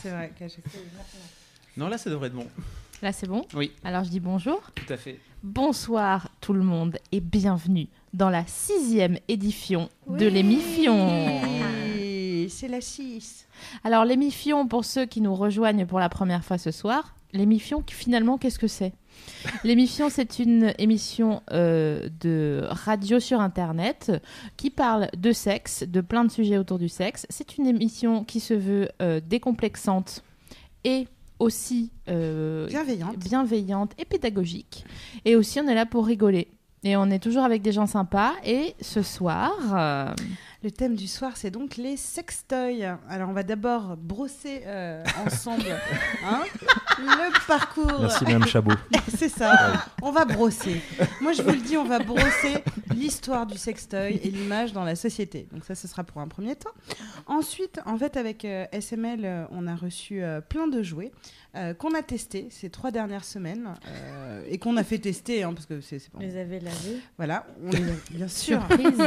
C'est vrai, caché. Non, là, ça devrait être bon. Là, c'est bon Oui. Alors, je dis bonjour. Tout à fait. Bonsoir tout le monde et bienvenue dans la sixième édition de l'émission. Oui, C'est la 6. Alors, l'émission, pour ceux qui nous rejoignent pour la première fois ce soir, l'émission, finalement, qu'est-ce que c'est L'émission, c'est une émission euh, de radio sur Internet qui parle de sexe, de plein de sujets autour du sexe. C'est une émission qui se veut euh, décomplexante et aussi euh, Bienveillante. bienveillante et pédagogique. Et aussi, on est là pour rigoler. Et on est toujours avec des gens sympas. Et ce soir, euh, Le thème du soir, c'est donc les sextoys. Alors, on va d'abord brosser euh, ensemble hein, le parcours. Merci Mme Chabot. C'est ça. On va brosser. Moi, je vous le dis, on va brosser l'histoire du sextoy et l'image dans la société. Donc ça, ce sera pour un premier temps. Ensuite, en fait, avec euh, SML, euh, on a reçu euh, plein de jouets euh, qu'on a testés ces trois dernières semaines euh, et qu'on a fait tester, hein, parce que c'est c'est pas... les avez lavés. Voilà, on les a- bien sûr. surprise.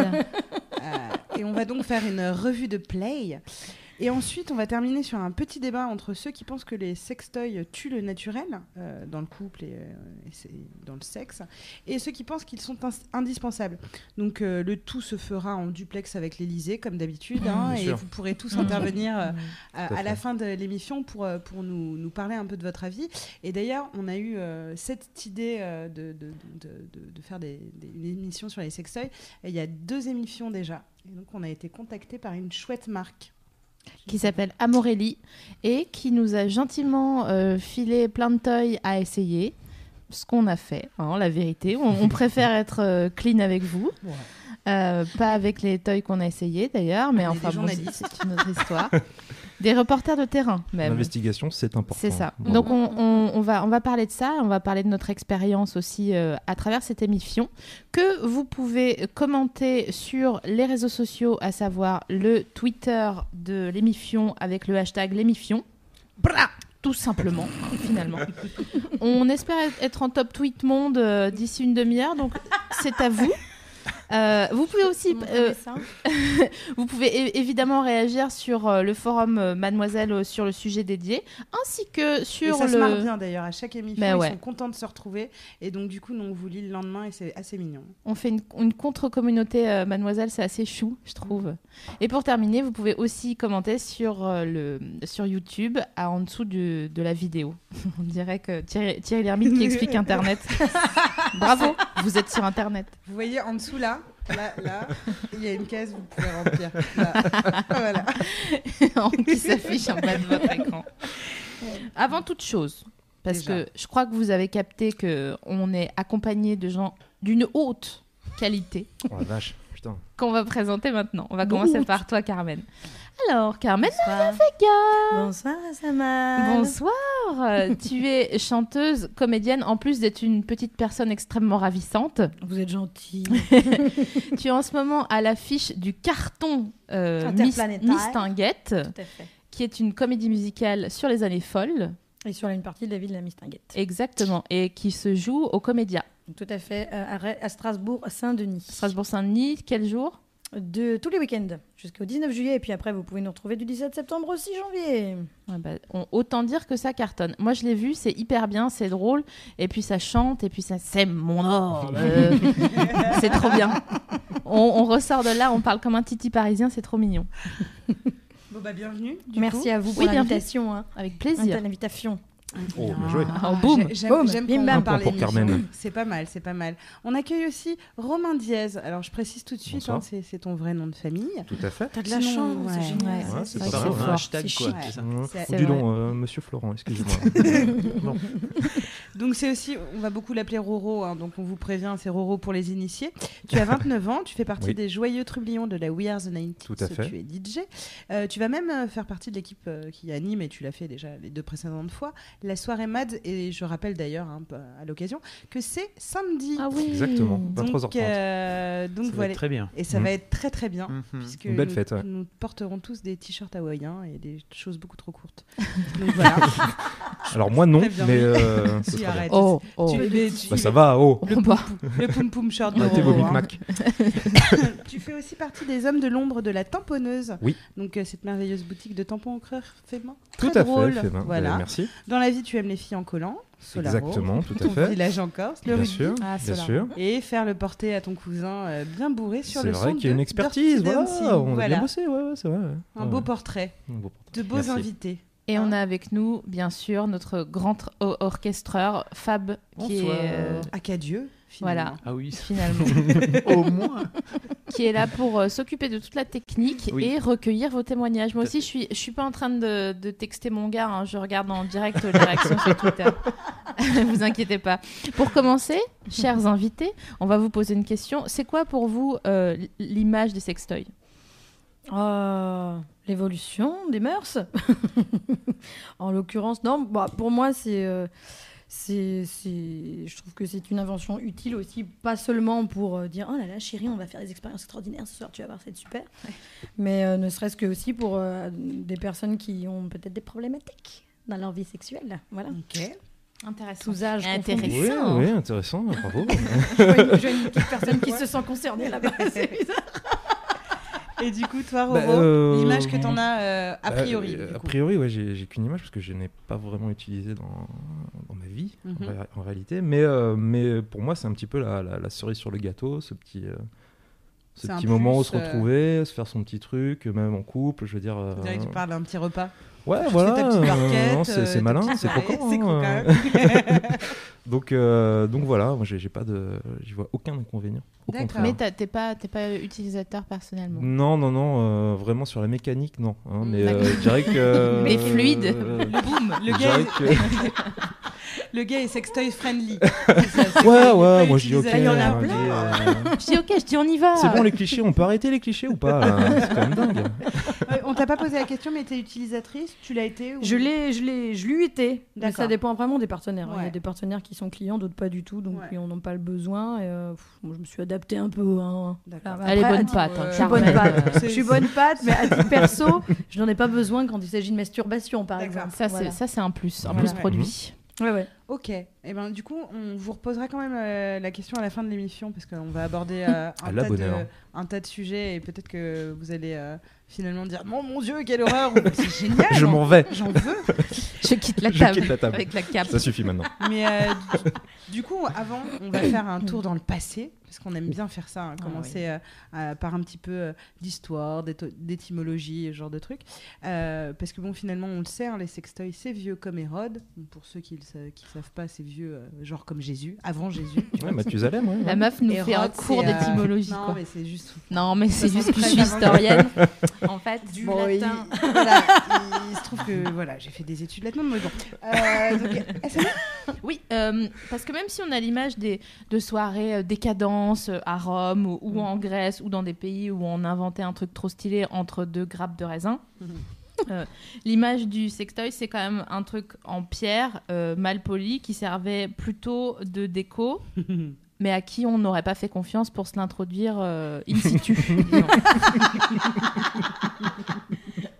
Euh, et on va donc faire une revue de play. Et ensuite, on va terminer sur un petit débat entre ceux qui pensent que les sextoys tuent le naturel euh, dans le couple et, euh, et c'est- dans le sexe, et ceux qui pensent qu'ils sont ins- indispensables. Donc euh, le tout se fera en duplex avec l'Elysée, comme d'habitude, hein, bien et sûr. vous pourrez tous Mmh. intervenir euh, à, Tout à à la fait. fin de l'émission pour, euh, pour nous, nous parler un peu de votre avis. Et d'ailleurs, on a eu euh, cette idée euh, de, de, de- de- de faire des, des- une émission sur les sextoys. Et il y a deux émissions déjà. Et donc, on a été contacté par une chouette marque. qui s'appelle Amorelli et qui nous a gentiment euh, filé plein de toys à essayer. Ce qu'on a fait, hein, la vérité. On, on préfère être euh, clean avec vous. Ouais. Euh, pas avec les toys qu'on a essayés d'ailleurs, mais On est enfin des bon, c'est journalistes. c'est une autre histoire. Des reporters de terrain même. L'investigation, c'est important. C'est ça. Voilà. Donc on, on- on va, on va parler de ça, on va parler de notre expérience aussi euh, à travers cette émission que vous pouvez commenter sur les réseaux sociaux, à savoir le Twitter de l'émission avec le hashtag l'émission. Bra tout simplement, finalement. On espère être en top tweet monde euh, d'ici une demi-heure, donc c'est à vous. Euh, vous pouvez aussi euh, vous pouvez é- évidemment réagir sur euh, le forum euh, Mademoiselle euh, sur le sujet dédié, ainsi que Et sur ça se marre le. bien d'ailleurs. À chaque émission, Bah ils ouais. sont contents de se retrouver. Et donc, du coup, nous, on vous lit le lendemain et c'est assez mignon. On fait une, une contre-communauté euh, Mademoiselle, c'est assez chou, je trouve. Et pour terminer, vous pouvez aussi commenter sur, euh, le, sur YouTube, à, en dessous du- de la vidéo. On dirait que Thierry, Thierry Lhermitte qui explique Internet. Bravo, vous êtes sur Internet. Vous voyez en dessous là, là, là, il y a une case, vous pouvez remplir. Là. voilà. qui s'affiche en bas de votre écran. Avant toute chose, parce Déjà. que je crois que vous avez capté que on est accompagné de gens d'une haute qualité Oh la vache, putain. qu'on va présenter maintenant. On va commencer par toi, Carmen. Alors, Carmen, Bonsoir. Bonsoir, Asama. bonsoir. Euh, tu es chanteuse, comédienne, en plus d'être une petite personne extrêmement ravissante. Vous êtes gentil. tu es en ce moment à l'affiche du carton euh, Miss, Interplanétaire. Miss Tinguette, Tout à fait. qui est une comédie musicale sur les années folles. Et sur une partie de la ville de la Mistinguette. Exactement, et qui se joue au Comédia. Donc, Tout à fait. euh, à, Ré- à Strasbourg, à Saint-Denis. Strasbourg-Saint-Denis, quel jour De tous les week-ends jusqu'au 19 juillet. Et puis après, vous pouvez nous retrouver du 17 septembre au 6 janvier. Ouais, bah, on- Autant dire que ça cartonne. Moi, je l'ai vu, c'est hyper bien, c'est drôle, et puis ça chante, et puis ça c'est mon or. euh, c'est trop bien. On, on ressort de là, on parle comme un titi parisien, c'est trop mignon. Bon bah bienvenue. Du Merci coup, à vous pour Oui, bienvenue. l'invitation. hein. Avec Un plaisir. tel invitation. Oh, bien joué. Oh, boum. Ah, j'ai- J'aime Boum. j'aime Bim, qu'on bam. en parle Un point pour l'émission. Carmen. C'est pas mal, c'est pas mal. On accueille aussi Romain Diaz. Alors je précise tout de suite, Bonsoir. hein, c'est c'est ton vrai nom de famille. Tout à fait. T'as de la la Sinon, chance, chance, ouais. euh, c'est génial. Ouais, c'est C'est pas pas grave, un hein. hashtag, C'est quoi. chic. c'est ça. Mmh. C'est- Oh, dis donc, euh, monsieur Florent, excusez-moi. Donc c'est aussi, on va beaucoup l'appeler Roro, hein, donc on vous prévient, c'est Roro pour les initiés. Tu as 29 ans, tu fais partie Oui. des joyeux trublions de la We Are the 90s, Tout à fait. tu es DJ. Euh, tu vas même euh, faire partie de l'équipe euh, qui anime, et tu l'as fait déjà les deux précédentes fois, la soirée MAD, et je rappelle d'ailleurs hein, à l'occasion que c'est samedi. Ah oui. Exactement, Donc, 23h30. euh, donc Ça va voilà. être très bien. Et ça Mhm. va être très très bien. Mhm. Puisque Une belle nous, fête, ouais. nous porterons tous des t-shirts hawaïens et des choses beaucoup trop courtes. Donc voilà. Alors, moi, non, Très bien. mais euh, ce Si, sera bien. arrête. Oh, Tu- oh. mais tu- Bah, ça va, oh On part. Le poum poum short de Arrêtez vos Roro, Big hein. Mac. Tu fais aussi partie des hommes de l'ombre de la tamponneuse. Oui. Donc euh, cette merveilleuse boutique de tampons en creux fait main. Tout Très à drôle. fait, Fébin. Voilà. Euh, Merci. Dans la vie, tu aimes les filles en collant, Solaro, Exactement, tout à ton fait. village en Corse, le Bien rugby, sûr, Ah, bien cela. sûr. et faire le porter à ton cousin euh, bien bourré sur C'est le vrai son qu'il y a une de expertise, Dirty voilà. Dancing. On a Voilà. bien bossé, ouais, ouais, c'est vrai. ouais. Un Ouais, beau ouais. portrait, Un beau portrait. de beaux Merci. invités. Et on Hein a avec nous, bien sûr, notre grand or- orchestreur, Fab, qui Bonsoir. est, euh, À qu'adieu, Voilà. finalement. Ah oui, finalement, au moins. qui est là pour euh, s'occuper de toute la technique Oui. et recueillir vos témoignages. Moi Tout à aussi, je suis, je suis pas en train de, de texter mon gars, hein, je regarde en direct les réactions sur Twitter. vous inquiétez pas. Pour commencer, chers invités, on va vous poser une question. C'est quoi pour vous euh, l'image des sextoys Euh, L'évolution des mœurs. en l'occurrence, non. Bah, pour moi, c'est. euh, c'est, c'est- je trouve que c'est une invention utile aussi, pas seulement pour euh, dire oh là là chérie on va faire des expériences extraordinaires ce soir tu vas voir c'est super, mais euh, ne serait-ce que aussi pour euh, des personnes qui ont peut-être des problématiques dans leur vie sexuelle, voilà. Ok. Intéressant. Tous âges confondus. Intéressant. Oui, oui, intéressant, bravo. Je vois une, je vois une petite personne qui se sent concernée là-bas. C'est bizarre. Et du coup, toi, Roro, Bah, euh, l'image que t'en as euh, a Bah, priori. euh, du a coup. priori, ouais, j'ai j'ai qu'une image parce que je n'ai pas vraiment utilisé dans, dans ma vie, en Mhm. ré- en, réalité. Mais, euh, mais pour moi, c'est un petit peu la, la- la cerise sur le gâteau, ce petit, euh, ce C'est un petit moment où plus, euh, se retrouver, se faire son petit truc, même en couple, je veux dire. euh, On dirait que tu parles d'un petit repas. ouais, Tu voilà. fais ta petite euh, barquette, non, c'est euh, c'est ta malin, petite c'est soirée, croquant. c'est croquant. hein. donc, euh, donc voilà, moi, j'ai j'ai pas de, j'y vois aucun inconvénient. Au D'accord. contraire. Mais t'as- t'es pas, t'es pas utilisateur personnellement. Non, non, non, euh, vraiment sur la mécanique, non. hein, Mm, mais euh, D'accord. je dirais que. euh, Les fluides. euh, Boum, je le gars, dirais est- que- le gars est sextoy friendly. Ouais, ouais, moi je dis ok. Il y en a on plein. dit, euh, Je dis ok, je dis on y va. C'est bon les clichés, on peut arrêter les clichés ou pas là C'est quand même dingue. Ouais, Euh, On t'a pas posé la question, mais t'es utilisatrice Tu l'as été ou... Je l'ai, je l'ai, je l'ai été. Mais D'accord. ça dépend vraiment des partenaires. hein. Il y Ouais. a des partenaires qui sont clients, d'autres pas du tout, donc Ouais. qui n'en ont pas le besoin. Et, euh, pff, moi, je me suis adaptée un peu. hein. D'accord. Voilà, Elle est après, bonne à- patte. hein, Je suis Je suis bonne Carmen. patte. C'est- Je suis bonne patte, mais à titre perso, je n'en ai pas besoin quand il s'agit de masturbation, par D'accord. exemple. Ça, c'est- Voilà. ça, c'est un plus, un Voilà. plus Ouais. produit. Ouais, ouais. Ok. Et ben du coup, on vous reposera quand même euh, la question à la fin de l'émission parce qu'on va aborder euh, un, À la tas bonne de, heure. hein. un tas de sujets et peut-être que vous allez euh, finalement dire non mon dieu quelle horreur ou c'est génial. Je j'en- m'en vais. J'en veux. Je quitte la Mm. Je table. quitte la table. Avec la cape. Ça suffit maintenant. Mais euh, du, du coup, avant, on va faire un tour dans le passé parce qu'on aime bien faire ça, hein, commencer euh, à- par un petit peu euh, d'histoire, d'éto- d'étymologie, ce genre de trucs. Euh, parce que bon, finalement, on le sait, hein, les sextoys, c'est vieux comme Hérode. Pour ceux qui ne savent savent pas, ces vieux, euh, genre comme Jésus, avant Jésus. tu Ouais, vois. Mathusalem, ouais. La meuf nous fait un Hérode, cours c'est, euh, d'étymologie. Non, quoi. mais c'est juste. Non, mais c'est juste que je 73 suis avant- historienne. en fait, Du Bon, il, latin. voilà, il se trouve que voilà, j'ai fait des études là-dedans, mais bon. Euh, donc, SNL, Oui, euh, parce que même si on a l'image des de soirées euh, décadences euh, à Rome ou, ou en Grèce ou dans des pays où on inventait un truc trop stylé entre deux grappes de raisin. Mhm. euh, L'image du sextoy, c'est quand même un truc en pierre, euh, mal poli, qui servait plutôt de déco, mais à qui on n'aurait pas fait confiance pour se l'introduire euh, in situ. disons.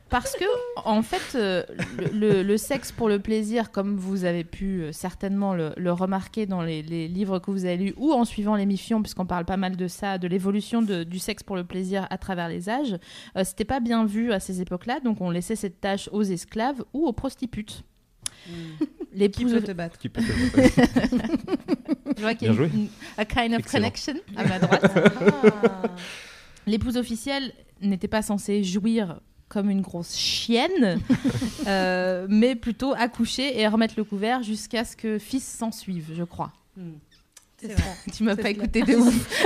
Parce que, en fait, euh, le, le- le sexe pour le plaisir, comme vous avez pu euh, certainement le, le remarquer dans les, les livres que vous avez lus ou en suivant l'émission, puisqu'on parle pas mal de ça, de l'évolution de- du sexe pour le plaisir à travers les âges, euh, c'était pas bien vu à ces époques-là, donc on laissait cette tâche aux esclaves ou aux prostitutes. qui L'épouse peut te battre Qui peut te- je vois qu'il y a Bien une- une- a kind of Excellent. connection à ma droite. L'épouse officielle n'était pas censée jouir comme une grosse chienne, euh, mais plutôt accoucher et remettre le couvert jusqu'à ce que fils s'en suive, je crois. Hmm. C'est vrai. ça. Tu m'as C'est pas vrai. écouté de ouf.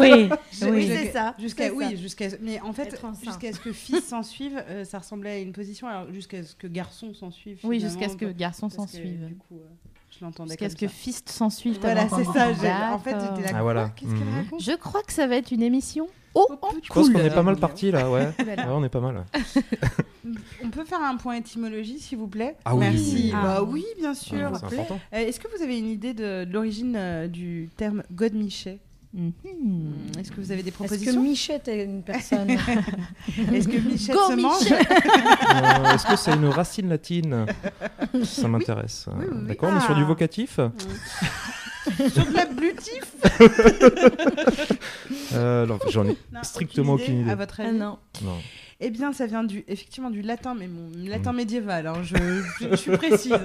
oui, Oui, oui, je- c'est ça. Jusqu'à c'est oui, ça. jusqu'à mais en fait Être enceinte. jusqu'à ce que fils s'en suive, euh, ça ressemblait à une position. Alors jusqu'à ce que garçon s'en suive. Oui, finalement, jusqu'à ce que parce garçon s'en que, suive. Du coup, euh, je l'entendais Jusqu'à comme ce que ça. fist s'en suive. t'avais Voilà, c'est entendu. ça. j'ai- En fait, D'accord. j'étais là. Ah, voilà. quoi Qu'est-ce qu'elle Mhm. raconte euh. Je crois que ça va être une émission. Oh, oh. Je pense qu'on Cool. est pas mal parti là, ouais. Ouais, on est pas mal. ouais. On peut faire un point étymologie, s'il vous plaît Ah oui. Merci. Ah. Bah oui, bien sûr. Ouais, C'est important. Euh, Est-ce que vous avez une idée de, de l'origine euh, du terme Godmichet Mhm. Est-ce que vous avez des Est-ce que propositions Michette est une personne Est-ce que Michel Go se mange Michel Euh, Est-ce que c'est une racine latine Ça m'intéresse. Oui, oui, oui. D'accord, on est sur Ah. du vocatif. sur de l'ablutif Euh, non, J'en ai strictement aucune idée. À votre Ah avis Non. Non. Eh bien, ça vient du, effectivement du latin, mais mon latin médiéval, hein, je, je- je suis précise.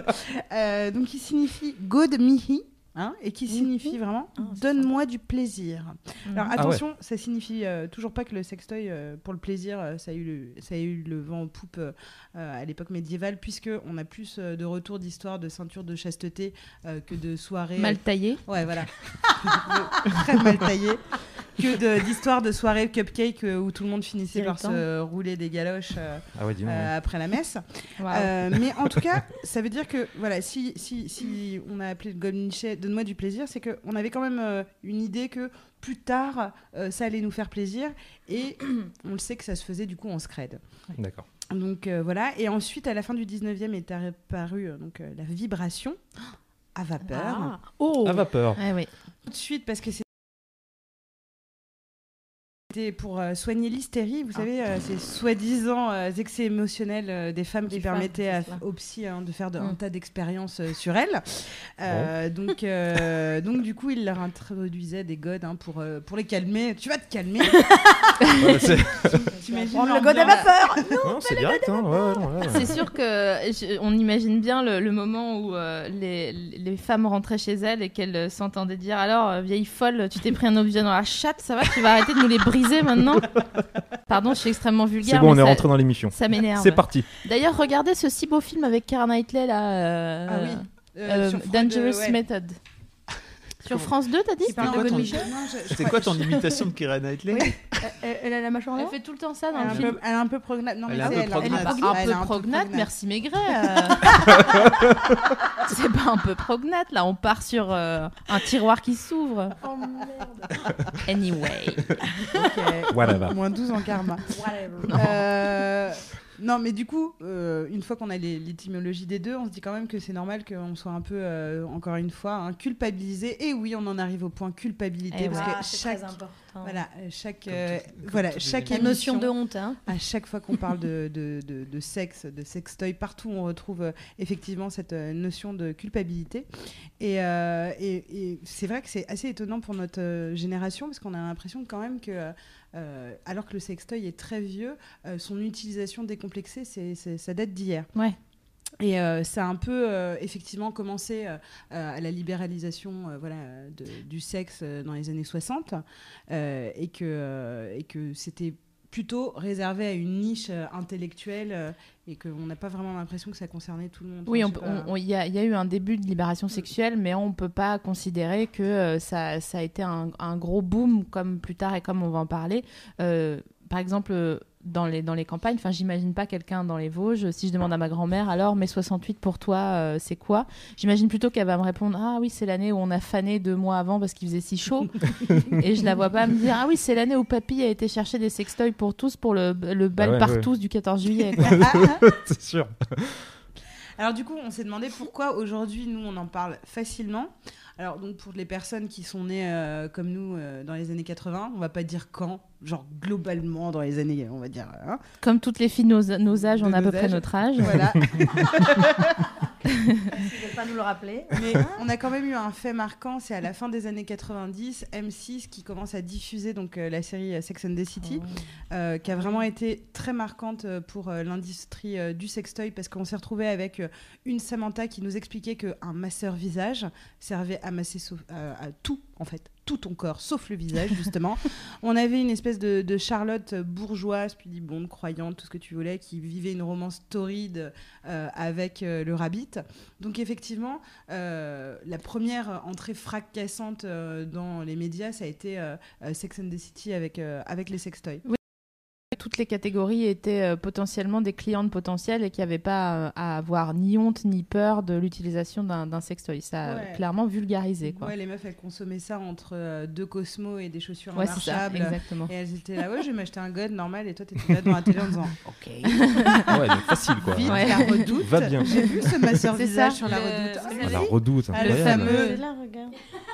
Euh, donc, il signifie God mihi. hein, et qui signifie vraiment Mhm. Ah, c'est Mm. donne-moi du plaisir. Alors Ah attention, ça signifie euh, toujours pas que le sextoy euh, pour le plaisir, euh, ça, a eu le, ça a eu le vent en poupe euh, euh, à l'époque médiévale, puisque on a plus euh, de retours d'histoires de ceintures de chasteté euh, que de soirées Mal taillé. Ouais, voilà. De- très mal taillé. Que de- d'histoires de, soirées cupcake euh, où tout le monde finissait par Irritant. se rouler des galoches euh, Ah ouais, dis donc. ouais. euh, après la messe. Waouh. Euh, mais en tout cas, ça veut dire que voilà, si, si, si on a appelé le Golnichet Donne-moi du plaisir, c'est qu'on avait quand même euh, une idée que plus tard, euh, ça allait nous faire plaisir. Et on le sait que ça se faisait du coup en scred. D'accord. Donc euh, voilà. Et ensuite, à la fin du 19e est apparue euh, donc, euh, la vibration à vapeur. Ah. Oh. À vapeur. Ouais, ouais. tout de suite parce que c'est- c'était pour euh, soigner l'hystérie, vous Ah. savez, euh, ces soi-disant euh, excès émotionnels euh, des femmes Des qui femmes, permettaient c'est à- cela. aux psy hein, de faire de- un Mm. tas d'expériences euh, sur elles. Euh, donc, euh, donc du coup, ils leur introduisaient des godes hein, pour, euh, pour les calmer. Tu vas te calmer, Ouais, c'est t'imagines Prendre le god à l'ambiance. vapeur non, c'est direct. Hein. Ouais, ouais, ouais. C'est sûr que je- on imagine bien le, le moment où euh, les, les femmes rentraient chez elles et qu'elles euh, s'entendaient dire alors euh, vieille folle tu t'es pris un objet dans la chatte ça va tu vas arrêter de nous les briser maintenant pardon je suis extrêmement vulgaire C'est bon, on mais est ça, rentré dans l'émission. ça m'énerve C'est parti. d'ailleurs regardez ce si beau film avec Keira Knightley là euh, Ah oui. euh, Euh, sur Freud, Dangerous euh, ouais. Method sur France 2 t'as dit parle Non, quoi, ton- non, je- je C'était quoi crois- ton imitation de Keira Knightley Elle, elle a la mâchoire là elle fait tout le temps ça Elle dans est le un film peu- elle est un peu prognate. Non, Elle mais est un c'est peu elle, Elle est prognate. pas Ah, un elle est peu prognate, merci Maigret. euh. c'est pas un peu prognate, là, on part sur euh, un tiroir qui s'ouvre. Oh merde. Anyway. Ok. Whatever. Moins 12 en karma. Whatever. Euh, non, mais du coup, euh, une fois qu'on a les- l'étymologie des deux, on se dit quand même que c'est normal qu'on soit un peu, euh, encore une fois, hein, culpabilisé. Et oui, on en arrive au point culpabilité Eh parce ouais. que chaque, Ah, important. voilà, euh, chaque, Comme euh, toutes- comme voilà, toutes les chaque La notion émission, de honte, hein. à chaque fois qu'on parle de, de, de- de sexe, de sextoy, partout on retrouve euh, effectivement cette euh, notion de culpabilité. Et, euh, et- et c'est vrai que c'est assez étonnant pour notre euh, génération parce qu'on a l'impression quand même que, euh, alors que le sextoy est très vieux, euh, son utilisation décomplexée, c'est, c'est- ça date d'hier. Ouais. Et euh, ça a un peu euh, effectivement commencé euh, euh, à la libéralisation euh, voilà, euh, de- du sexe euh, dans les années 60 euh, et, que, euh, et que c'était plutôt réservé à une niche euh, intellectuelle euh, et qu'on n'a pas vraiment l'impression que ça concernait tout le monde. Oui, Enfin, on je peut- sais pas. Mm. on- on- il y, a il y a eu un début de libération sexuelle, mais on ne peut pas considérer que euh, ça, ça a été un, un gros boom, comme plus tard et comme on va en parler. Euh, par exemple, euh, dans les, dans les campagnes, enfin, j'imagine pas quelqu'un dans les Vosges, si je demande à ma grand-mère, alors mai 68 pour toi, euh, c'est quoi J'imagine plutôt qu'elle va me répondre, ah oui, c'est l'année où on a fané deux mois avant parce qu'il faisait si chaud. et je la vois pas me dire, ah oui, c'est l'année où papy a été chercher des sextoys pour tous pour le, le bal Ah ouais, par ouais. tous du 14 juillet. quoi. c'est sûr. Alors du coup, on s'est demandé pourquoi aujourd'hui nous on en parle facilement. Alors donc pour les personnes qui sont nées euh, comme nous euh, dans les années 80, on va pas dire quand, genre globalement dans les années, on va dire. hein. Comme toutes les filles de nos, nos âges, De on a à nos peu près âges. notre âge. Voilà. ne pas nous le rappeler. Mais on a quand même eu un fait marquant, c'est à la fin des années 90, M6 qui commence à diffuser donc euh, la série euh, Sex and the City, euh, qui a vraiment été très marquante euh, pour euh, l'industrie euh, du sextoy parce qu'on s'est retrouvé avec euh, une Samantha qui nous expliquait qu'un masseur visage servait à masser sauf- euh, à tout en fait tout ton corps sauf le visage justement on avait une espèce de, de Charlotte euh, bourgeoise pudibonde croyante tout ce que tu voulais qui vivait une romance torride euh, avec euh, le rabbit donc effectivement euh, la première euh, entrée fracassante euh, dans les médias, ça a été euh, euh, Sex and the City avec, euh, avec les sextoys. toutes les catégories étaient euh, potentiellement des clientes potentielles et qui n'avaient pas euh, à avoir ni honte ni peur de l'utilisation d'un d'un sextoy. Ça a Ouais. clairement vulgarisé. Quoi. Ouais, les meufs, elles consommaient ça entre euh, deux cosmos et des chaussures Ouais, c'est ça, marchables. exactement. et elles étaient là, ouais, je vais m'acheter un god normal. Et toi, t'étais là dans la télé en disant, ok, Ah Ouais, donc facile quoi. vite, Ouais. la redoute. Va bien. J'ai vu ce masseur C'est visage ça, sur la le- redoute. vous Ah, Ah, la oui. redoute, Ah, le incroyable. fameux- C'est là, regarde.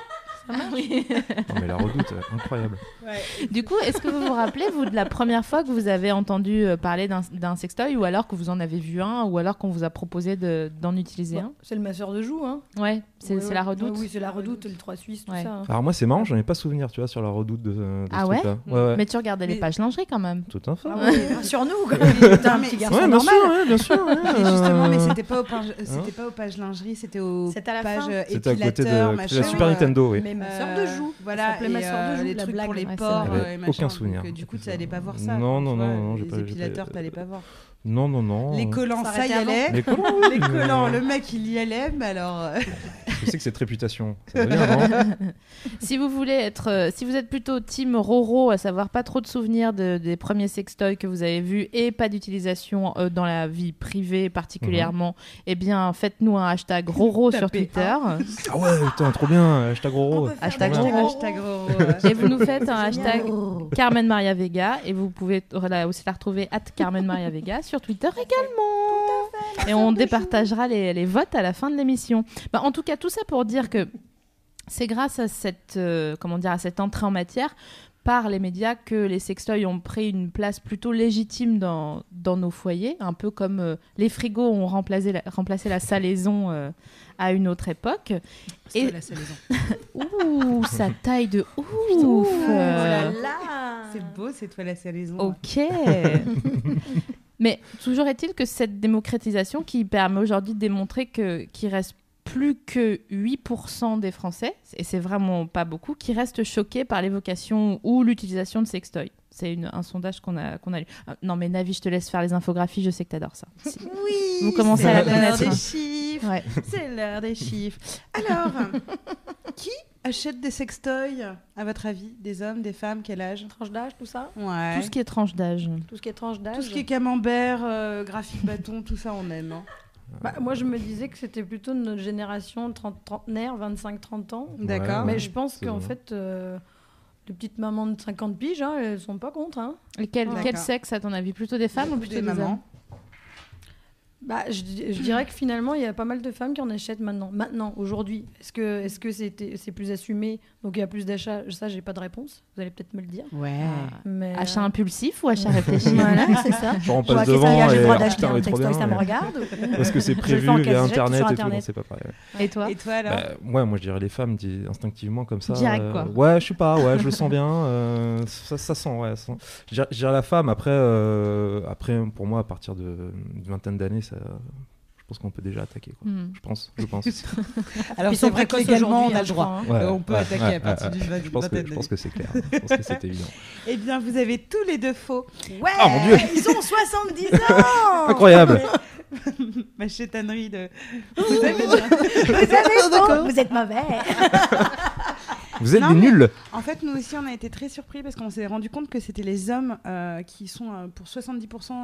Non, mais la redoute, euh, incroyable. Ouais. Du coup, est-ce que vous vous rappelez, vous, de la première fois que vous avez entendu euh, parler d'un- d'un sextoy ou alors que vous en avez vu un ou alors qu'on vous a proposé de- d'en utiliser un Bah, C'est le masseur de joue, hein. Ouais, c'est Ouais, c'est ouais. la redoute. Ouais, oui, c'est la redoute, le 3-6, tout Ouais. ça. hein. Alors moi, c'est marrant, j'en ai pas souvenir, tu vois, sur la redoute de, de Ah ce ouais truc-là. Mm. Ouais, ouais. Mais tu regardais les Mais- pages lingerie quand même. Tout un fait. Ah ouais, Rassure-nous, quand Mais- même. T'es un mais- petit Ouais, garçon bien normal. sûr, ouais, bien sûr. ouais, Mais justement, mais euh, c'était pas aux pages, c'était Hein pas aux pages lingerie, c'était aux C'était à la pages fin. euh, C'était à côté de épilateurs, la machin, Super euh, Nintendo, oui. Mais ma sœur Euh, de joue. Voilà, Ça s'appelait et, ma sœur de euh, joue, les la trucs pour blague. les Ouais, c'est porcs. vrai. euh, et machin. Aucun souvenir. Donc, euh, du coup, J'ai tu fait allais ça. pas voir ça. Non, tu non, vois, non, non, j'ai pas- Les j'ai pas- épilateurs, t'allais pas voir. Non, non, non. euh, Les collants, ça y S'arrêter avant. allait. Les collants, oui, Les collants, mais- euh, le mec, il y allait, mais alors. euh, Je sais que cette réputation, ça va bien, non Si vous voulez être, euh, si vous êtes plutôt team Roro, à savoir pas trop de souvenirs de- des premiers sextoys que vous avez vus et pas d'utilisation euh, dans la vie privée particulièrement, eh bien faites-nous un hashtag Roro sur Tapez Twitter Ah ouais, putain, trop bien, hashtag On Roro. peut faire Hashtag des Roro. gros- Hashtag Roro, ouais. et vous nous faites un C'est hashtag Carmen Maria Vega et vous pouvez t- la- aussi la retrouver at Carmen Maria Vega sur Twitter également. Et on départagera les, les votes à la fin de l'émission. Bah, en tout cas, tout ça pour dire que c'est grâce à cette, euh, comment dire, à cette entrée en matière par les médias que les sextoys ont pris une place plutôt légitime dans, dans nos foyers, un peu comme euh, les frigos ont remplacé la, remplacé la salaison euh, à une autre époque. C'est Et- la salaison. Ouh, ça taille de Ouh, ouf oh euh. là là. C'est beau, c'est toi la salaison. Ok. Mais toujours est-il que cette démocratisation qui permet aujourd'hui de démontrer que qu'il reste plus que 8% des Français, et c'est vraiment pas beaucoup, qui restent choqués par l'évocation ou l'utilisation de sextoy. C'est une- un sondage qu'on a, qu'on a lu. Ah, non mais Navi, je te laisse faire les infographies, je sais que t'adores ça. Si. Oui, Vous commencez à la c'est l'heure connaître, hein. des chiffres. Ouais. C'est l'heure des chiffres. Alors, qui achète des sextoys, à votre avis Des hommes, des femmes, quel âge Tranche d'âge, tout ça. Ouais. Tout ce qui est tranche d'âge. Tout ce qui est tranche d'âge. camembert, euh, graphique bâton, tout ça, on aime. hein. Bah, moi, je me disais que c'était plutôt de notre génération, 30, trentenaire, 25-30 ans. D'accord. Ouais, Mais je pense c'est qu'en vrai. fait, euh, les petites mamans de 50 piges, hein, elles sont pas contre. hein. Et quel, D'accord. quel sexe, à ton avis Plutôt des femmes ou plutôt des, mamans. hommes Bah, je, di- je dirais que finalement, il y a pas mal de femmes qui en achètent maintenant. Maintenant, aujourd'hui. Est-ce que est-ce que c'était- c'est plus assumé Donc, il y a plus d'achats Ça, j'ai pas de réponse. Vous allez peut-être me le dire. Ouais. Ah. Mais... Achat impulsif ou achat réfléchi Voilà, c'est ça. Genre on Je vois passe que ça, devant j'ai et le droit ah, d'acheter putain, mais un trop texto, bien. ça me mais- regarde. ou- Parce que c'est Je le fais prévu en via casse-jet, sur internet et tout, Internet. non, c'est pas pareil. ouais. Et toi Et toi alors Bah, ouais, moi je dirais les femmes dis- instinctivement comme ça. Direct, euh, quoi. Ouais, je sais pas, ouais, je le sens bien. euh, ça, ça sent, ouais. ça sent. Je dirais- je dirais la femme, après, euh, après pour moi, à partir de une vingtaine d'années, ça. Je pense qu'on peut déjà attaquer. Quoi. Hmm. Je pense, je pense. Alors, Ah, Puis c'est vrai vrai que qu'aujourd'hui, légalement, on hein, a le je droit. crois, hein. Ouais, on peut ouais, attaquer ouais, à partir ouais, d'une ouais. vingtaine- Je pense que, vingtaine je pense que c'est clair. Je pense que c'est évident. Eh bien, vous avez tous les deux faux. Ouais, Ah, mon Dieu. ils ont 70 Oh, ans Incroyable Ma chétanerie de. Vous avez bien. Vous avez faux, vous êtes mauvais Vous êtes Non, des mais- nuls En fait, nous aussi, on a été très surpris parce qu'on s'est rendu compte que c'était les hommes euh, qui sont euh, pour 70%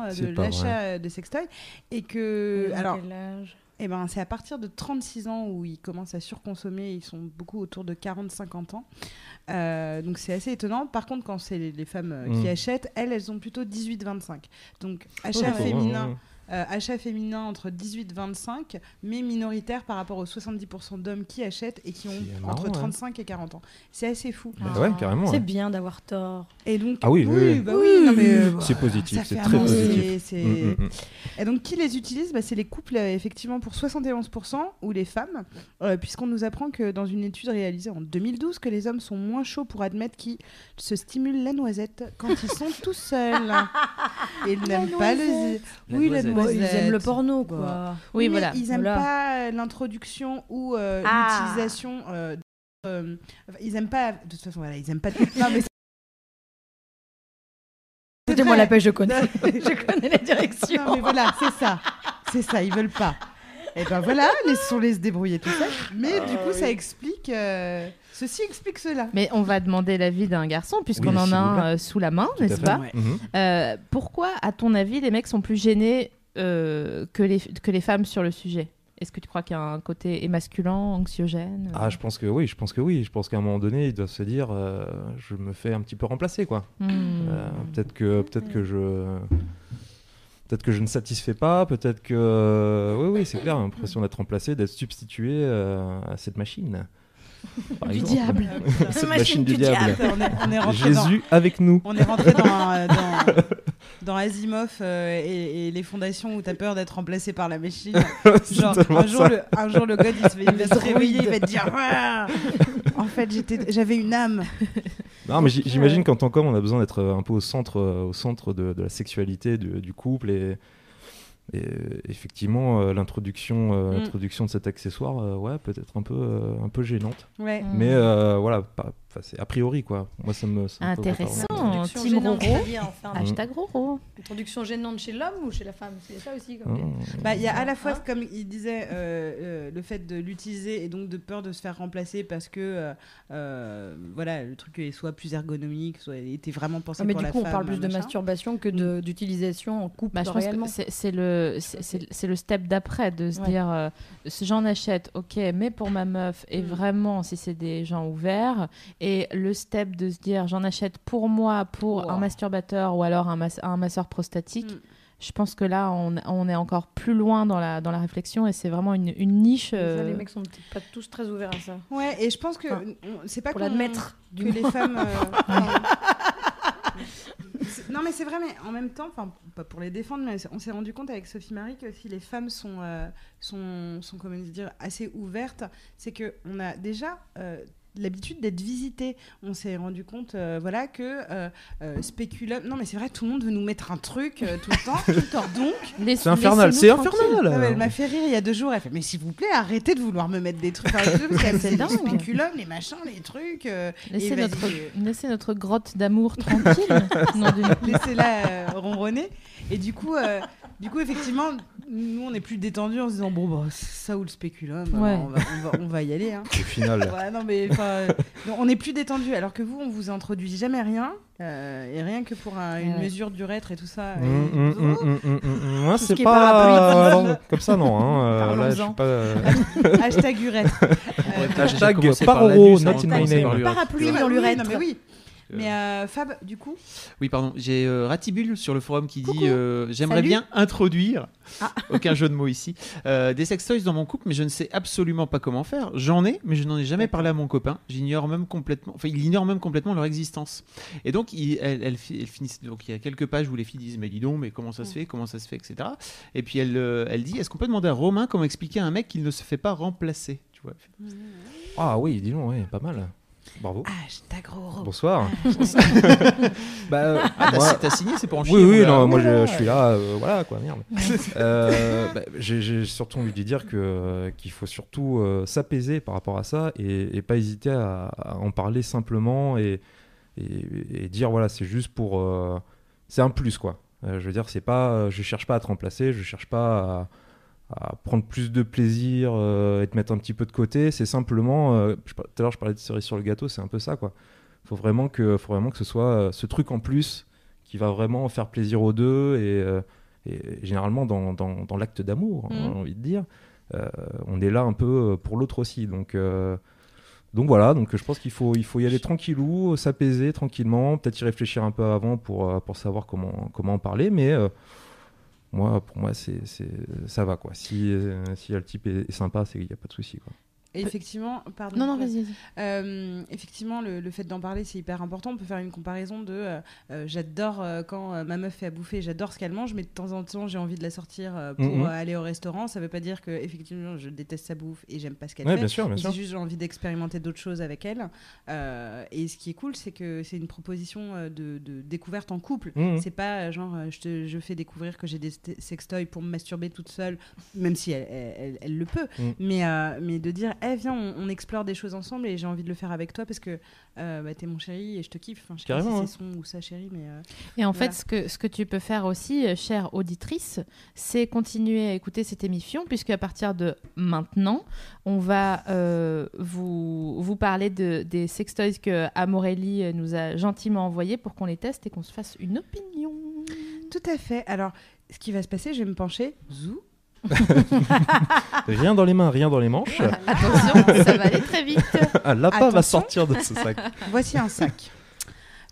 de C'est pas l'achat euh, de sextoys. Et que. Alors, Quel âge eh ben, c'est à partir de 36 ans où ils commencent à surconsommer. Ils sont beaucoup autour de 40-50 ans. Euh, donc, c'est assez étonnant. Par contre, quand c'est les, les femmes euh, qui Mm. Oh, achètent, elles, elles ont plutôt 18-25. Donc, achat D'accord, ouais, féminin. ouais. Euh, achat féminin entre 18 et 25, mais minoritaire par rapport aux 70% d'hommes qui achètent et qui ont C'est marrant, entre ouais. 35 et 40 ans. C'est assez fou. Bah ouais, carrément, C'est ouais. bien d'avoir tort. Et donc, Ah oui, oui, oui. bah oui, non, mais, euh, bah, C'est positif, ça c'est fait très avancer, positif. c'est- Mm, mm, mm. Et donc, qui les utilise Bah, C'est les couples, euh, effectivement, pour 71% ou les femmes, euh, puisqu'on nous apprend que dans une étude réalisée en 2012, que les hommes sont moins chauds pour admettre qu'ils se stimulent la noisette quand ils sont tout seuls. Et ils n'aiment pas le... noisette. La oui, noisette. la Bon, noisette. ils aiment le porno, quoi. Oui, Oh. mais voilà. Ils n'aiment Voilà. pas euh, l'introduction ou euh, Ah. l'utilisation. euh, euh, enfin, ils n'aiment pas. De toute façon, voilà, ils n'aiment pas. Non, mais Écoutez, moi, vrai. la pêche, je connais. je connais la c'est- direction. non, mais voilà, c'est ça. C'est ça, ils veulent pas. Et ben voilà, laissons-les se débrouiller tout ça. Mais Ah du coup, ça explique. euh, ceci explique cela. Mais on va demander l'avis d'un garçon, puisqu'on Oui, en s'il a vous un plaît. euh, sous la main, Tout à n'est-ce fait. pas Ouais. Mhm. Euh, Pourquoi, à ton avis, les mecs sont plus gênés euh, que, les, que les femmes sur le sujet Est-ce que tu crois qu'il y a un côté émasculant, anxiogène Ah, je pense que oui, je pense que oui. Je pense qu'à un moment donné, ils doivent se dire, euh, je me fais un petit peu remplacer, quoi. Hmm. Euh, peut-être que, peut-être que je, peut-être que je ne satisfais pas, peut-être que, oui, oui, c'est clair, l'impression d'être remplacé, d'être substitué euh, à cette machine. Par Du exemple. diable. cette machine, du, diable. On est, on est rentré dans. Jésus avec nous. On est rentré dans, euh, dans, dans Asimov euh, et, et les fondations où t'as peur d'être remplacé par la machine. C'est Genre, tellement un jour, ça. le, un jour, le god, il, se- il va se droïde. réveiller, il va te dire Ah En fait, j'étais- j'avais une âme. Non, mais j- j'imagine qu'en tant qu'homme, on a besoin d'être euh, un peu au centre, euh, au centre de, de la sexualité, du, du couple et. et, euh, effectivement, euh, l'introduction, euh, Mm. l'introduction de cet accessoire, euh, ouais, peut-être un peu, euh, un peu gênante. Ouais. Hmm. Mais euh, voilà, pas- enfin, c'est a priori quoi. Moi, ça me. ça me pose Intéressant. pas vraiment. Non, Introduction Tim gênante, Roro. c'est-à-dire, enfin, Ah, Hashtag Roro. Introduction gênante chez l'homme ou chez la femme C'est ça aussi. comme- Hum. Bah, il y a à la fois, Hein comme il disait, euh, euh, le fait de l'utiliser et donc de peur de se faire remplacer parce que euh, euh, voilà, le truc est soit plus ergonomique, soit il était vraiment pensé Ah, mais pour du la coup, on femme, parle plus de machin. masturbation que de- d'utilisation en couple Bah, je pense réellement. que c'est- c'est le c'est- c'est c'est le step d'après de se Ouais. dire euh, ce j'en achète ok mais pour ma meuf et Mm. vraiment si c'est des gens ouverts et le step de se dire j'en achète pour moi pour Wow. un masturbateur ou alors un, mas- un masseur prostatique Mm. je pense que là on, on est encore plus loin dans la dans la réflexion et c'est vraiment une, une niche Ça, euh, les mecs sont peut-être pas tous très ouverts à ça. Ouais, et je pense que Enfin, on- c'est pas Pour qu'on- l'admettre. que du les femmes. euh, C'est- non, mais c'est vrai, mais en même temps, enfin, pas pour les défendre, mais on s'est rendu compte avec Sophie Marie que si les femmes sont, euh, sont, sont comment dire, assez ouvertes, c'est que on a déjà. euh, l'habitude d'être visité. On s'est rendu compte euh, voilà que euh, euh, spéculum... Non mais c'est vrai, tout le monde veut nous mettre un truc euh, tout le temps, tout le temps. Donc, laisse- C'est infernal, laissez-nous c'est tranquille. infernal. Oh là. non, mais elle m'a fait rire il y a deux jours. Elle fait Mais s'il vous plaît, arrêtez de vouloir me mettre des trucs. Enfin, je sais, parce qu'elle C'est fait dingue. Les spéculums, les machins, les trucs. euh, laissez Et vas-y, notre euh. laissez notre grotte d'amour tranquille nom d'une- laissez-la euh, ronronner. Et du coup, euh, du coup, effectivement, nous, on est plus détendus en se disant bon, bah, c'est ça ou le spéculum, Ouais. euh, on, va, on, va, on va y aller. hein. Au final, Ouais, non, mais enfin, euh, non, on est plus détendus. Alors que vous, on vous introduit jamais rien. euh, et rien que pour un- une Ouais. mesure du rêtre et tout ça. et- Hum, hum, hum, hum, hum, hum. Moi, ce c'est qui est pas parapluie. non, comme ça, non. hein, euh, là, je suis Parlons-en. pas. euh, oh, Hashtag urètre. Euh, Hashtag par Paro, l'anus, not on in va my commencer name. par l'urètre. Parapluie oui, bah dans oui, l'urètre. non, mais oui. Euh, Mais euh, Fab, du coup, Oui, pardon. J'ai euh, Ratibule sur le forum qui Coucou. dit euh, J'aimerais Salut. bien introduire, Ah. aucun jeu de mots ici, euh, des sextoys dans mon couple, mais je ne sais absolument pas comment faire. J'en ai, mais je n'en ai jamais parlé à mon copain. J'ignore même complètement, enfin, il ignore même complètement leur existence. Et donc, il, elle, elle fi- elle finit- donc, il y a quelques pages où les filles disent Mais dis donc, mais comment ça se Mm. fait Comment ça se fait etc. Et puis, elle, euh, elle dit Est-ce qu'on peut demander à Romain comment expliquer à un mec qu'il ne se fait pas remplacer Tu vois Ah oui, dis donc, ouais, pas mal. Bravo. Hashtag Roro. Bonsoir. bah, euh, Ah, t'as, moi- t'as signé, c'est pour en chier, oui, oui, voilà. non, moi je, Oula. je suis là, euh, voilà quoi, merde. Euh, bah, J'ai j'ai surtout envie de dire que euh, qu'il faut surtout euh, s'apaiser par rapport à ça et, et pas hésiter à, à en parler simplement et, et, et dire voilà, c'est juste pour, euh, c'est un plus quoi. Euh, je veux dire, c'est pas, euh, je cherche pas à te remplacer, je cherche pas à, à prendre plus de plaisir euh, et te mettre un petit peu de côté. C'est simplement, euh, je par- tout à l'heure je parlais de cerise sur le gâteau, c'est un peu ça quoi. Faut vraiment que, faut vraiment que ce soit euh, ce truc en plus qui va vraiment faire plaisir aux deux et, euh, et généralement dans, dans- dans l'acte d'amour, hein, Mhm. j'ai envie de dire, euh, on est là un peu euh, pour l'autre aussi. Donc, euh, donc voilà, donc je pense qu'il faut, il faut y aller tranquillou, euh, s'apaiser tranquillement, peut-être y réfléchir un peu avant pour, euh, pour savoir comment, comment en parler, mais euh, moi, pour moi, c'est, c'est, ça va quoi. Si, euh, si euh, le type est, est sympa, c'est qu'il n'y a pas de souci. Quoi. Et effectivement, pardon. Euh, Non, non, vas-y. vas-y. Euh, effectivement, le, le fait d'en parler, c'est hyper important. On peut faire une comparaison de euh, euh, j'adore euh, quand euh, ma meuf fait à bouffer, j'adore ce qu'elle mange, mais de temps en temps, j'ai envie de la sortir euh, pour Mhm. euh, aller au restaurant. Ça veut pas dire que, effectivement, je déteste sa bouffe et j'aime pas ce qu'elle Ouais, fait. bien sûr, bien J'ai sûr. juste envie d'expérimenter d'autres choses avec elle. Euh, et ce qui est cool, c'est que c'est une proposition euh, de, de découverte en couple. Mhm. C'est pas euh, genre euh, je, te, je fais découvrir que j'ai des st- sextoys pour me masturber toute seule, même si elle, elle, elle- elle le peut. Mm. Mais, euh, mais de dire, eh viens, on, on explore des choses ensemble et j'ai envie de le faire avec toi parce que euh, bah, t'es mon chéri et je te kiffe. Enfin, je sais pas Carrément, hein. si c'est son ou sa chérie, mais. euh, Et en Voilà. fait, ce que, ce que tu peux faire aussi, euh, chère auditrice, c'est continuer à écouter cette émission, puisque à partir de maintenant, on va euh, vous, vous parler de, des sextoys que Amorelli euh, nous a gentiment envoyés pour qu'on les teste et qu'on se fasse une opinion. Tout à fait. Alors, ce qui va se passer, je vais me pencher. Zou. Ah. Rien dans les mains, rien dans les manches. Attention, ça va aller très vite. Ah, l'appât va Attention. sortir de ce sac. Voici un sac.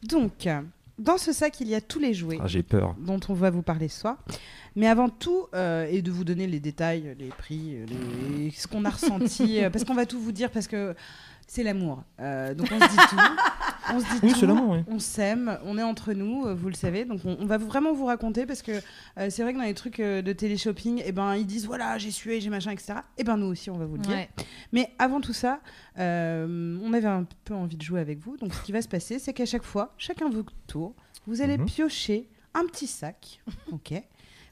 Donc, euh, dans ce sac, il y a tous les jouets. Ah, j'ai peur. dont on va vous parler ce soir. Mais avant tout, euh, et de vous donner les détails, les prix, euh, les- ce qu'on a ressenti, euh, parce qu'on va tout vous dire, parce que c'est l'amour. Euh, donc on se dit tout. On se dit Oui, tout. c'est l'amour, oui. On s'aime, on est entre nous, euh, vous le savez. Donc on, on va vous- vraiment vous raconter, parce que euh, c'est vrai que dans les trucs euh, de télé-shopping, eh ben, ils disent voilà, j'ai sué, j'ai machin, etc. Et ben nous aussi, on va vous le dire. Ouais. Mais avant tout ça, euh, on avait un peu envie de jouer avec vous. Donc, ce qui va se passer, c'est qu'à chaque fois, chacun votre tour, vous allez Mhm. piocher un petit sac. Ok.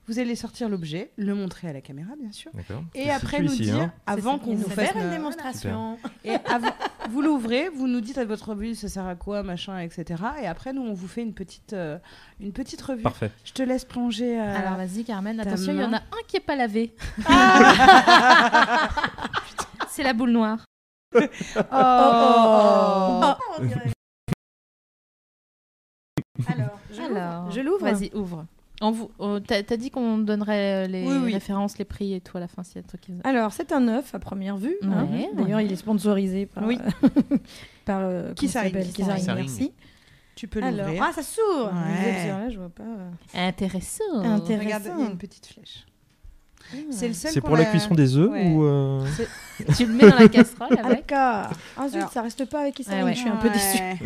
Vous allez sortir l'objet, le montrer à la caméra, bien sûr. D'accord. Et Je après situe nous ici, dire, hein. avant qu'on vous fasse faire une no- démonstration. et avant- vous l'ouvrez, vous nous dites à votre vue ça sert à quoi, machin, etc. Et après nous on vous fait une petite, euh, une petite revue. Parfait. Je te laisse plonger. euh, Alors vas-y, Carmen, Ta attention, il y en main. a un qui n'est pas lavé. Ah. c'est la boule noire. Oh. Alors, je Alors, l'ouvre. Je l'ouvre. Vas-y, ouvre. On vous, on- t'as, t'as dit qu'on donnerait euh, les Oui, oui. références, les prix et tout à la fin s'il y a des trucs qui- Alors, c'est un œuf à première vue. hein. Ouais, D'ailleurs, ouais. il est sponsorisé par. Oui. par euh, Qui comment ça s'arrive, s'appelle qui Qui s'arrive, s'arrive. merci. Tu peux Alors, l'ouvrir. ah, ça s'ouvre Ouais. Ah Les options, là, je vois pas. euh. Intéressant. Intéressant. Regarde, il y a une petite flèche. C'est le seul C'est qu'on pour la a- cuisson des œufs Ouais. ou euh, tu le mets dans la casserole Ah, avec. d'accord. Ah, zut, Alors. ça reste pas avec qui Ouais, ouais. Je suis un peu déçue. Ouais.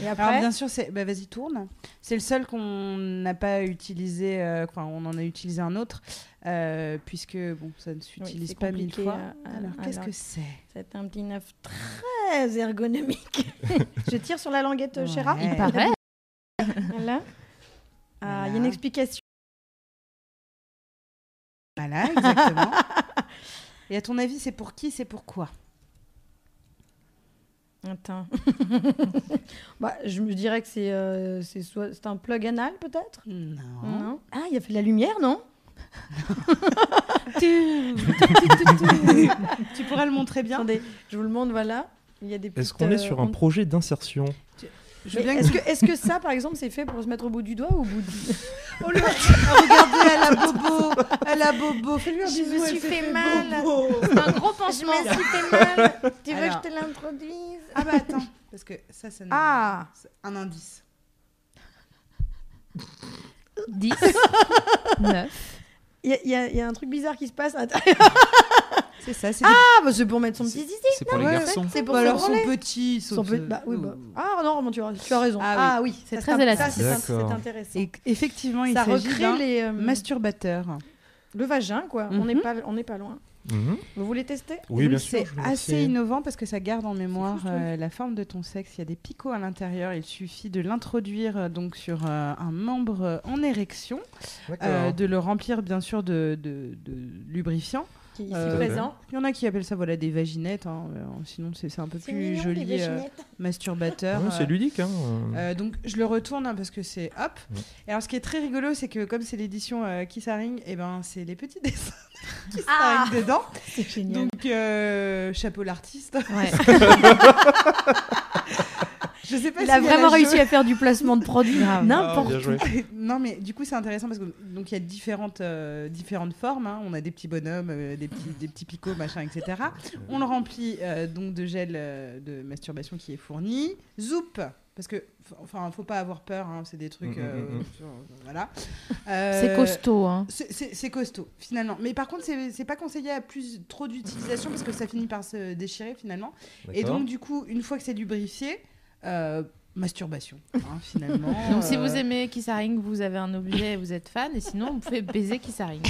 Et Alors après, bien sûr, c'est bah, vas-y tourne. C'est le seul qu'on n'a pas utilisé. euh, Enfin, on en a utilisé un autre euh, puisque bon, ça ne s'utilise c'est pas mille compliqué hein. Ah, fois. à- à- Alors à qu'est-ce leur- que c'est c'est un petit œuf très ergonomique. je tire sur la languette euh, Chéra. Ouais. Il paraît. Voilà. Ah, il y a une Voilà. explication. Voilà, Bah, exactement. Et à ton avis, c'est pour qui, c'est pourquoi Attends. bah, je me dirais que c'est euh, c'est soit- c'est un plug anal, peut-être Non. Non. Ah, il y a fait de la lumière, non tu pourrais le montrer bien. Attendez, je vous le montre, voilà. Il y a des Est-ce petites, qu'on est euh, sur un ondes. projet d'insertion Je Mais veux bien que Est-ce que, est que ça, par exemple, c'est fait pour se mettre au bout du doigt ou au bout du... Oh là Regardez, elle a bobo Elle a bobo Fais-lui un Je bisou, me elle suis s'est fait fait mal. bobo. un gros pansement. fait mal Tu veux que je te l'introduise Ah bah attends, parce que ça, ça nous... Ah c'est un indice. 10, 9. Il y, a- il y a- il y a un truc bizarre qui se passe. à l'intérieur. C'est ça, c'est Ah, bah c'est pour mettre son petit zizi. C'est pour les ouais, garçons. C'est pour Bah se alors son branler. petit, son, Son petit- petit- bah, oui, bah. Ouh. Ah non, bon, tu, as, tu as raison. Ah oui, c'est ça, très un- élastique. Ça, c'est un- c'est D'accord. intéressant. Et effectivement, il ça s'agit recrée d'un les, euh, masturbateur. le vagin, quoi. On Mhm. n'est pas, on n'est pas loin. Mhm. Vous voulez tester Oui, bien sûr, C'est je vais assez essayer. innovant parce que ça garde en mémoire euh, la forme de ton sexe. Il y a des picots à l'intérieur. Il suffit de l'introduire euh, donc sur euh, un membre euh, en érection, D'accord. euh, de le remplir bien sûr de, de, de lubrifiant. Qui est ici Euh, présent. Il y en a qui appellent ça voilà des vaginettes. hein, euh, sinon c'est c'est un peu C'est plus mignon, les joli euh, vaginettes. masturbateur. Ouais, euh, c'est ludique. Hein. euh, donc je le retourne hein, parce que c'est hop. Ouais. Et alors ce qui est très rigolo, c'est que comme c'est l'édition euh, Kissaring, et ben c'est les petits dessins qui Ah s'arrêtent dedans. C'est génial. Donc euh, chapeau l'artiste. Ouais. Je sais pas il s'il a y vraiment la réussi jeu- à faire du placement de produit. Grave. N'importe Ah, bien joué. non mais du coup c'est intéressant parce que donc il y a différentes euh, différentes formes. hein. On a des petits bonhommes, euh, des petits des petits picots, machin, etc. On le remplit euh, donc de gel euh, de masturbation qui est fourni. Zoup parce que f- enfin faut pas avoir peur. hein, c'est des trucs Mm, mm, euh, mm, mm. sur- voilà. C'est Euh, costaud. Hein. C'est- C'est c'est costaud finalement, mais par contre c'est c'est pas conseillé à plus trop d'utilisation parce que ça finit par se déchirer finalement. Et D'accord. donc du coup, une fois que c'est lubrifié, euh, masturbation hein, finalement. Donc si Euh, vous aimez Kissaring, vous avez un objet et vous êtes fan, et sinon vous pouvez baiser Kissaring.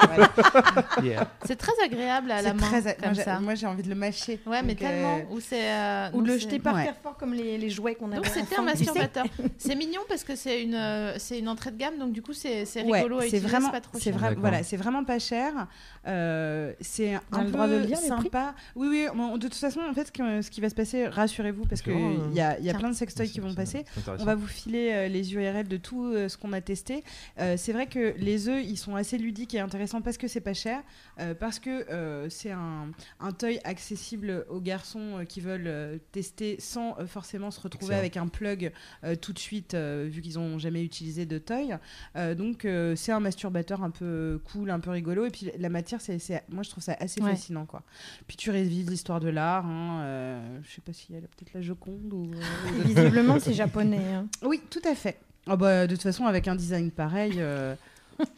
voilà. Yeah. C'est très agréable à la C'est main très a- moi, comme j'ai- ça. Moi j'ai envie de le mâcher. Ouais, mais Donc, euh, tellement. Ou c'est euh, Ou non, de le c'est- jeter par Ouais. terre fort comme les, les jouets qu'on avait. Donc c'était un enfant, tu sais. masturbateur. c'est mignon parce que c'est une euh, c'est une entrée de gamme, donc du coup c'est c'est ouais, rigolo à c'est utiliser, vraiment, c'est pas trop c'est cher. vra- D'accord. voilà, c'est vraiment pas cher. Euh, c'est On a un le peu droit de le dire, les prix sympa. Oui, oui. on- de toute façon, en fait, ce qui, ce qui va se passer, rassurez-vous, parce C'est qu'il vraiment, y a, il y a Tiens. plein de sextoys qui vont euh, C'est- passer. c'est intéressant. On va vous filer euh, les URL de tout euh, ce qu'on a testé. Euh, c'est vrai que les œufs, ils sont assez ludiques et intéressants parce que c'est pas cher, euh, parce que euh, c'est un, un toy accessible aux garçons euh, qui veulent euh, tester sans euh, forcément se retrouver Excellent. avec un plug euh, tout de suite, euh, vu qu'ils n'ont jamais utilisé de toy. Euh, donc euh, c'est un masturbateur un peu cool, un peu rigolo. Et puis la matière, c'est, c'est- moi je trouve ça assez Ouais. fascinant. quoi. Puis tu révises l'histoire de l'art. hein, euh, je sais pas s'il y a peut-être la Joconde ou... euh, ou Et Visiblement, c'est japonais. hein. oui, tout à fait. Ah bah, de toute façon, avec un design pareil, euh,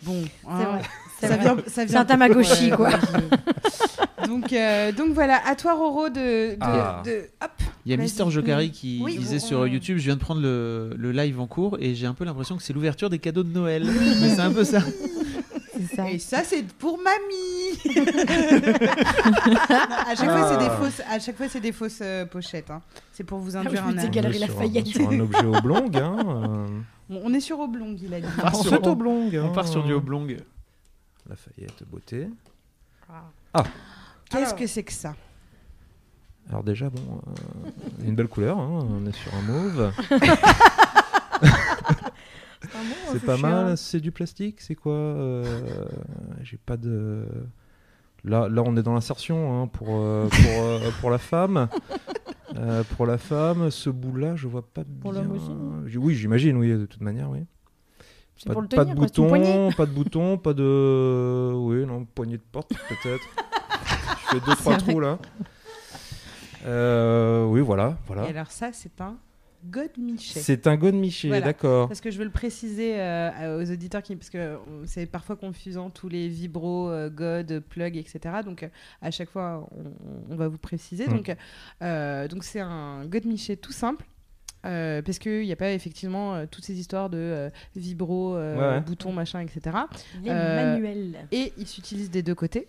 bon, hein, vrai, c'est ça, vrai. vient, ça vient- un Tamagotchi, quoi. je- donc, euh, donc voilà, à toi Roro de, de, Ah. de- hop, Il y a Vas-y. Mister Jokari qui Oui, disait on- sur YouTube Je viens de prendre le, le live en cours et j'ai un peu l'impression que c'est l'ouverture des cadeaux de Noël. Mais c'est un peu ça. C'est ça. et ça c'est pour mamie. Non, à chaque fois c'est des fausses, à chaque fois c'est des fausses euh, pochettes. hein. C'est pour Ah vous oui, je induire me un dis erreur. qu'elle- Galerie On est sur un- Lafayette. Sur un objet oblong. Hein, euh, Bon, on est sur oblong, il a dit. part on sur- saute on- oblong. On hein. part sur du oblong. Lafayette, beauté. Qu'est-ce que c'est que ça Alors déjà, bon, euh, une belle couleur, hein, on est sur un mauve. Ah hein, Oh, bon, C'est je pas suis mal, un- c'est du plastique, c'est quoi euh, J'ai pas de... Là, là, on est dans l'insertion hein, pour, euh, pour, euh, pour la femme. Euh, pour la femme, ce bout-là, je vois pas Pour bien. l'homme aussi, non J- Oui, j'imagine, oui, de toute manière, oui. C'est Pas, pour le de- pas tenir, de quoi, c'est une poignée. bouton, pas de bouton, pas de... Oui, non, poignée de porte, peut-être. je fais deux, trois trous, là. Euh, oui, voilà, voilà. Et alors ça c'est un God Michel. C'est un godemiché, Voilà. d'accord. Parce que je veux le préciser euh, à- aux auditeurs, qui, parce que euh, c'est parfois confusant, tous les vibros, euh, god, plug, etc. Donc euh, à chaque fois, on, on va vous préciser. Mm. Donc euh, donc c'est un god michet tout simple. euh, parce qu'il n'y a pas effectivement euh, toutes ces histoires de euh, vibro, euh, Ouais, ouais. boutons, machin, etc. Il est Euh, manuel. Et il s'utilise des deux côtés.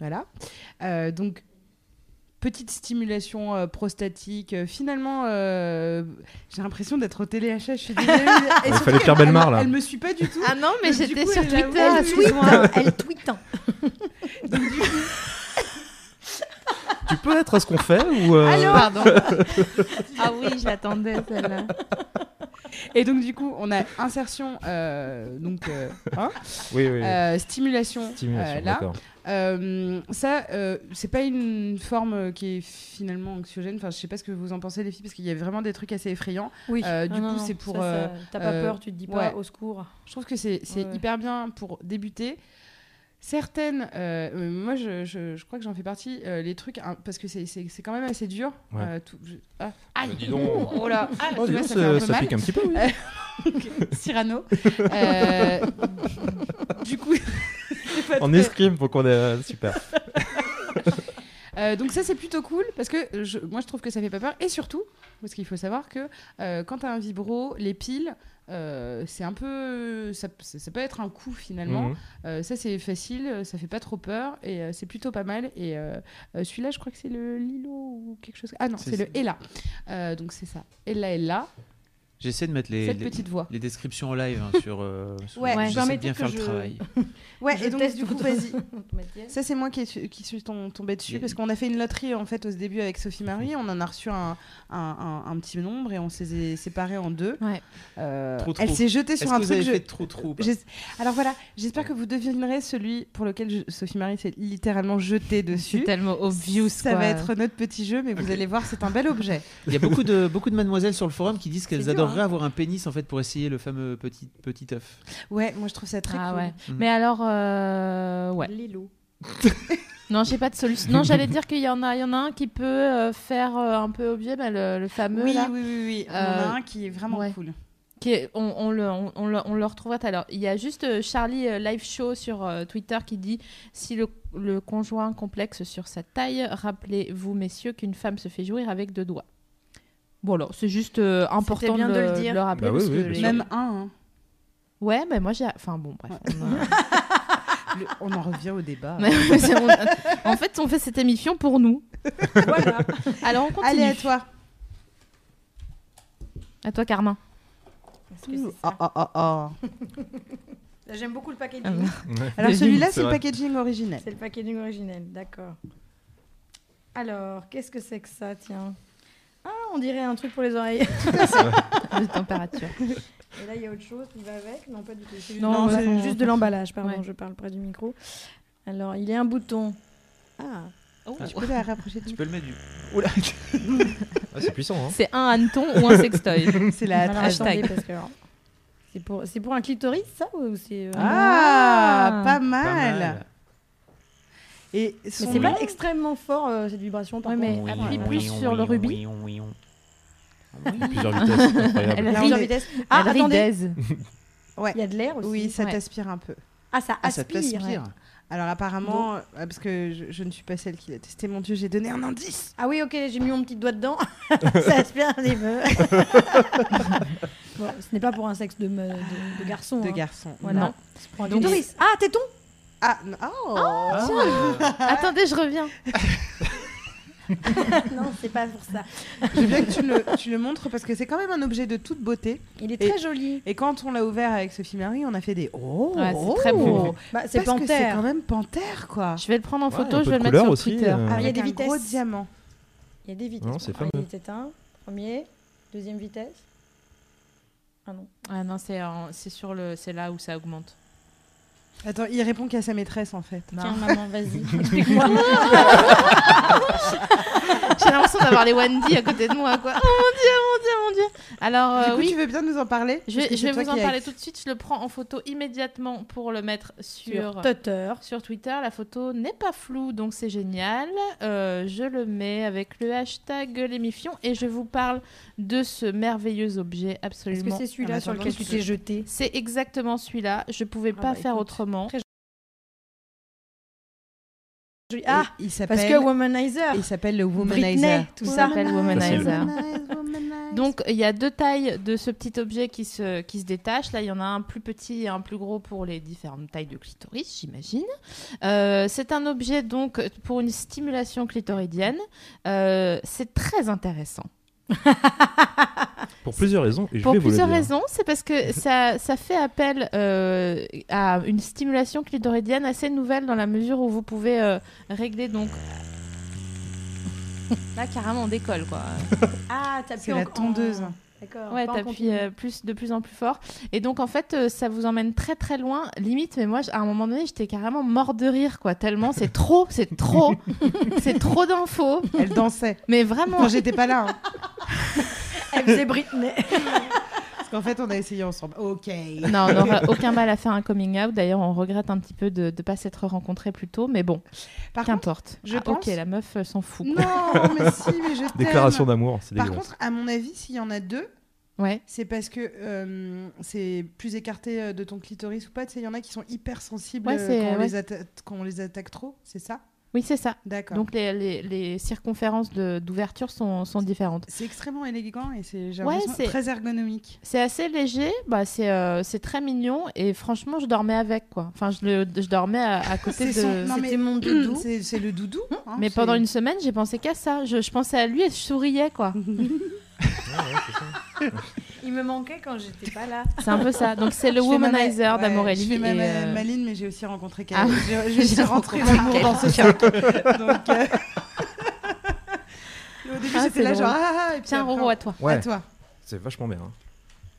Voilà. Euh, donc, petite stimulation euh, prostatique. Euh, Finalement, euh, j'ai l'impression d'être au téléachat. Je suis désolée. Et Il surtout, fallait faire elle- Belmar, là. Elle me suit pas du tout. Ah non, mais Donc, du j'étais coup, sur elle a- Twitter. elle excuse-moi. Elle tweet. hein. Tu peux être à ce qu'on fait ou euh, Allô Pardon. ah oui, je l'attendais celle-là. Et donc, du coup, on a insertion, euh, donc, euh, hein, Oui, oui. oui. euh, stimulation, Stimulation, euh, là. d'accord. Euh, ça, euh, c'est pas une forme euh, qui est finalement anxiogène. Enfin, je sais pas ce que vous en pensez, les filles, parce qu'il y a vraiment des trucs assez effrayants. Oui. Euh, du Non, non, coup, non, c'est pour, ça, ça- euh, T'as pas euh, peur, tu te dis pas ouais. au secours. Je trouve que c'est c'est Ouais, ouais. hyper bien pour débuter. Certaines, euh, euh, moi je, je- je crois que j'en fais partie, euh, les trucs, hein, parce que c'est- c'est c'est quand même assez dur. Ouais. euh, tout- je- ah, Aïe. dis donc. oh là, ah, Oh, tu dis vois, donc, ça fait un peu ça, ça mal. pique hein. un petit peu, oui. Cyrano. Euh, du coup, j'ai pas En trouvé. euh, escrime, faut qu'on ait. Super. Euh, donc ça c'est plutôt cool parce que je- moi je trouve que ça fait pas peur et surtout parce qu'il faut savoir que euh, quand t'as un vibro, les piles euh, c'est un peu ça, ça- ça peut être un coup finalement. Mhm. Euh, ça c'est facile, euh, ça fait pas trop peur et euh, c'est plutôt pas mal. Et euh, euh, celui-là je crois que c'est le Lilo ou quelque chose. Ah non C'est c'est le ça. Ella. Euh, donc c'est ça. Ella Ella. J'essaie de mettre les, Cette les, petite voix. les descriptions en live hein, sur. euh, sur- Ouais, j'essaie de permettez bien que faire je- le travail. Ouais Je et donc teste du coup ton- vas-y. ton matériel. Ça, c'est moi qui, suis- qui suis tom- tombée dessus Yeah. parce qu'on a fait une loterie en fait au début avec Sophie Mhm. Marie. On en a reçu un, un, un- un petit nombre et on s'est é- séparés en deux. Ouais. Euh, Trop, trop. Elle s'est jetée Est-ce sur que un vous truc. avez je- fait trop trop ou pas j'es- Alors voilà, j'espère que vous devinerez celui pour lequel je- Sophie Marie s'est littéralement jetée C'est dessus. tellement obvious. Ça quoi. va être notre petit jeu, mais vous allez voir, c'est un bel objet. Il y a beaucoup de, beaucoup de mademoiselles sur le forum qui disent qu'elles dur, adoreraient avoir un pénis en fait pour essayer le fameux petit, petit œuf. Ouais, moi je trouve ça très Ah cool. Mm. ouais. Mhm. Mais alors, euh, ouais. Lilo. Non, j'ai pas de solution. Non, j'allais dire qu'il y en a, il y en a un qui peut euh, faire euh, un peu objet, bah, le, le fameux Oui, là. oui, oui, oui. On en Euh, a un qui est vraiment ouais. cool. Qui est- on, on le, on, on le, on le retrouvera tout à l'heure. Il y a juste euh, Charlie euh, Live Show sur euh, Twitter qui dit Si le, le conjoint complexe sur sa taille, rappelez-vous, messieurs, qu'une femme se fait jouir avec deux doigts. Bon, alors, c'est juste euh, important bien de, de le le- dire. le rappeler. Bah oui, parce oui, que bien les- sûr. Même un. hein. Ouais, mais moi j'ai. Enfin bon, bref. on, euh, Le- On en revient au débat. mais c'est- on- en fait, on fait cette émission pour nous. Voilà. Alors, on continue. Allez, à toi. À toi, Carmin. Est-ce que c'est ça Ah, ah, ah, ah. Là, J'aime beaucoup le Ah packaging. oui. mmh. Ouais. Alors celui-là, C'est c'est le vrai. packaging originel. C'est le packaging originel, d'accord. Alors, qu'est-ce que c'est que ça, tiens Ah, on dirait un truc pour les oreilles. De température. Et là, il y a autre chose qui va avec Non, pas du tout. C'est juste, Non, de l'emballage. c'est- juste de l'emballage, pardon, Ouais. je parle près du micro. Alors, il y a un bouton. Ah, Je peux la rapprocher de Tu peux le mettre du. Ah, c'est puissant. Hein. C'est un hanneton ou un sextoy. C'est la alors, hashtag. attendez, parce que... alors, C'est pour, c'est pour un clitoris, ça ou c'est, euh, Ah, Ah, pas Pas mal. mal. Et Mais son c'est pas extrêmement fort, euh, cette vibration, par Ouais, contre. mais appuie plus sur le rubis. Plusieurs vitesses, incroyable. Elle Alors, rit. j'ai envie d'être- Ah, Elle rit attendez, d'aise. il y a de l'air aussi. Oui, ça Ouais. t'aspire un peu. Ah, ça Ah, ça aspire. t'aspire. Alors apparemment, euh, parce que je, je ne suis pas celle qui l'a testé, mon dieu, j'ai donné un indice. Ah oui, ok, j'ai mis mon petit doigt dedans. ça aspire un petit peu. bon, ce n'est pas pour un sexe de, me- de, de garçon. De hein. garçon. Voilà. Non. C'est pour un Oh, Donc- clitoris. Ah, téton Ah, non. oh. Ah, Attendez, je reviens. Non, c'est pas pour ça. Je veux bien que tu le, tu le montres parce que c'est quand même un objet de toute beauté. Il est Et- très joli. Et quand on l'a ouvert avec Sophie Marie, on a fait des oh. Ouais, c'est très beau. Bah, c'est Parce que c'est panthère. quand même panthère quoi. Je vais le prendre en Ouais, photo, un peu je vais de le mettre couleur sur aussi, Twitter. euh, Ah, il y a Avec des un vitesses. gros Gros diamant. Il y a des vitesses. Non, c'est Ah, Il fameux. était un. Premier. Deuxième vitesse. Ah non. Ah non, c'est en- c'est sur le, c'est là où ça augmente. Attends, il répond qu'à sa maîtresse en fait. Non. Tiens, maman, vas-y. Explique-moi. J'ai l'impression d'avoir les Wendy à côté de moi, quoi. Oh mon dieu, mon dieu, mon dieu. Alors du euh, coup, oui, tu veux bien nous en parler je vais, Parce que je vais c'est vous toi en qui as parler écrit. tout de suite. Je le prends en photo immédiatement pour le mettre sur Sur Tutter. sur Twitter. La photo n'est pas floue, donc c'est génial. Euh, je le mets avec le hashtag l'émission et je vous parle de ce merveilleux objet Est-ce que absolument. c'est celui-là En sur lequel attendant, tu je- t'es jeté C'est exactement celui-là. Je pouvais Ah pas bah, faire écoute. autrement. Joli. Et Ah, il parce s'appelle que Womanizer. il s'appelle le Britney, womanizer. tout ça. s'appelle Womanizer. Womanize, womanize. Donc il y a deux tailles de ce petit objet qui se, qui se détache. Là, il y en a un plus petit et un plus gros pour les différentes tailles de clitoris, j'imagine. Euh, c'est un objet donc pour une stimulation clitoridienne. Euh, c'est très intéressant. Pour plusieurs raisons. Et je pour vais vous le plusieurs dire. raisons, c'est parce que ça, ça fait appel euh, à une stimulation clitoridienne assez nouvelle dans la mesure où vous pouvez euh, régler donc... Là, carrément, on décolle, quoi. Ah, t'appuies c'est en- la en- tondeuse. oh. D'accord. Ouais, pas en t'appuies continu. euh, plus, de plus en plus fort. Et donc, en fait, euh, ça vous emmène très très loin, limite. Mais moi, j- à un moment donné, j'étais carrément mort de rire, quoi. Tellement, c'est trop, c'est trop, c'est trop d'infos. Elle dansait. Mais vraiment, Quand j'étais pas là. hein. Elle faisait Britney. Parce qu'en fait, on a essayé ensemble. Ok. non, on n'aura aucun mal à faire un coming out. D'ailleurs, on regrette un petit peu de ne pas s'être rencontrés plus tôt, mais bon, Par contre, qu'importe. je Ah, pense- Ok, la meuf euh, s'en fout. quoi. non, mais si, mais je t'aime. Déclaration d'amour, c'est Par dégueulasse. contre, à mon avis, s'il y en a deux, Ouais. c'est parce que euh, c'est plus écarté euh, de ton clitoris ou pas. Tu sais, il y en a qui sont hyper sensibles Ouais, euh, c'est- quand, on ouais. les atta- quand on les attaque trop, c'est ça Oui, c'est ça. D'accord. Donc les, les- les circonférences de- d'ouverture sont, sont différentes. c'est extrêmement élégant et c'est j'ai Ouais, l'impression, c'est- très ergonomique. C'est assez léger, bah c'est euh, c'est très mignon et franchement je dormais avec quoi. Enfin je, le, je dormais à, à côté de. C'est son- non, mais- C'était mon doudou. C'est c'est le doudou. hein, Mais c'est- pendant une semaine j'ai pensé qu'à ça. Je, je pensais à lui et je souriais quoi. Il me manquait quand j'étais pas là. C'est un peu ça. Donc c'est le Je fais ma ma- womanizer ouais, d'Amorelli. Je fais ma, et, ma- euh, maline, mais j'ai aussi rencontré Ah. quelqu'un. je, je suis J'ai rentrée rencontré d'amour dans ce quelqu'un. cercle. Donc, euh, et Au début, Ah, j'étais c'est là, drôle. genre, ah, ah, et puis Tiens après, Roro à toi. Ouais, à toi. c'est vachement bien. hein.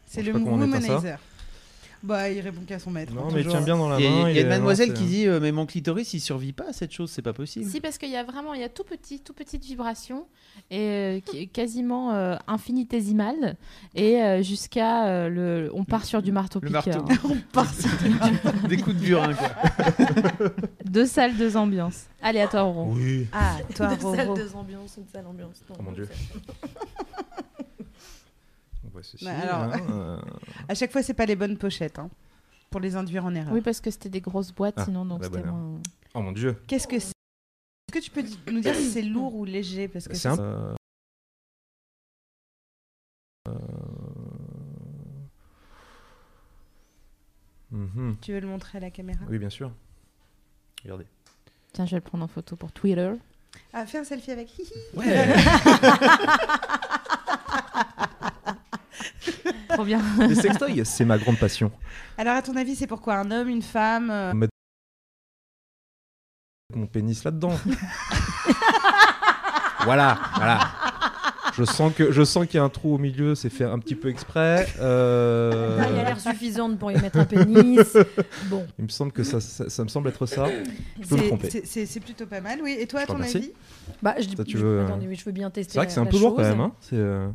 C'est Je sais le pas comment on éteint ça. womanizer. Bah, il répond qu'à son maître. Non, hein, mais il toujours. tient bien dans la Il y a, main. il y a une est- hein. Ah non, mademoiselle c'est- qui dit euh, Mais mon clitoris, il survit pas à cette chose, c'est pas possible. Si parce qu'il y a vraiment il y a tout petit tout petite vibration et euh, qui- quasiment euh, infinitésimale et euh, jusqu'à euh, le on part sur du marteau Le piqueur. marteau. on part sur Des coups de burin, quoi. deux salles deux ambiances. Allez à toi Roro. Oui. Ah deux salles, deux ambiances, une salle ambiance. Non, hein. Oh mon non, dieu. ça- On voit ceci. Bah, alors- hein, euh, À chaque fois, c'est pas les bonnes pochettes hein, pour les induire en erreur. Oui, parce que c'était des grosses boîtes, Ah, sinon, donc bah c'était voilà. moins- Oh mon dieu. Qu'est-ce que c'est Est-ce que tu peux di- nous dire si c'est lourd ou léger Parce que C'est un. euh, euh, mhm. tu veux le montrer à la caméra. Oui, bien sûr. Regardez. Tiens, je vais le prendre en photo pour Twitter. Ah, fais un selfie avec. Hi, hi. Trop bien. Les sextoys, c'est ma grande passion. Alors, à ton avis, c'est pourquoi un homme, une femme euh, Mettre mon pénis là-dedans. voilà, voilà. Je sens que je sens qu'il y a un trou au milieu, c'est fait un petit peu exprès. euh, Ah, Là, Ah, Il a l'air suffisante pour y mettre un pénis. Bon, il me semble que ça, ça, ça me semble être ça. Je peux me c'est- tromper. c'est- C'est c'est plutôt pas mal, oui. Et toi, à Je te ton remercie. avis bah je dis. Toi, tu je- veux, euh, Attendez, mais je veux bien tester. C'est vrai que la- c'est un la peu lourd quand chose. même. Hein c'est, euh,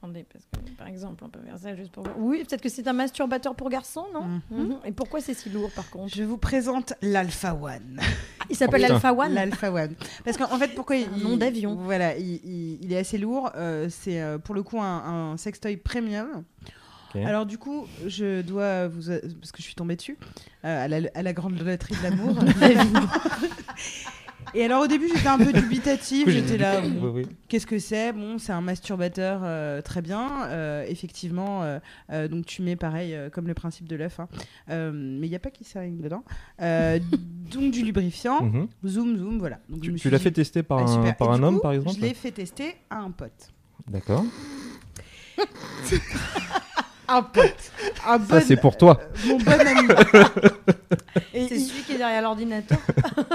Attendez, parce que par exemple, on peut faire ça juste pour. Oui, peut-être que c'est un masturbateur pour garçon, non Mhm. Et pourquoi c'est si lourd par contre Je vous présente l'Alpha One. Il s'appelle Oh, putain. Alpha One. L'Alpha One. Parce qu'en en fait, pourquoi C'est il. un nom d'avion. Voilà, il, il- il est assez lourd. euh, c'est euh, pour le coup un, un sextoy premium. Ok. Alors, du coup, je dois vous. a- Parce que je suis tombée dessus, euh, à, la, à la grande loterie de l'amour. Et alors, au début, j'étais un peu dubitative. Oui, j'ai J'étais là. oui, bon, oui. Qu'est-ce que c'est Bon, c'est un masturbateur, euh, très bien. Euh, effectivement, euh, euh, donc tu mets pareil, euh, comme le principe de l'œuf, hein. Euh, mais il n'y a pas qui s'arrive dedans. Euh, donc du lubrifiant, Mhm. zoom, zoom, voilà. Donc, Ah. je Tu, me tu suis l'as dit, fait tester par ah, un, super. par Et un du homme, coup, par Je exemple l'ai fait tester à un pote. D'accord. Un pote Un Ça, bon- c'est pour toi. euh, Mon bon ami. Et C'est il- celui qui est derrière l'ordinateur.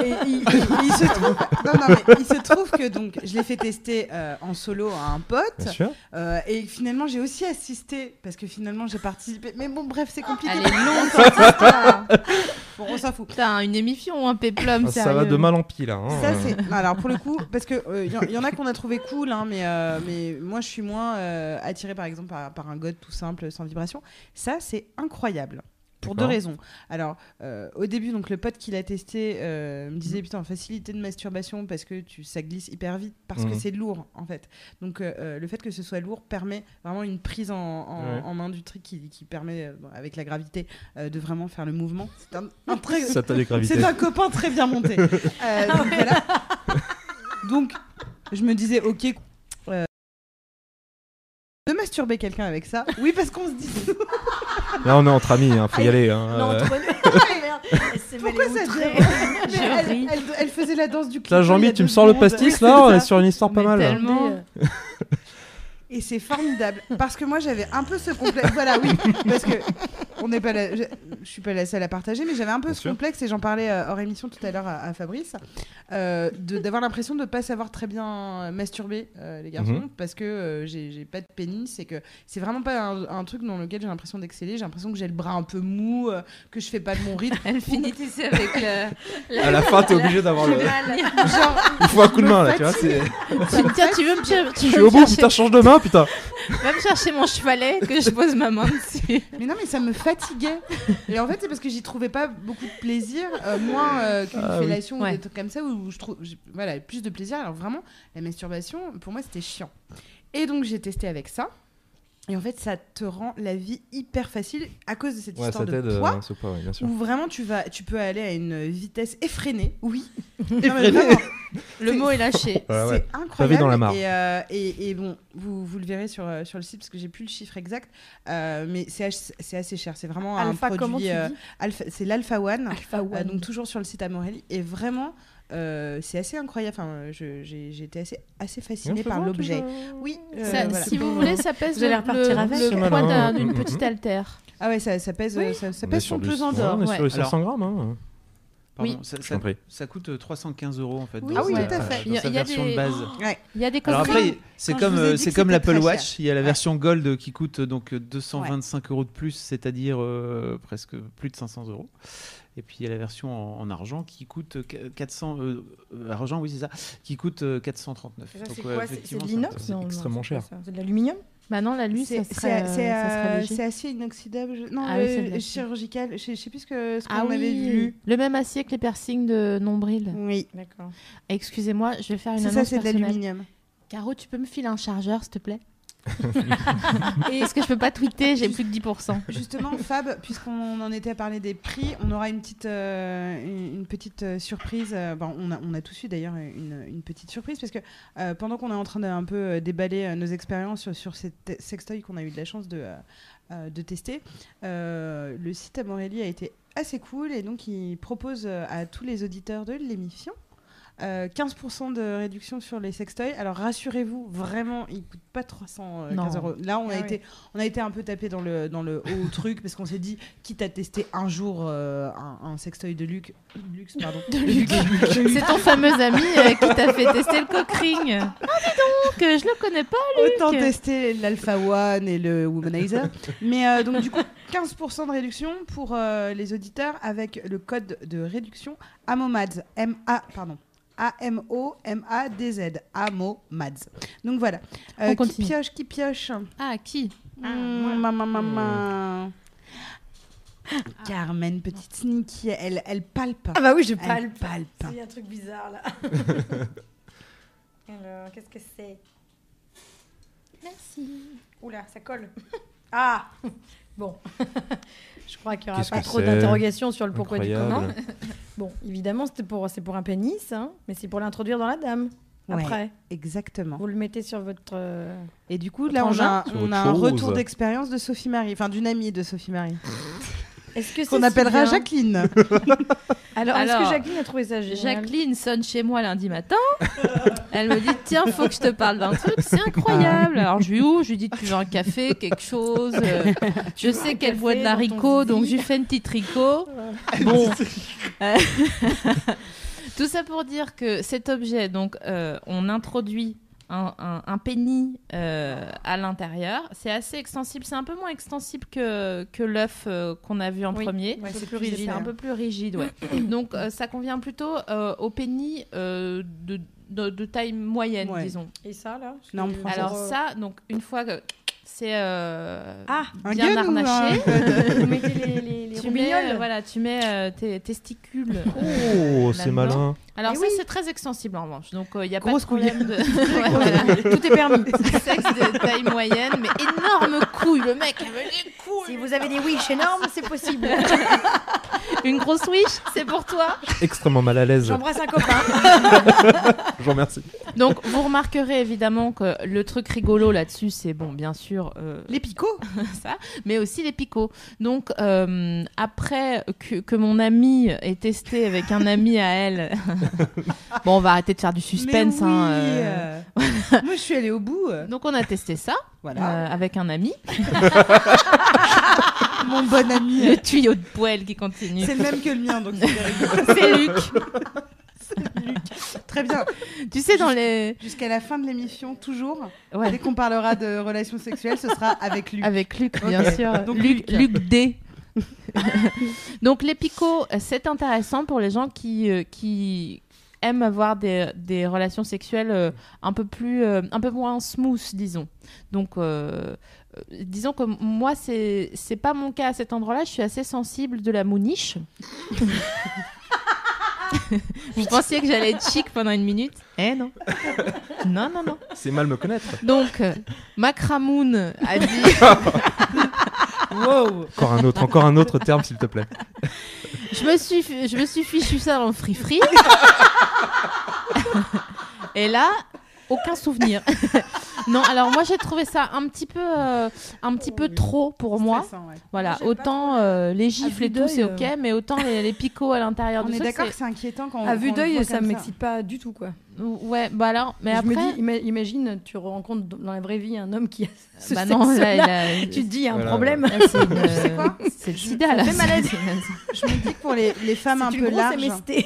Et il, il- il se trouve, non, non, mais il se trouve que donc je l'ai fait tester euh, en solo à un pote Bien sûr. euh, et finalement j'ai aussi assisté parce que finalement j'ai participé. Mais bon bref c'est compliqué. Elle est longue. Bon on s'en fout. Putain, une émission, un péplum, Ah, ça sérieux. va de mal en pis là. hein. Ça c'est. non, Alors pour le coup parce que euh, y, en- y en a qu'on a trouvé cool hein, mais euh, mais moi je suis moins euh, attirée par exemple par, par un god tout simple sans vibration. Ça c'est incroyable. Pour deux D'accord. raisons. Alors, euh, au début, donc le pote qui l'a testé euh, me disait putain facilité de masturbation parce que tu ça glisse hyper vite parce que Mhm. c'est lourd en fait. Donc euh, le fait que ce soit lourd permet vraiment une prise en, en- Ouais. en main du truc qui, qui permet euh, bon, avec la gravité euh, de vraiment faire le mouvement. C'est un, un très Ça t'a dégravité. c'est un copain très bien monté. Euh, donc, voilà. Donc, je me disais, ok. euh, de masturber quelqu'un avec ça Oui, parce qu'on se dit. Là, on est entre amis, hein, faut y aller. hein. Non, Euh, entre nous. Merde, elle s'est mêlée Pourquoi ça outrée. Mais Je elle, ris. elle, elle faisait la danse du clip. Ça, Jean-Mi, tu me sors le pastis là On est sur une histoire pas Mais mal. là. tellement. Et c'est formidable. Parce que moi, j'avais un peu ce complexe. Voilà, oui. Parce que on n'est pas la- je, je suis pas la seule à partager, mais j'avais un peu Bien ce sûr. complexe, et j'en parlais euh, hors émission tout à l'heure à, à Fabrice, euh, de- d'avoir l'impression de ne pas savoir très bien euh, masturber euh, les garçons, Mhm. parce que euh, j'ai j'ai pas de pénis, et que c'est vraiment pas un, un truc dans lequel j'ai l'impression d'exceller. J'ai l'impression que j'ai le bras un peu mou, euh, que je fais pas de mon rythme. Elle finit ici avec euh, le. À la fin, t'es obligé d'avoir le. Genre, Il faut un coup de main là, tu vois. c'est- Tu- Tiens, tu veux me cher- tu Je suis veux me au bout, chercher... putain, change de main, putain. Va me chercher mon chevalet que je pose ma main dessus. Mais non, mais ça me fatiguait. Et en fait, c'est parce que j'y trouvais pas beaucoup de plaisir, euh, moins euh, qu'une Ah oui. fellation ou Ouais. des trucs comme ça, où je trouve j'ai- voilà, plus de plaisir. Alors vraiment, la masturbation, pour moi, c'était chiant. Et donc, j'ai testé avec ça. Et en fait, ça te rend la vie hyper facile à cause de cette Ouais, histoire ça de t'aide. euh, poids. ce poids, ouais, bien sûr. Où vraiment tu vas, tu peux aller à une vitesse effrénée. Oui, Non, mais Effrénée. vraiment, Le mot est lâché. Bah Ouais, ouais. c'est incroyable. Pavé dans la mare. Et, euh, et, et bon, vous, vous le verrez sur, euh, sur le site parce que j'ai plus le chiffre exact, euh, mais c'est ach- c'est assez cher. C'est vraiment Alpha, un comment tu produit. euh, dis Alpha- c'est l'Alpha One. Alpha Euh, One. donc toujours sur le site Amorelli et vraiment euh, c'est assez incroyable enfin je- j'ai j'ai été assez assez Non, fascinée je peux par voir, l'objet toujours. oui euh, Ça, voilà. Si vous voulez, ça pèse Vous allez le- repartir le- avec. le C'est poids malin. d'un- d'une Mm, mm, petite mm. altère. ah ouais ça, ça pèse ça, ça On est pèse sur son du- pesant ouais, d'or On est sur ouais. les 500 grammes. hein. Pardon, Oui. ça, Je ça- t'en prie. ça coûte euh, 315 euros en fait. Oui, dans oui, sa- tout à fait. Il y Dans a- sa il y a version des- de base. Il y a des Alors costumes. après, c'est quand je comme, vous ai euh, dit c'est que comme c'était l'Apple très Watch, il y a la Ouais. version Gold qui coûte euh, donc euh, 225 euros de plus, c'est-à-dire euh, presque plus de 500 euros. Et puis il y a la version en, en argent qui coûte euh, qu- 400 euh, euh, argent, oui c'est ça, qui coûte euh, 439. Et ça, Donc, c'est ouais, quoi C'est- C'est de effectivement, ça- l'inox c'est Non, non, extrêmement c'est pas cher. ça. C'est de l'aluminium Maintenant, Bah la lue, ça c'est serait, c'est- c'est, euh, ça serait euh, léger. c'est assez inoxydable je- non Ah oui, c'est de euh, la- chirurgical je, je sais plus ce que ce qu'on Ah avait oui, vu le même acier que les piercings de nombril. oui D'accord. Excusez-moi, je vais faire une c'est annonce ça c'est de personnelle. l'aluminium Caro, tu peux me filer un chargeur, s'il te plaît Parce que je peux pas tweeter, j'ai plus de 10%. Justement, Fab, puisqu'on en était à parler des prix, on aura une petite, euh, une une petite euh, surprise. euh, bon, on, a, on a tous eu d'ailleurs une, une petite surprise, parce que euh, pendant qu'on est en train de un peu euh, déballer euh, nos expériences sur, sur ces te- sextoys qu'on a eu de la chance de, euh, euh, de tester, euh, le site Amorelli a été assez cool et donc il propose euh, à tous les auditeurs de l'émission. euh, 15% de réduction sur les sextoys. Alors rassurez-vous, vraiment, ils ne coûtent pas 315 Non. euros. Là, on a Ah été ouais. on a été un peu tapé dans le, dans le haut truc parce qu'on s'est dit, quitte à tester un jour euh, un, un sextoy de luxe, luxe pardon, de luxe, C'est ton fameux ami euh, qui t'a fait tester le cockring. Ah, dis donc, euh, je le connais pas. autant Luc. tester l'Alpha One et le Womanizer. Mais euh, donc du coup, 15% de réduction pour euh, les auditeurs avec le code de réduction AMOMADS. M-A, pardon. A-M-O-M-A-D-Z. AMOMADS. Donc voilà. Euh, On qui continue. pioche, qui pioche Ah, qui Ah, maman, maman. Carmen, petite sneaky, elle, elle palpe. Ah bah oui, je Elle palpe. palpe. C'est un truc bizarre là. Alors, qu'est-ce que c'est Merci. Oula, ça colle. Ah Bon. je crois qu'il n'y aura Qu'est-ce pas que trop c'est d'interrogations sur le pourquoi du comment. Incroyable. Bon, évidemment, c'est pour, c'est pour un pénis, hein, mais c'est pour l'introduire dans la dame. Ouais. Après, Exactement. vous le mettez sur votre. euh, Et du coup, là, on Frangin a, Sur on autre a un chose. retour d'expérience de Sophie Marie, enfin d'une amie de Sophie Marie, Est-ce que c'est qu'on si appellera bien Jacqueline. Alors, est-ce que Alors, Jacqueline a trouvé ça génial Jacqueline sonne chez moi lundi matin. Elle me dit Tiens, faut que je te parle d'un truc, c'est incroyable. Alors je lui ouvre, je lui dis Tu veux un café, quelque chose euh, Je sais qu'elle café boit de dans ton l'haricot, donc zizi. je lui fais une petite tricot. Bon. Euh, Tout ça pour dire que cet objet, donc, euh, on introduit. Un, un, un penny euh, à l'intérieur. C'est assez extensible. C'est un peu moins extensible que, que l'œuf euh, qu'on a vu en Oui. premier. Ouais, c'est plus plus hein. rigide. rigide. C'est un peu plus rigide, ouais. Donc euh, ça convient plutôt euh, au penny euh, de, de, de taille moyenne, Ouais. disons. Et ça, là Non, on c'est- prend Alors euh, ça, donc une fois que c'est euh, Ah, Un bien gun ou un- harnaché, vous mettez les, les, les tu mets, euh, roubignoles. voilà, tu mets euh, tes testicules. Oh, c'est Là-dedans. malin. Alors Eh ça, oui. c'est très extensible en revanche. Donc il n'y a Grosse pas de problème de... Ouais, voilà. Tout est permis. Sexe de taille moyenne, mais énorme couille. Le mec, il veut les couilles. si vous avez des wish énormes, c'est possible. Une grosse wish, c'est pour toi. Extrêmement mal à l'aise. J'embrasse un copain. Je vous remercie. Donc, vous remarquerez évidemment que le truc rigolo là-dessus, c'est bon, bien sûr, euh, Les picots ça, mais aussi les picots. Donc, euh, après que, que mon ami ait testé avec un ami à elle, bon, on va arrêter de faire du suspense. Mais oui, hein, euh. euh, Moi, je suis allée au bout. euh, Donc, on a testé ça euh, Voilà. avec un ami. Mon bon ami. Le tuyau de poêle qui continue. C'est le même que le mien, donc c'est rigolo. C'est Luc. Très bien. Tu sais, dans les. Jusqu'à la fin de l'émission, toujours, dès Ouais. qu'on parlera de relations sexuelles, ce sera avec lui. Avec Luc, bien sûr. Donc, Luc, Luc. Luc D. Donc les picots, euh, c'est intéressant pour les gens qui, euh, qui aiment avoir des, des relations sexuelles euh, un peu plus euh, un peu moins smooth, disons. Donc euh, euh, disons que m- moi c'est c'est pas mon cas à cet endroit-là, je suis assez sensible de la mouniche. Vous pensiez que j'allais être chic pendant une minute Eh non. Non, non, non. C'est mal me connaître. Donc, euh, Macramoun a dit. wow Encore un autre, encore un autre terme, s'il te plaît. Je me suis, fi- je me suis fichu ça dans le free free. Et là, aucun souvenir. non, alors moi j'ai trouvé ça un petit peu, euh, un petit peu trop pour moi. Stressant, ouais. Voilà, Moi, j'ai pas autant trop, euh, les gifles vue et tout c'est d'œil, euh. ok, mais autant les, les picots à l'intérieur On du est truc, d'accord que c'est- c'est inquiétant quand on À quand vue on le d'œil, voit ça comme m'excite pas du tout, quoi. Ouais, bah alors, mais je après, me dis, ima- imagine, tu rencontres dans la vraie vie un homme qui a ce bah non, là, il sexe-là. a- Tu te dis, il y a un Voilà, problème. là, c'est une- sais quoi c'est le sida là. fait malaise. c'est- c'est- Je me dis que pour les, les femmes un C'est peu une grosse larges, MST.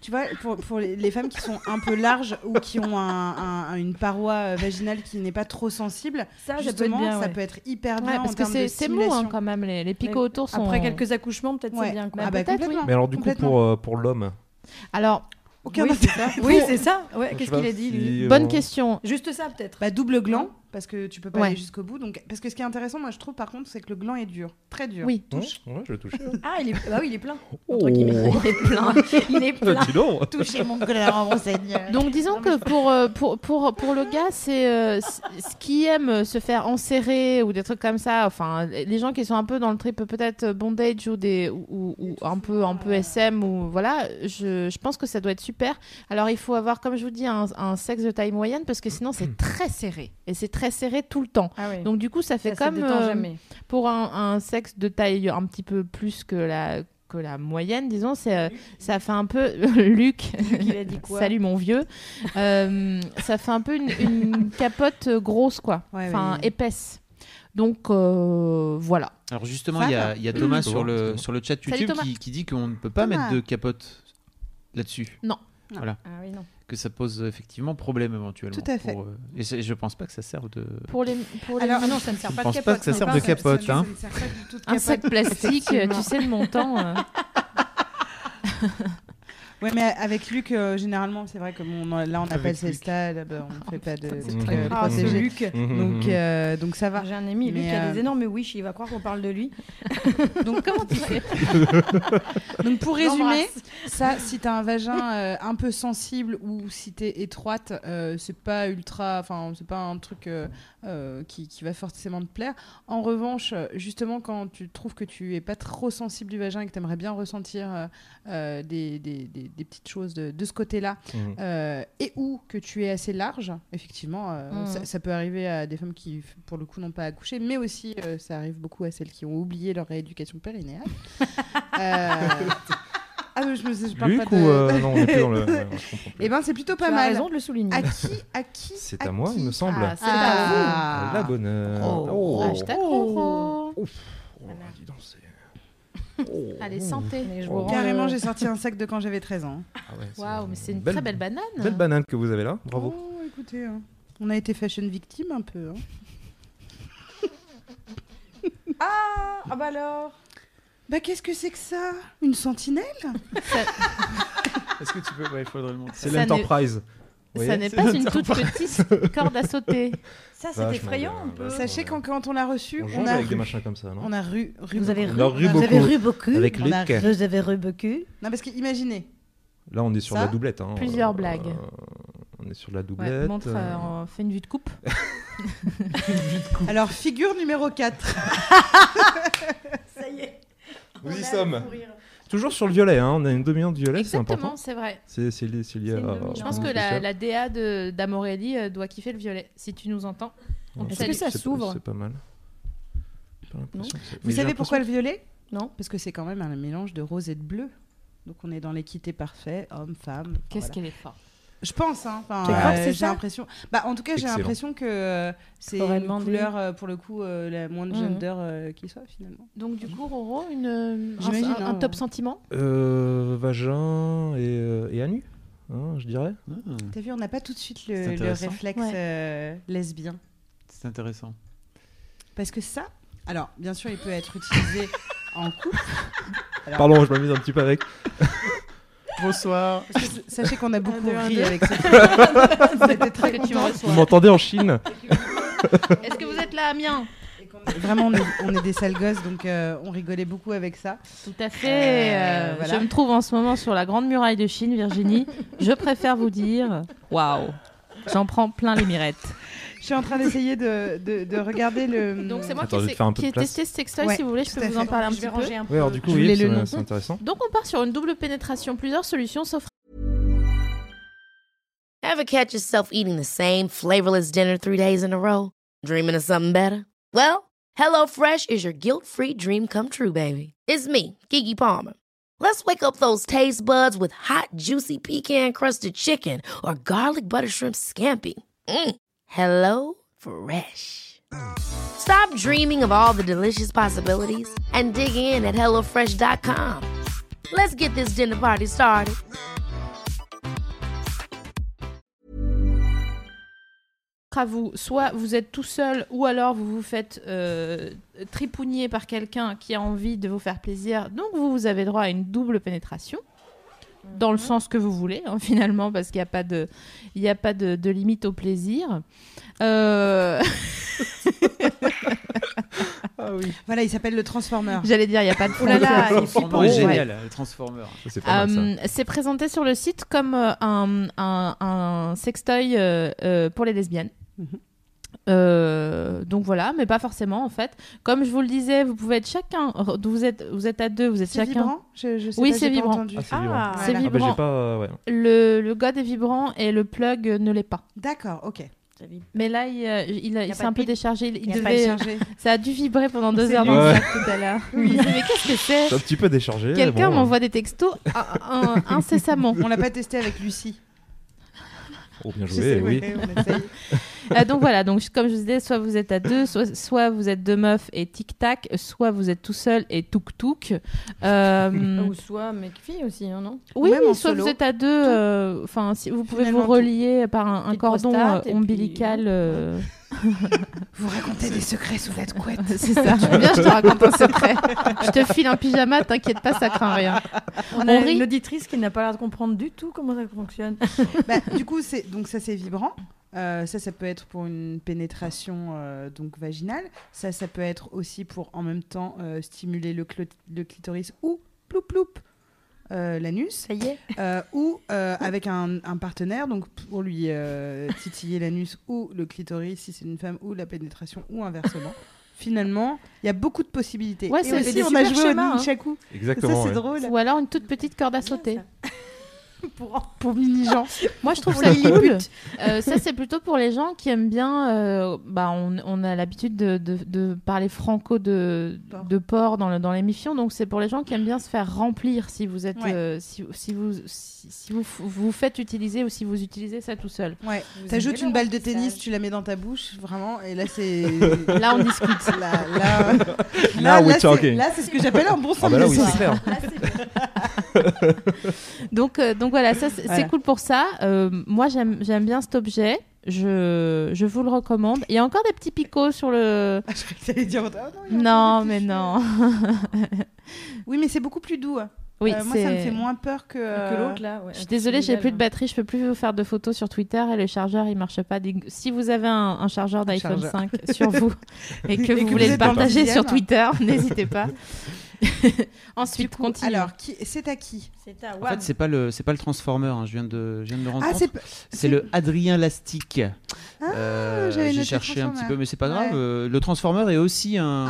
tu vois, pour, pour les, les femmes qui sont un peu larges ou qui ont un- un- une paroi euh, vaginale qui n'est pas trop sensible, Ah, Ça, ça peut être justement, bien. ça ouais. peut être hyper Ouais, bien en parce que termes de c'est c'est mou hein, stimulation. quand même, les, les picots Mais autour sont. Après quelques accouchements, peut-être Ouais. c'est bien. Quoi. Ah bah, peut-être, oui. complètement. Mais alors, du coup, Complètement. pour, euh, pour l'homme. Alors, Aucun oui, intérêt. c'est ça. Oui, c'est ça. Ouais, Je Qu'est-ce sais qu'il pas a si, dit, lui euh, bonne on- question. Juste ça, peut-être. Bah, double gland, parce que tu peux pas Ouais. aller jusqu'au bout. Donc, parce que ce qui est intéressant, moi, je trouve, par contre, c'est que le gland est dur, très dur. Oui. Ouais, ouais, je le touche. Ah, il est, bah oui, il est plein. Oh. Bah, Entre guillemets. Il est plein. Il est plein. Dis donc. Toucher mon gland, mon seigneur. Donc disons que pour, euh, pour, pour, pour le gars, c'est euh, c- ce qui aime euh, se faire enserrer ou des trucs comme ça, enfin les gens qui sont un peu dans le trip peut-être euh, bondage ou, des, ou, ou- ou un, peu, un peu SM ou voilà, je, je pense que ça doit être super. Alors il faut avoir, comme je vous dis, un, un sexe de taille moyenne parce que sinon c'est très serré et c'est très serré tout le temps. Ah oui. Donc du coup ça fait Ça, ça comme détend euh, jamais. pour un, un sexe de taille un petit peu plus que la, que la moyenne, disons, c'est, euh, ça fait un peu Luc. Il a dit quoi Salut mon vieux. Euh, ça fait un peu une, une capote euh, grosse, quoi. Ouais, enfin, ouais. épaisse. Donc, euh, voilà. Alors justement, il y a, il y a Fab Thomas Mmh. sur le, Thomas. sur le chat Salut YouTube Thomas. qui, qui dit qu'on ne peut pas Thomas. mettre de capote là-dessus, Ah oui, non. que ça pose euh, effectivement problème éventuellement. Tout à fait. pour, euh, et c'est- je pense pas que ça serve de. Pour les, pour les- Alors, Ah non, ça ne sert Je pas de pense capote. pas que ça non. serve Non, de ça- capote, ça- hein. ça ne sert pas du tout de un sac capote. plastique, euh, Effectivement. tu sais le montant. euh. Ouais, mais avec Luc, euh, généralement, c'est vrai que mon- là, on appelle Avec ces Luc. Mmh. stades, bah, on ne fait pas de putain, c'est trucs, très euh, bien. Ah, c'est protégés. Luc. Mhm, Donc, mhm. euh, donc ça va. J'ai un ami, Luc, Mais, qui a euh, des énormes wish. Il va croire qu'on parle de lui. Donc, comment tu fais Donc pour résumer, L'embrasse. ça, si t'as un vagin euh, un peu sensible ou si t'es étroite, euh, c'est pas ultra, enfin c'est pas un truc euh, euh, qui, qui va forcément te plaire. En revanche, euh, justement quand tu trouves que tu es pas trop sensible du vagin et que t'aimerais bien ressentir euh, euh, des, des- des- des petites choses de, de ce côté-là, Mhm. euh, et ou que tu es assez large, effectivement, euh, Mm. Mhm. ça, ça peut arriver à des femmes qui f- pour le coup n'ont pas accouché, mais aussi euh, ça arrive beaucoup à celles qui ont oublié leur rééducation périnéale. Euh, Ah, mais je me je parle Luc pas ou de. euh, non, on est plus dans le. ouais, je comprends plus. Eh ben, c'est plutôt pas Tu as mal. raison de le souligner. À qui À qui C'est à à moi, qui il me semble. Ah, c'est à vous. Ah. La bonne heure. Oh. Oh. Hashtag Roro. Oh, dis donc, c'est- Allez, santé. Mais je Oh. vous rends, Carrément, euh, j'ai sorti un sac de quand j'avais 13 ans. Ah ouais, Waouh, mais c'est une très belle banane. hein. Belle banane que vous avez là, bravo. Oh, écoutez, hein. on a été fashion victime un peu. hein. Ah, ah bah alors. Bah, qu'est-ce que c'est que ça Une sentinelle Est-ce que tu peux il faudrait le C'est Ça l'Enterprise. Vous Ça voyez, n'est c'est pas une l'Enterprise. toute petite corde à sauter. Ça, Vachement c'est effrayant bien, un peu. vachement Sachez bien. qu'en quand on l'a reçu, Ah, On on jongle a, avec des ru, machins comme ça, non on a ru, ru- Vous avez Hein On ru, a ru vous avez beaucoup. ru beaucoup. Avec on a Luc. ri. Vous avez ru beaucoup. Non, parce que imaginez, Là, on est sur Ça, la doublette. hein. plusieurs Euh, blagues. On est sur la Ouais, doublette. montre, euh, euh, on fait une vue de coupe. alors figure numéro 4. Ça y est. Nous y sommes. Toujours sur le violet, hein. on a une dominante violet, c'est important. Exactement, c'est vrai. C'est c'est lié, c'est lié C'est une à. dominante. Je pense que la, la DA de- d'Amorelli euh, doit kiffer le violet. Si tu nous entends, on te Est-ce que salue. ça C'est- s'ouvre C'est pas mal. J'ai pas l'impression que ça- Vous mais j'ai savez l'impression- pourquoi le violet Non. Parce que c'est quand même un mélange de rose et de bleu. Donc on est dans l'équité parfaite, homme, femme. Qu'est-ce voilà. qu'elle est forte. Je pense, hein. Enfin, Tu crois que euh, c'est j'ai ça l'impression. Bah, en tout cas, j'ai Excellent. l'impression que euh, c'est Faudrait une demander. couleur euh, pour le coup euh, la moins de Mhm. gender euh, qui soit finalement. Donc du coup, Roro, une, euh, un, J'imagine, un- un hein. top sentiment Euh, Vagin et, euh, et anus, hein, je dirais. Ah, T'as vu, on n'a pas tout de suite C'est le, le intéressant. réflexe Ouais. euh, lesbien C'est intéressant. parce que ça, alors bien sûr, il peut être utilisé en couple. Alors- Pardon, je m'amuse un petit peu avec. Bonsoir. Parce que Sachez qu'on a beaucoup deux, un, ri deux. avec ce. C'était Est-ce très que tu me content. Vous reçois m'entendez en Chine Est-ce que vous êtes là, Amiens Et qu'on Vraiment, on est, on est des sales gosses, donc euh, on rigolait beaucoup avec ça. Tout à fait. Euh, euh, voilà. Je me trouve en ce moment sur la Grande Muraille de Chine, Virginie. je préfère vous dire, waouh, j'en prends plein les mirettes. Je suis en train d'essayer de, de- de regarder le. Donc c'est moi Attends, je qui, vais sais- te faire un peu qui ai de place. testé ce sextoy. Ouais, si vous voulez, je tout peux à vous fait. en parler un Je vais petit peu. ranger un Oui, alors du coup, Je oui, voulais c'est le nom. c'est intéressant. Donc on part sur une double pénétration. Plusieurs solutions s'offrent. Ever catch yourself eating the same flavorless dinner three days in a row? Dreaming of something better? Well, HelloFresh is your guilt free dream come true, baby. It's me, Kiki Palmer. Let's wake up those taste buds with hot, juicy pecan crusted chicken or garlic butter shrimp scampi. Mm. Hello Fresh. Stop dreaming of all the delicious possibilities and dig in at HelloFresh.com. Let's get this dinner party started. à vous. Soit vous êtes tout seul, ou alors vous vous faites euh, tripouiller par quelqu'un qui a envie de vous faire plaisir. Donc vous, vous avez droit à une double pénétration, dans le sens que vous voulez, hein, finalement, parce qu'il n'y a pas, de, il y a pas de, de limite au plaisir. Euh, Voilà, il s'appelle le Transformer. J'allais dire, il n'y a pas de Oh là là, frontière. il est Transformer est Ouais. génial, le Transformer. Ça, C'est pas mal, ça. Euh, C'est présenté sur le site comme euh, un, un- un sextoy euh, euh, pour les lesbiennes. Mhm. Euh, donc voilà, mais pas forcément en fait. Comme je vous le disais, vous pouvez être chacun. re- Vous êtes, vous êtes à deux, vous êtes C'est chacun. vibrant je, je sais Oui, pas, c'est j'ai pas vibrant. entendu. Ah, c'est vibrant. Ah, C'est voilà. Ah, bah, j'ai vibrant. pas. euh, ouais. Le, le god est vibrant et le plug euh, ne l'est pas. D'accord, ok. Mais là, il, euh, il, a- il pas s'est de un peu pipe. déchargé. Il, il Il a pas devait- euh, échangé. ça a dû vibrer pendant deux C'est heures nul. vingt-cinq tout à l'heure. Je me disais, mais qu'est-ce que c'est C'est un petit peu déchargé. Quelqu'un bon. m'envoie des textos ah, ah, ah, incessamment. On l'a pas testé avec Lucie. Oh, bien Je sais, joué, oui. ouais, on essaye. Ah, donc voilà, donc comme je vous disais, soit vous êtes à deux, soit, soit vous êtes deux meufs et tic-tac, soit vous êtes tout seul et tuk-tuk. Euh, Ou soit mec-fille aussi, hein, non oui, même en soit solo. vous êtes à deux, euh, enfin, si vous pouvez Finalement, vous relier par un, un Petite cordon euh, prostate et puis- ombilical. euh, Vous racontez des secrets sous votre couette. C'est ça. Viens, je te raconte un secret. Je te file un pyjama, t'inquiète pas, ça craint rien. On a On rit. une auditrice qui n'a pas l'air de comprendre du tout comment ça fonctionne. Bah, du coup, c'est donc ça c'est vibrant. Euh, ça, ça peut être pour une pénétration euh, donc vaginale. Ça, ça peut être aussi pour en même temps euh, stimuler le, clo- le clitoris ou ploup ploup euh, l'anus Ça y est. Euh, ou euh, avec un, un partenaire donc pour lui euh, titiller l'anus ou le clitoris si c'est une femme ou la pénétration ou inversement. Finalement, il y a beaucoup de possibilités. Ouais, Et ça fait aussi, des on a super joué schémas, hein. au Nunchaku. Exactement. ça c'est ouais. drôle. Ou alors une toute petite corde à sauter. Pour mini gens. Moi, je trouve Pour ça les cool. Euh, ça, c'est plutôt pour les gens qui aiment bien. euh, bah, on, on a l'habitude de, de- de parler franco de, Porc. de porc dans, le, dans l'émission. Donc, c'est pour les gens qui aiment bien se faire remplir si vous êtes, Ouais. euh, si, si vous, si, si vous, f- vous faites utiliser ou si vous utilisez ça tout seul. Ouais. Vous T'ajoutes aimez une le balle de remplissage. tennis, tu la mets dans ta bouche, vraiment, et là c'est. Là, on discute. Là, là, Now là, we're là, c'est, talking. là, c'est ce que j'appelle un bon Ah, samedi bah là, oui, soir. c'est clair. Donc, euh, donc voilà, ça, c'est, c'est Voilà. cool pour ça. Euh, moi, j'aime, j'aime bien cet objet. Je, je vous le recommande. Il y a encore des petits picots sur le. Ah, je croyais que t'allais dire, oh, non, il y a Non, encore des mais petits non. cheveux. Oui, mais c'est beaucoup plus doux. hein. oui, Euh, moi, c'est... ça me fait moins peur que. Que euh, l'autre, là. ouais. Je suis désolée, j'ai Génial. plus de batterie, je peux plus vous faire de photos sur Twitter et le chargeur il marche pas. Dig- Si vous avez un, un chargeur d'iPhone chargeur. 5 sur vous et que Et vous que voulez vous le êtes dans le partager sur dixième. Twitter, n'hésitez pas. Ensuite, continue. Alors, qui... c'est à qui C'est à En Wam. fait, c'est pas le, c'est pas le Transformer. hein, Je viens de, je viens de me rendre Ah, compte. c'est. p- C'est le Adrien Lastic. Ah, Euh, j'avais J'ai noté cherché un petit Transformer. peu, mais c'est pas grave. Ouais. euh, le Transformer est aussi un,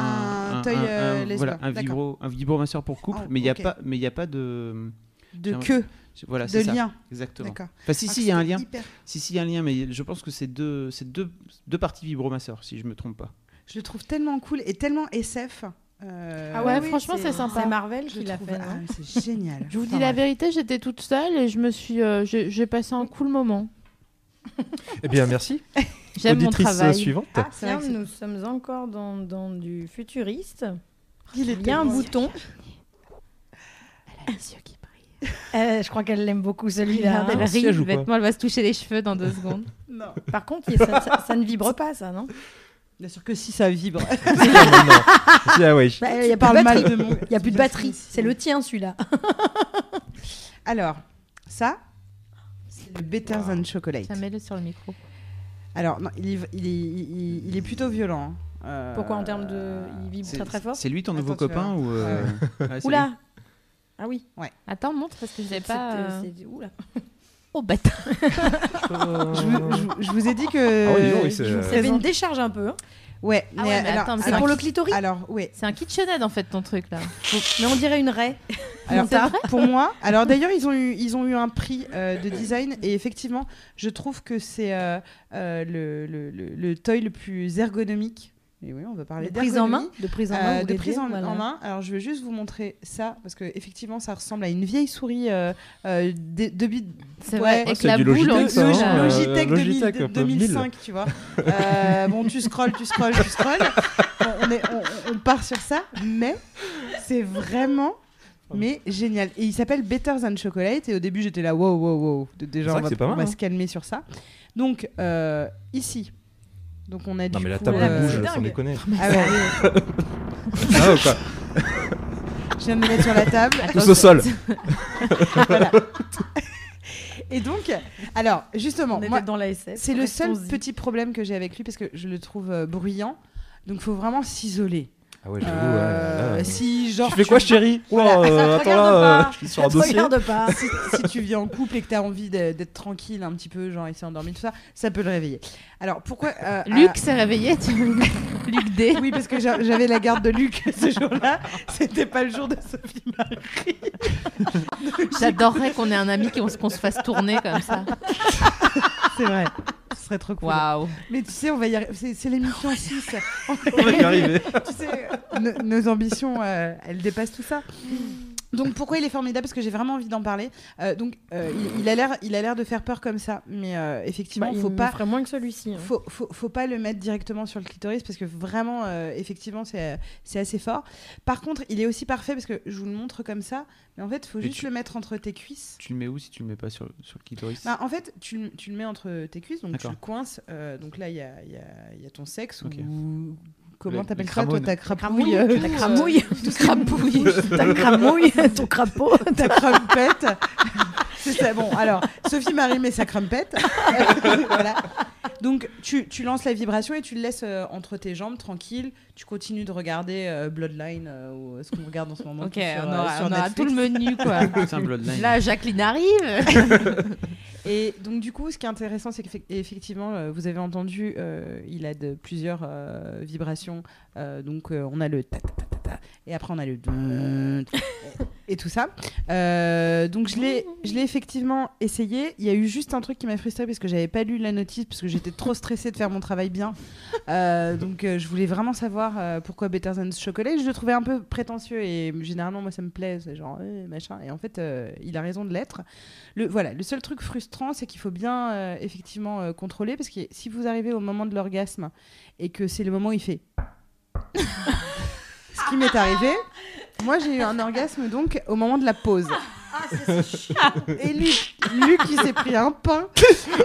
Un toy, euh, lesbien. voilà, un D'accord. vibro, un vibromasseur pour couple. Oh, mais il n'y a ok. pas, mais il y a pas de, De Tiens, queue, voilà, de c'est ça, lien. exactement. D'accord. Enfin, si, Ah, si, il y a un c'était lien. hyper- Si, si, il y a un lien, mais je pense que c'est deux, c'est deux, deux parties vibromasseurs, si je me trompe pas. Je le trouve tellement cool et tellement SF. euh, Ah ouais, franchement, c'est sympa. C'est Marvel je qui l'a trouve- fait, hein. ah, non C'est génial. je vous dis Enfin, la bref. vérité, j'étais toute seule et je me suis, euh, j'ai j'ai passé un cool moment. Eh bien, merci. J'aime mon Auditrice euh, travail. suivante. Ah, C'est vrai tiens, que c'est- nous sommes encore dans, dans du futuriste. Il est Il y a un tellement- bouton. Elle a les yeux qui brillent. Euh, je crois qu'elle l'aime beaucoup celui-là. Regardez, hein. elle Un rit, siège ou quoi bêtement, elle va se toucher les cheveux dans deux secondes. Non. Par contre, il- ça, ça- ça ne vibre pas, ça, non Bien sûr que si ça vibre. Si, ah ouais. Il Bah, n'y a, tu plus de parles mal batterie. de mon- Y a plus de batterie. C'est le tien, celui-là. Alors, ça, c'est le Better Than Chocolate. Tiens, mets-le sur le micro. Alors, non, il, est- il est- il- il est plutôt violent. hein. Euh, Pourquoi en termes de. Il vibre C'est- très très fort C'est lui ton nouveau Attends, tu copain vas ou euh, ouais, c'est lui. Oula Ah oui Attends, montre parce que je l'ai C'est- pas. c'est- euh, c'est- Oula Oh bâtard. je, vous- je vous- je vous ai dit que. Ah ouais, dis donc, oui, c'est- Euh, je vous Ça Ça fait une présente- décharge un peu. hein. Ouais, Ah mais ouais, mais alors- attends, mais c'est alors- pour le clitoris Alors, ouais. C'est un KitchenAid en fait ton truc là. Mais on dirait une raie. Alors, C'est vrai pour moi, alors d'ailleurs, ils ont eu, ils ont eu un prix euh, de design et effectivement, je trouve que c'est euh, euh, le, le, le, le toy le plus ergonomique. Et oui, on va parler De prise en main Ah, d'ergonomie. De prise en Euh, main. vous de voulez prise dire, en, voilà. en main. Alors, je vais juste vous montrer ça parce que effectivement, ça ressemble à une vieille souris euh, euh, de, de bid- Ah, C'est Ouais. vrai. Oh, Avec c'est la du boule Logitech, en Logitech, ça, hein, dessous, euh, là. Logitech, de- Logitech, de- un peu, 2005, tu vois. Euh, bon, tu scrolles, tu scrolles, tu scrolles. Bon, on, est- on- on part sur ça, mais c'est vraiment. Mais génial. Et il s'appelle Better Than Chocolate. Et au début, j'étais là, wow, wow, wow. De- Déjà, C'est vrai on va, que c'est pas on mal, va hein. se calmer sur ça. Donc, euh, ici. Donc, on a Non, du mais la coup, table euh, bouge, sans dingue. déconner. Ah ouais, Ah, ou quoi je viens de me mettre sur la table. Tous au sol. Voilà. Et donc, alors, justement, On moi, était dans la SF. C'est le seul restons-y. petit problème que j'ai avec lui parce que je le trouve euh, bruyant. Donc faut vraiment s'isoler. Ah ouais, j'avoue. Euh, ouais, là, là. Si genre Tu fais quoi, chérie Voilà, Ouah, euh, ça te Attends regarde là, euh, pas. je suis sur un Te dossier. regarde pas. si, si tu vis en couple et que tu as envie de- d'être tranquille un petit peu, genre il s'est endormi tout ça, ça peut le réveiller. Alors pourquoi euh, Luc s'est réveillé. tu- Luc D. ah, Oui, parce que j'a- j'avais la garde de Luc ce jour-là. C'était pas le jour de Sophie Marie. J'adorerais qu'on ait un ami qui- qu'on se fasse tourner comme ça. C'est vrai. Ce serait trop cool. Waouh. Mais tu sais, on va y arriver. C'est c'est l'émission 6. On va y arriver. tu sais, nos, nos ambitions, euh, elles dépassent tout ça. Donc pourquoi il est formidable Parce que j'ai vraiment envie d'en parler. Euh, donc euh, il, il a l'air, il a l'air de faire peur comme ça, mais euh, effectivement, Bah, il faut me pas, ferait moins que celui-ci. hein. faut, faut, faut pas le mettre directement sur le clitoris parce que vraiment, euh, effectivement, c'est, c'est assez fort. Par contre, il est aussi parfait parce que je vous le montre comme ça, mais en fait, faut Et juste tu- le mettre entre tes cuisses. Tu le mets où si tu le mets pas sur, sur le clitoris Bah, en fait, tu, le- tu le mets entre tes cuisses, donc tu D'accord. le coinces. euh, donc là, il y a, il y a- il y a ton sexe Ok. ou comment Le- t'appelles le ça, toi, cramone. ta crapouille, Cramouille, euh, ta cramouille, Crapouille. ta cramouille, ton crapaud. ta crumpette. C'est ça. Bon, alors, Sophie Marie met sa crumpette. voilà. Donc, tu, tu lances la vibration et tu le laisses euh, entre tes jambes, tranquille. Tu continues de regarder euh, Bloodline euh, ou euh, ce qu'on regarde en ce moment. Ok, tout sur, on euh, aura, sur on aura Netflix. tout le menu quoi. Putain, Bloodline. Euh, Là, Jacqueline arrive. Et donc, du coup, ce qui est intéressant, c'est qu'effectivement, vous avez entendu, euh, il a de plusieurs euh, vibrations. Euh, donc, euh, on a le ta ta ta ta ta, et après, on a le dun, et, et tout ça. Euh, donc, je l'ai je l'ai effectivement essayé. Il y a eu juste un truc qui m'a frustrée parce que j'avais pas lu la notice, parce que j'étais trop stressée de faire mon travail bien. Euh, donc, euh, je voulais vraiment savoir euh, pourquoi Better Than Chocolate. Je le trouvais un peu prétentieux et généralement, moi, ça me plaît, c'est genre euh, machin. Et en fait, euh, il a raison de l'être. Le, voilà, le seul truc frustrant, c'est qu'il faut bien euh, effectivement euh, contrôler parce que si vous arrivez au moment de l'orgasme et que c'est le moment où il fait. Ce qui m'est arrivé, moi j'ai eu un orgasme donc au moment de la pause. Et Luc, Luc il s'est pris un pain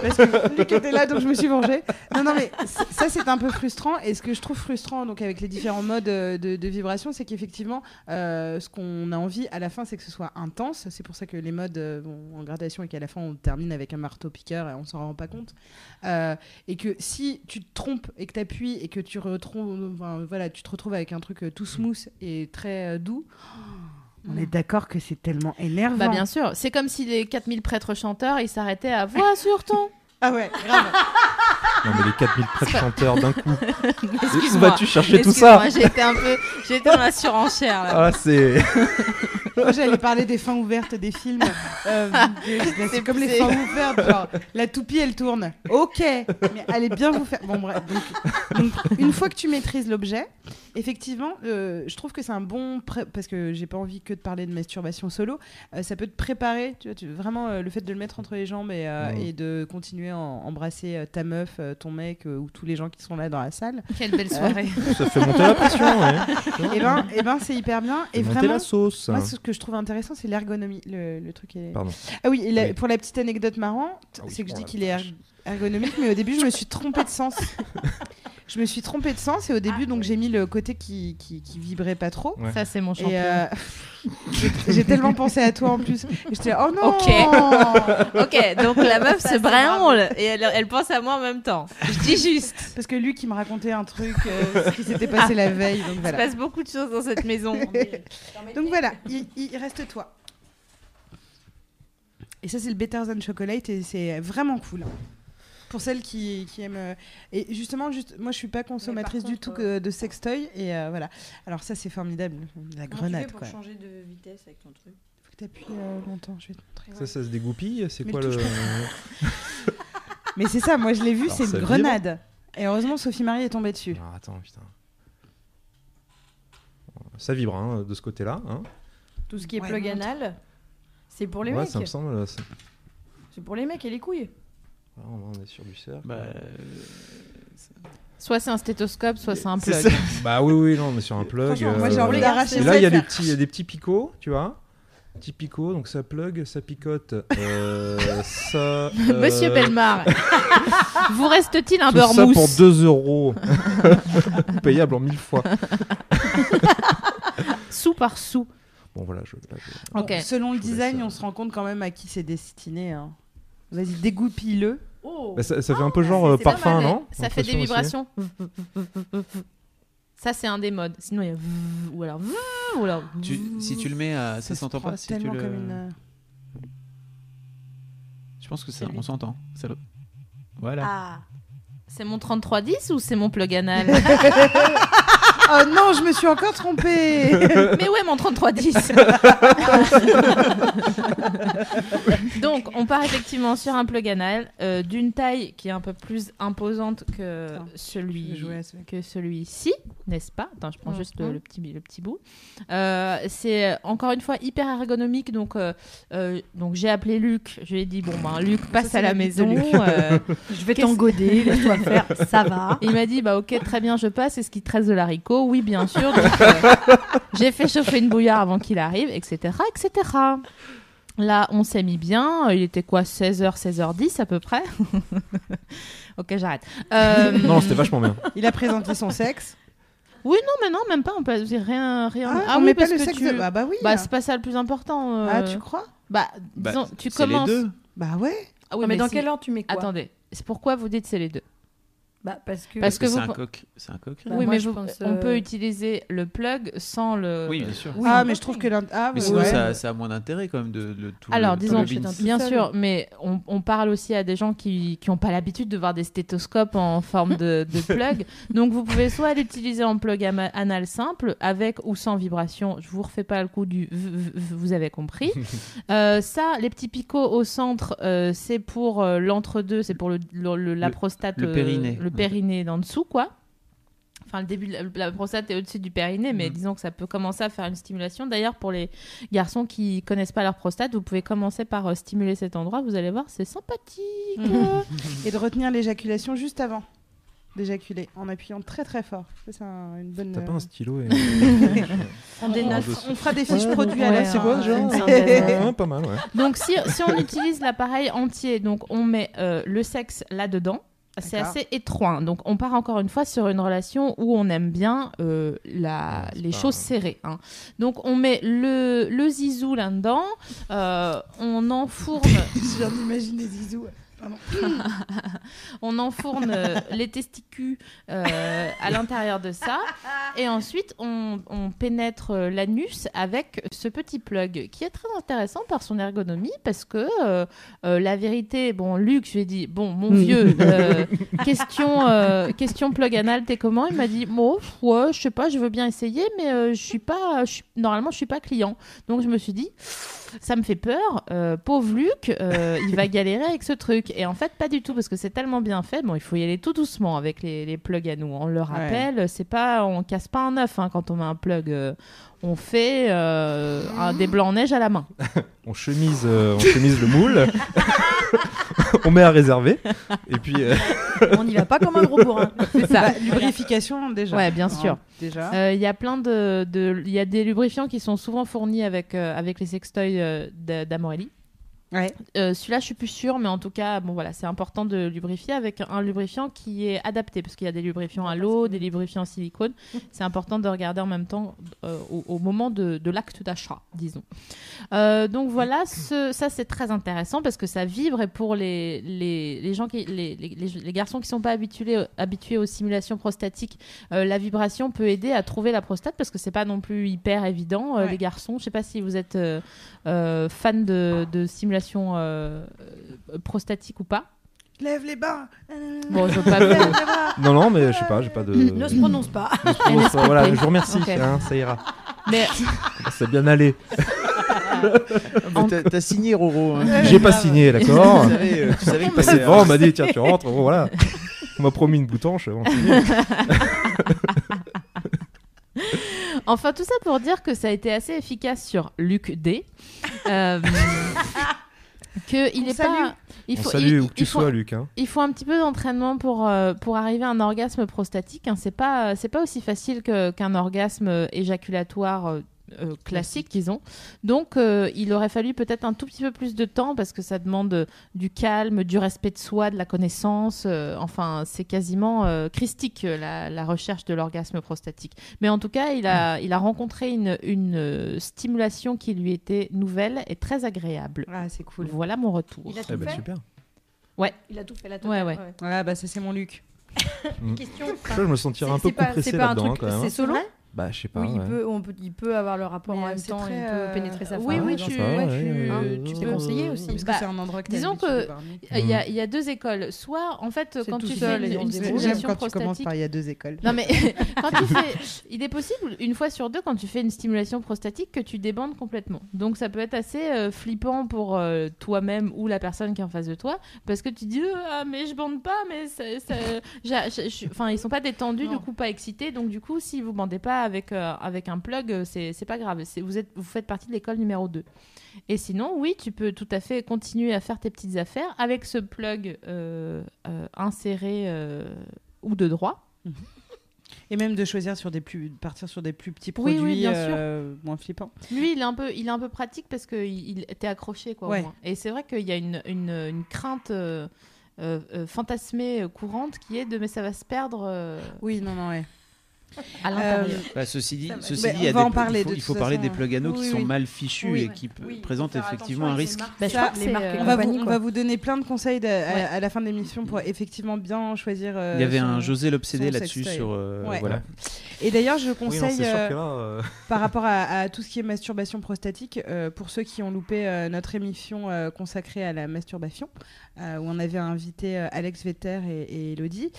parce que Luc était là donc je me suis vengée. Non non mais c- ça c'est un peu frustrant et ce que je trouve frustrant donc avec les différents modes euh, de, de vibration c'est qu'effectivement euh, ce qu'on a envie à la fin, c'est que ce soit intense. C'est pour ça que les modes euh, vont en gradation et qu'à la fin, on termine avec un marteau-piqueur et on s'en rend pas compte. Euh, et que si tu te trompes et que tu appuies et que tu, retrouves, enfin, voilà, tu te retrouves avec un truc euh, tout smooth et très euh, doux, on est d'accord que c'est tellement énervant. Oh. Bah bien sûr, c'est comme si les 4000 prêtres chanteurs, ils s'arrêtaient à voix sur ton. Ah ouais, grave. Non, mais les 4000 prêtres chanteurs d'un coup. Où Excuse-moi. vas-tu chercher tout Excuse-moi, ça J'ai été un peu j'ai été dans la surenchère là. Ah, c'est. Moi, j'allais parler des fins ouvertes des films. Euh, des- des- c'est C'est- comme les c'est- fins ouvertes, genre la toupie elle tourne. Ok, mais allez bien vous faire. Bon, bref. Donc, donc, une fois que tu maîtrises l'objet, effectivement, euh, je trouve que c'est un bon. pré- Parce que j'ai pas envie que de parler de masturbation solo. euh, ça peut te préparer. Tu vois, tu- vraiment, euh, le fait de le mettre entre les jambes et, euh, Mhm. et de continuer à en- embrasser euh, ta meuf, euh, ton mec euh, ou tous les gens qui sont là dans la salle, Ah. Quelle belle soirée. Ça fait monter la pression, ouais. et ben, et ben c'est hyper bien. Et Fait monter vraiment. la sauce. Moi, ce que je trouve intéressant, c'est l'ergonomie. Le, le truc est. Hein. Pardon. Ah oui, et la- Oui. pour la petite anecdote marrante, Ah oui, c'est que je oh dis la qu'il est vache. erg- ergonomique, mais au début, je me suis trompée de sens. Je me suis trompée de sens et au Ah début, donc j'ai mis le côté qui, qui, qui vibrait pas trop. Ouais. Ça, c'est mon champion. Et euh, j'ai tellement pensé à toi en plus. Et J'étais là, oh non Ok. Ok, donc la meuf Ça, se c'est branle et elle, elle pense à moi en même temps. Je dis juste. Parce que lui qui me racontait un truc euh, ce qui s'était passé la veille. Donc Il se voilà. passe beaucoup de choses dans cette maison. Donc voilà, il, il reste toi. Et ça, c'est le Better Than Chocolate et c'est vraiment cool. Pour celles qui, qui aiment. euh, Et justement, juste, moi, je suis pas consommatrice du contre, tout que de sextoy. Et euh, voilà. Alors, ça, c'est formidable. La grenade, quoi. changer de vitesse avec ton truc Faut que t'appuies euh, longtemps, je vais te montrer. Ça, ça se dégoupille. C'est Mais quoi le le. Mais c'est ça, moi, je l'ai vu, Alors, c'est une ça vibre. grenade. Et heureusement, Sophie Marie est tombée dessus. Ah, attends, putain. Ça vibre hein, de ce côté-là. Hein. Tout ce qui est Ouais, plug montre. anal, c'est pour les ouais, mecs. ça me semble. ça- C'est pour les mecs et les couilles. Ah, on est sur du cercle. Bah, Soit c'est un stéthoscope, soit c'est un c'est plug. ça. Bah oui, oui, non, mais sur un plug. Franchement, moi, j'ai envie euh, d'arracher Et le là, il y a des set, petits, des petits picots, tu vois. Petits picots, donc ça plug, ça picote. euh, ça. euh, Monsieur Belmar, Ah, vous reste-t-il un Tout beurre ça mousse pour 2 euros. Payable en 1000 fois. Sous par sous. Bon, voilà, je. là, je- Bon, Ok. selon le Je vous laisse, design, euh, on se rend compte quand même à qui c'est destiné. hein. Vas-y, dégoupille-le. Oh Bah, ça, ça fait un peu genre euh, Ah, C'est pas parfum, mal, hein. non Ça fait des vibrations. Ça, c'est un des modes. Sinon, il y a ou alors ou alors. tu- si tu le mets à. Ça se s'entend prend pas si tu tellement le- comme une, euh, Je pense que C'est ça, lui. on s'entend. Ça le- Voilà. Ah. C'est mon 3310 ou c'est mon plug anal Oh non, je me suis encore trompée Mais ouais, mon 3310 Donc, on part effectivement sur un plug anal euh, d'une taille qui est un peu plus imposante que Attends, je vais celui jouer à Mmh. ce mec. que celui-ci, n'est-ce pas Attends, je prends Mhm. juste le, le petit, bi- le petit bout. Euh, c'est euh, encore une fois hyper ergonomique, donc, euh, euh, donc j'ai appelé Luc, je lui ai dit, bon ben Luc, passe c'est à la l'habit de maison. euh, Je vais Qu'est-ce- t'engoder, laisse-toi faire, ça va. il m'a dit, bah ok, très bien, je passe, est-ce qu'il te reste de l'haricot Oui, bien sûr. Donc, euh, j'ai fait chauffer une bouillarde avant qu'il arrive, etc., etc. Là, on s'est mis bien, il était quoi, 16h, 16h10 à peu près Ok, j'arrête. Euh, Non, c'était vachement bien. Il a présenté son sexe. Non, mais non, même pas, on peut dire rien. rien. Ah, on oui, met pas parce le que sexe tu- de- Bah, bah oui Bah, c'est pas ça le plus important. euh. Ah, tu crois Bah, Bah, disons, tu C'est les commences. deux. Bah ouais Ah oui, mais, dans si- quel ordre tu mets quoi Attendez, c'est pourquoi vous dites c'est les deux Bah, parce que. Parce- que vous- c'est un coq. C'est un coq. Bah, Oui, moi, mais je vous- pense, on euh, peut utiliser le plug sans le. Oui, bien sûr. Ah, mais je trouve que l'un... Ah, Euh, Mais ouais. sinon, ouais. ça, ça a moins d'intérêt quand même de, de tout. Alors, tout disons, le Vince. bien sûr, mais on, on parle aussi à des gens qui n'ont pas l'habitude de voir des stéthoscopes en forme de, de plug. Donc, vous pouvez soit l'utiliser en plug ama- anal simple, avec ou sans vibration. Je vous refais pas le coup du v- v- v- vous avez compris. Euh, ça, les petits picots au centre, euh, c'est pour euh, l'entre-deux, c'est pour le, le- le- la Le- prostate. le euh, périnée. le périnée d'en dessous, quoi. Enfin, le début de la, la prostate est au-dessus du périnée, Mhm. mais disons que ça peut commencer à faire une stimulation. D'ailleurs, pour les garçons qui connaissent pas leur prostate, vous pouvez commencer par euh, stimuler cet endroit. Vous allez voir, c'est sympathique. Mhm. Et de retenir l'éjaculation juste avant d'éjaculer, en appuyant très très fort. Ça, c'est un- une bonne... T'as pas euh, un stylo et. On dénote. On fera des fiches produits à hein. ouais, la ouais, C'est quoi, un- genre une synthèse. Ouais, Pas mal, ouais. donc, si, si on utilise l'appareil entier, donc on met euh, le sexe là-dedans. C'est D'accord. assez étroit. hein. Donc, on part encore une fois sur une relation où on aime bien euh, la- Ouais, c'est les pas- choses serrées. hein. Donc, on met le, le zizou là-dedans. euh, on enfourne Je viens d'imaginer Zizou. On enfourne euh, les testicules euh, à l'intérieur de ça. Et ensuite, on, on pénètre euh, l'anus avec ce petit plug qui est très intéressant par son ergonomie parce que euh, euh, la vérité, bon, Luc, je lui ai dit, bon, mon vieux, euh, question, euh, question plug anal, t'es comment Il m'a dit, bon, ouais, je sais pas, je veux bien essayer, mais euh, je suis pas, je suis- normalement, je suis pas client. Donc, je me suis dit, ça me fait peur. euh, pauvre Luc, euh, il va galérer avec ce truc. Et en fait, pas du tout, parce que c'est tellement bien fait. Bon, il faut y aller tout doucement avec les, les plugs à nous. On le rappelle, c'est pas, on casse pas un œuf hein, quand on met un plug. euh, on fait euh, un, des blancs-neige à la main. On chemise, euh, on chemise le moule. on met à réserver. Et puis. euh, On n'y va pas comme un gros bourrin. C'est ça. lubrification, déjà. Ouais, bien sûr. Euh, Hein, déjà. Il y a plein de, de- il y a des lubrifiants qui sont souvent fournis avec euh, avec les sextoys euh, d'A- d'Amorelli. Ouais. Euh, Celui-là, je suis plus sûre, mais en tout cas, bon voilà, c'est important de lubrifier avec un lubrifiant qui est adapté, parce qu'il y a des lubrifiants à l'eau, des lubrifiants en silicone. C'est important de regarder en même temps euh, au, au moment de, de l'acte d'achat, disons. Euh, donc voilà, ce- ça c'est très intéressant parce que ça vibre et pour les, les, les gens qui, les, les, les- les garçons qui sont pas habitués, habitués aux simulations prostatiques, euh, la vibration peut aider à trouver la prostate parce que c'est pas non plus hyper évident. Euh, Ouais. Les garçons, je sais pas si vous êtes euh, euh, fan de, de simulations euh, euh, prostatiques ou pas. Lève les bras. Bon, je veux pas vous- Lève les bras. Non, non, mais je sais pas, j'ai pas de. Ne se prononce pas. Ne se prononce pas. Voilà, je vous remercie, Ok. hein, ça ira. Mais C'est bien allé. En- T'as t'as signé, Roro. hein. J'ai pas signé, d'accord Tu savais, euh, tu savais que Bah, c'est t'allais- bon, on m'a dit, tiens, tu rentres, bon, voilà. On m'a promis une boutanche. bon. enfin, tout ça pour dire que ça a été assez efficace sur Luc D. Euh, que il On est salue. pas. Il On faut, salue il- où que tu il faut- sois, Luc. hein. il faut un petit peu d'entraînement pour, euh, pour arriver à un orgasme prostatique. hein. C'est pas, c'est pas aussi facile que- qu'un orgasme euh, éjaculatoire. euh, euh, classique disons donc euh, il aurait fallu peut-être un tout petit peu plus de temps parce que ça demande euh, du calme du respect de soi de la connaissance euh, enfin c'est quasiment euh, christique euh, la, la recherche de l'orgasme prostatique mais en tout cas il a, il a rencontré une, une euh, stimulation qui lui était nouvelle et très agréable Ah, c'est cool. voilà mon retour Il a tout Eh ben, fait. super. Il a tout fait. La ouais totale, ouais Ah, bah ça, c'est mon Luc. Question. Je crois que je me sentirais un C'est- peu c'est pas- compressé c'est pas un là-dedans, hein, truc- quand même. C'est hein. solo Bah, je sais pas. Oui, il ouais. peut, on peut, il peut avoir le rapport Mais, en euh, même c'est temps, il très, peut euh, pénétrer sa femme. Oui, oui, dans tu, ça, ouais, ouais, tu- ouais, tu ouais. C'est peux. conseillé aussi. Parce que Bah, c'est un endroit que disons t'as que- l'habitude de parler. Il y, a- il y a deux écoles. Soit, en fait, C'est quand tout tu seul, fais et une, on une se débrouille. J'aime stimulation quand tu commences prostatique. par il y a deux écoles. Non mais quand tu fais, il est possible une fois sur deux quand tu fais une stimulation prostatique que tu débandes complètement. Donc ça peut être assez euh, flippant pour euh, toi-même ou la personne qui est en face de toi parce que tu dis Euh, ah mais je bande pas mais ça- ça- j'a- j'a- je- enfin ils sont pas détendus Non. du coup pas excités donc du coup si vous bandez pas avec euh, avec un plug euh, c'est c'est pas grave C'est- vous êtes vous faites partie de l'école numéro 2. Et sinon oui tu peux tout à fait continuer à faire tes petites affaires avec ce plug euh, euh, inséré euh, ou de droit. Et même de choisir sur des plus, de partir sur des plus petits Oui, oui, produits bien sûr. euh, moins flippants. Lui, il est un peu, il est un peu pratique parce que il, il- t'es accroché quoi. au Ouais. moins. Et c'est vrai qu'il y a une, une, une crainte euh, euh, euh, fantasmée euh, courante qui est de mais ça va se perdre euh, Oui, non, non, ouais. Euh, à l'intérieur. Bah, ceci dit, Ça va. ceci Mais dit, on il y a va des- en parler il faut, de il faut toute parler façon, des plug anneaux oui, qui oui. sont mal fichus Oui, et qui pe- présentent euh, effectivement un risque. Bah, je crois que c'est, euh, On va, vous, compagnie, on quoi. va vous donner plein de conseils de- à, Ouais. à la fin de l'émission pour effectivement bien choisir. euh, Il y avait son- un José l'obsédé son là-dessus sextoy. sur euh, Ouais. voilà. Et d'ailleurs, je Oui, non, conseille c'est sûr euh, que là. euh, par rapport à, à tout ce qui est masturbation prostatique, euh, pour ceux qui ont loupé euh, notre émission euh, consacrée à la masturbation, euh, où on avait invité euh, Alex Vetter et, et Elodie.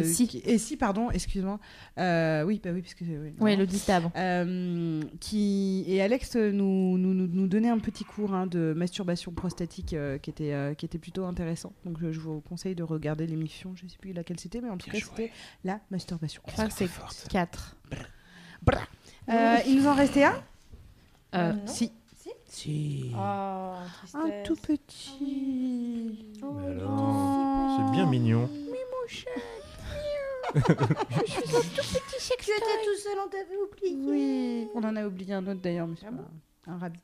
Non, et si. qui- et si, pardon, excuse-moi. Euh, oui, bah oui, parce que. oui, Ouais, non. le dit avant. Euh, qui et Alex euh, nous, nous, nous- nous donnait un petit cours hein, de masturbation prostatique euh, qui, était, euh, qui était plutôt intéressant. Donc je, je vous conseille de regarder l'émission, je sais plus laquelle c'était, mais en tout Bien cas joué. c'était la masturbation. Je crois que c'est forte. 4 Euh, il nous en restait un Euh, Si. Ah, Un tristesse. tout petit. mais alors, C'est bien mignon. Tu étais tout seul, on t'avait oublié. Oui, on en a oublié un autre d'ailleurs, Ah mais c'est bon pas- un rabbit.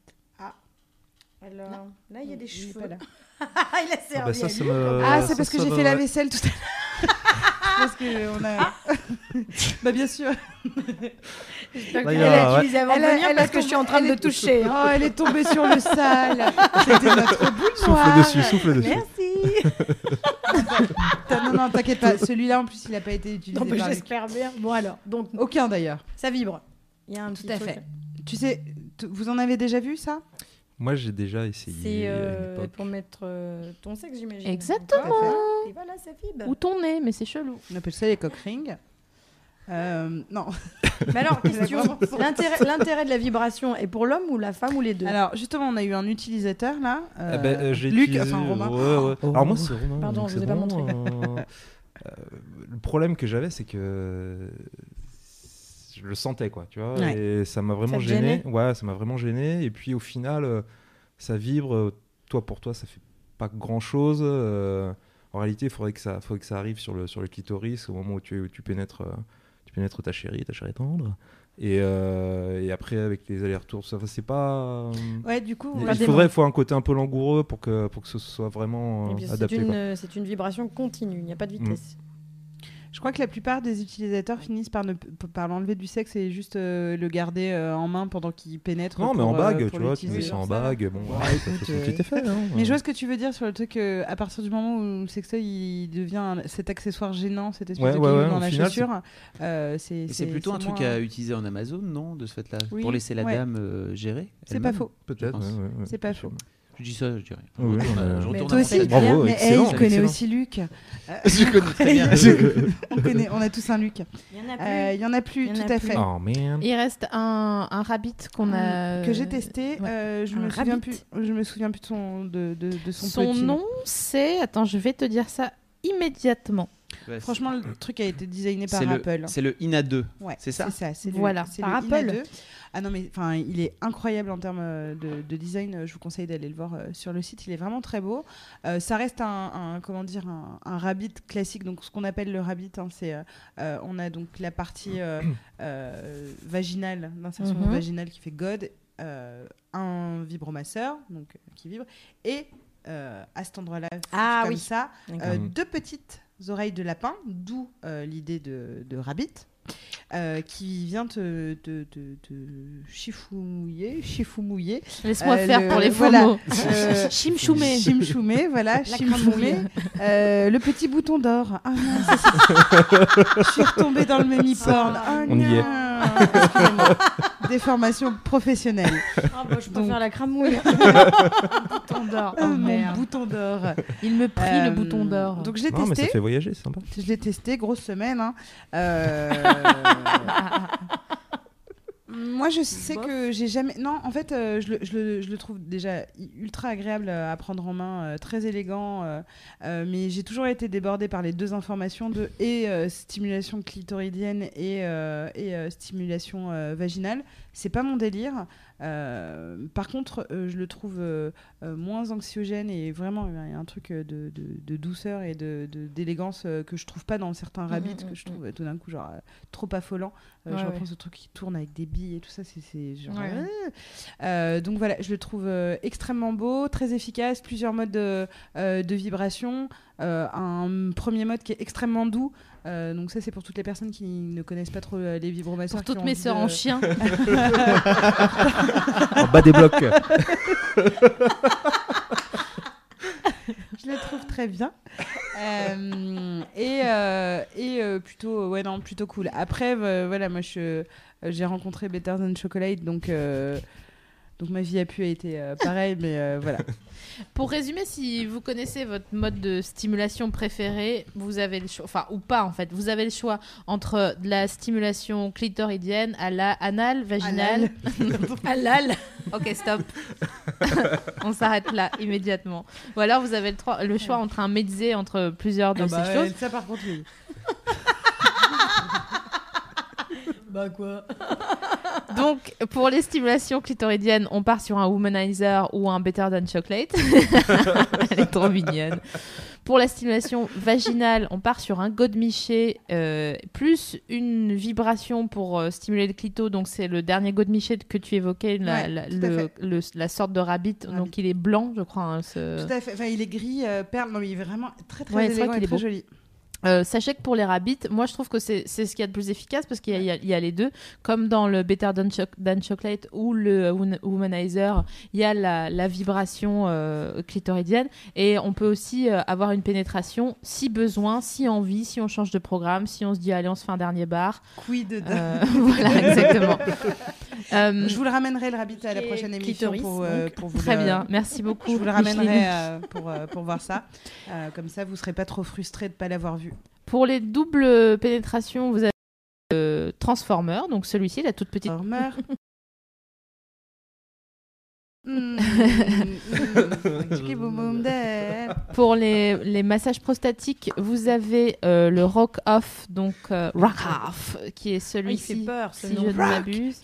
Alors, là, il y a des Il est cheveux. pas là. Ah, il a servi. Ah, bah, ça, à ça lui. Euh, me- Ah, c'est ça, parce que ça j'ai me- fait la vaisselle tout à l'heure. parce que on a. bah bien sûr. Elle Là, il y a- a utilisé avant de Elle a- venir elle a parce que je suis en train de tombé- le toucher. hein. Oh, elle est tombée sur le sale. C'était notre boule noire. Souffle dessus, souffle dessus. Merci. T'as- Non, non, t'inquiète pas. Celui-là, en plus, il n'a pas été utilisé. Non, mais par Luc. j'espère bien. Bon, alors, donc, Aucun d'ailleurs. ça vibre. Il y a un Tout petit à truc. fait. Tu sais, t- vous en avez déjà vu ça Moi, j'ai déjà essayé. C'est euh, à une époque. pour mettre euh, ton sexe, j'imagine. Exactement. Tout à Et voilà, ça Euh. vibre. Où ton nez, mais c'est chelou. On appelle ça les cock rings. Euh, non. Mais alors, question, J'ai vraiment- l'intérêt l'intérêt de la vibration est pour l'homme ou la femme ou les deux Alors, justement, on a eu un utilisateur là. euh, Ah bah, euh, j'ai Luc, utilisé- enfin Romain. ouais, ouais. Oh. Alors moi c'est Romain. Pardon, donc je c'est vous ai pas bon, montré. euh, euh, le problème que j'avais, c'est que je le sentais quoi, tu vois, Ouais. et ça m'a Ça vraiment te gêné. Ouais, ça m'a vraiment gêné. Et puis au final, euh, ça vibre. euh, Toi pour toi, ça fait pas grand chose. en réalité, il faudrait que ça, faudrait que ça arrive sur le sur le clitoris au moment où tu, où tu pénètres, euh, tu pénètres ta chérie, ta chérie tendre. Et, euh, et après, avec les allers-retours, ça va, c'est pas. euh, Ouais, du coup, on va il faudrait faut un côté un peu langoureux pour que, pour que ce soit vraiment Et euh, puis, C'est adapté. une, quoi. euh, c'est une vibration continue, il n'y a pas de vitesse. Je crois que la plupart des utilisateurs finissent par, ne, par l'enlever du sexe et juste euh, le garder euh, en main pendant qu'il pénètre. Non, mais pour, en euh, bague, pour tu vois, tu l'utiliser. mets ça en Comme là. bague, bon, Ouais, voilà, ça écoute, fait son euh, petit effet. hein. Mais je vois ce que tu veux dire sur le truc euh, à partir du moment où le sextoy il devient un- cet accessoire gênant, cette espèce Ouais, de ouais, caillou ouais, dans au la final, chaussure. euh, c'est Et C'est plutôt un c'est truc moins- à utiliser en Amazon, non De ce fait-là Oui, Pour laisser la ouais. dame euh, gérer C'est pas elle-même faux. Peut-être, je pense. ouais, ouais, ouais, C'est pas sûr. Je dis ça, je dirais. Oui, je retourne à- mais- je Mais retourne toi à- aussi, Bravo, mais hey, excellent. je connais excellent. aussi Luc. Euh, Je connais très bien. on, connaît- on a tous un Luc. Euh, Il y en a Il plus. y en a plus, Il y en tout a à plus. fait. Mm. Oh man. Il reste un, un rabbit qu'on a. Ah, que j'ai testé, ouais. euh, je, Un me souviens rabbit. plus, je me souviens plus de son, de, de- de son, euh, Son, petit nom, c'est. Attends, je vais te dire ça immédiatement. Ouais, Franchement, le truc a été designé c'est- par c'est le- Apple. C'est le INA 2. Ouais, c'est ça C'est ça. c'est le- Voilà. c'est Par le Ina Apple. 2. Ah non, mais enfin, il est incroyable en termes euh, de, de design. Euh, Je vous conseille d'aller le voir euh, sur le site. Il est vraiment très beau. Euh, ça reste un, un- comment dire un, un rabbit classique. Donc ce qu'on appelle le rabbit, hein, c'est euh, euh, on a donc la partie euh, euh, vaginale d'insertion Mhm. vaginale qui fait God, euh, un vibromasseur donc euh, qui vibre et euh, à cet endroit-là, Ah comme oui. ça, D'accord. euh, Mhm. deux petites oreilles de lapin, d'où euh, l'idée de, de rabbit, euh, qui vient te, te, te, te chifouiller, chiffoumouiller. Laisse-moi Euh, faire le- pour les faux voilà. mots. Euh, Chimchoumé. Chimchoumé, voilà, chimchoumé. Euh, le petit bouton d'or. Ah non, ça, c'est- je suis retombée dans le mémi porn. Ah On y est. non, excusez-moi. Déformation professionnelle. Ah, bah, je préfère la cramouille. Bouton d'or. Ah, mon bouton d'or. Il me prie Euh, Oh, le bouton d'or. Donc je l'ai Non, mais ça testé. fait voyager, c'est sympa. Je l'ai testé, grosse semaine. hein. Euh, Moi, je sais que j'ai jamais. Non, en fait, euh, je, le, je le- je le trouve déjà i- ultra agréable euh, à prendre en main, euh, très élégant. euh, euh, mais j'ai toujours été débordée par les deux informations de et euh, stimulation clitoridienne et, euh, et euh, stimulation euh, vaginale. C'est pas mon délire. Euh, par contre, euh, je le trouve euh, euh, moins anxiogène et vraiment euh, il y a un truc euh, de, de- de douceur et de de- d'élégance euh, que je trouve pas dans certains rabbits mm, que je trouve euh, tout d'un coup genre euh, trop affolant. Euh, je Ouais, reprends ouais. ce truc qui tourne avec des billes et tout ça, c'est- c'est genre. Ouais. euh. Euh, donc voilà, je le trouve euh, extrêmement beau, très efficace, plusieurs modes de, euh, de vibration, euh, un premier mode qui est extrêmement doux. Euh, donc ça c'est pour toutes les personnes qui ne connaissent pas trop euh, les vibromasseurs. Pour qui toutes ont mes envie sœurs de- en chien. En bas des blocs. Je la trouve très bien. Euh, et euh, et euh, plutôt, ouais, non, plutôt cool. Après, euh, voilà, moi, je, euh, j'ai rencontré Better Than Chocolate, donc, euh, donc ma vie a pu a été euh, pareille, mais euh, voilà. Pour résumer, si vous connaissez votre mode de stimulation préféré, vous avez le choix, enfin ou pas en fait, vous avez le choix entre de la stimulation clitoridienne à la anale, vaginale. Halal. ok, stop. On s'arrête là immédiatement. Ou alors vous avez le, tro- le choix entre un médisé entre plusieurs de Ah ces bah, choses. euh, ça, par contre, oui. Bah quoi Donc, pour les stimulations clitoridiennes, on part sur un womanizer ou un better than chocolate. Elle est trop mignonne. Pour la stimulation vaginale, on part sur un godemiché euh, plus une vibration pour euh, stimuler le clito. Donc, c'est le dernier godemiché que tu évoquais, la, Ouais, la- tout à le- fait. le- la sorte de rabbit. Rabbit. Donc, il est blanc, je crois. hein, ce- Tout à fait. Enfin, il est gris, euh, perle. Non, mais il est vraiment très, très Ouais, c'est vrai élégant qu'il et est très beau. joli. Euh, sachez que pour les rabbits, moi je trouve que c'est c'est ce qu'il y a de plus efficace parce qu'il y, a- il y a- il y a les deux. Comme dans le Better Than, Choc- Than Chocolate ou le Wom- Womanizer, il y a la, la vibration euh, clitoridienne et on peut aussi euh, avoir une pénétration si besoin, si envie, si on change de programme, si on se dit allez on se fait un dernier bar. Quid de... Euh, voilà, exactement. Euh, Je vous le ramènerai, le rabbit, à la Et prochaine émission clitoris, pour, euh, pour vous très le- bien, merci beaucoup. Je vous le Micheline. ramènerai euh, pour, euh, pour voir ça. Euh, comme ça, vous serez pas trop frustré de pas l'avoir vu. Pour les doubles pénétrations, vous avez le Transformer, donc celui-ci, la toute petite. Transformer. Pour les, les massages prostatiques, vous avez euh, le Rock Off, donc euh, Rock Off, qui est Ah, Il celui-ci. fait peur ce si je nom. ne m'abuse.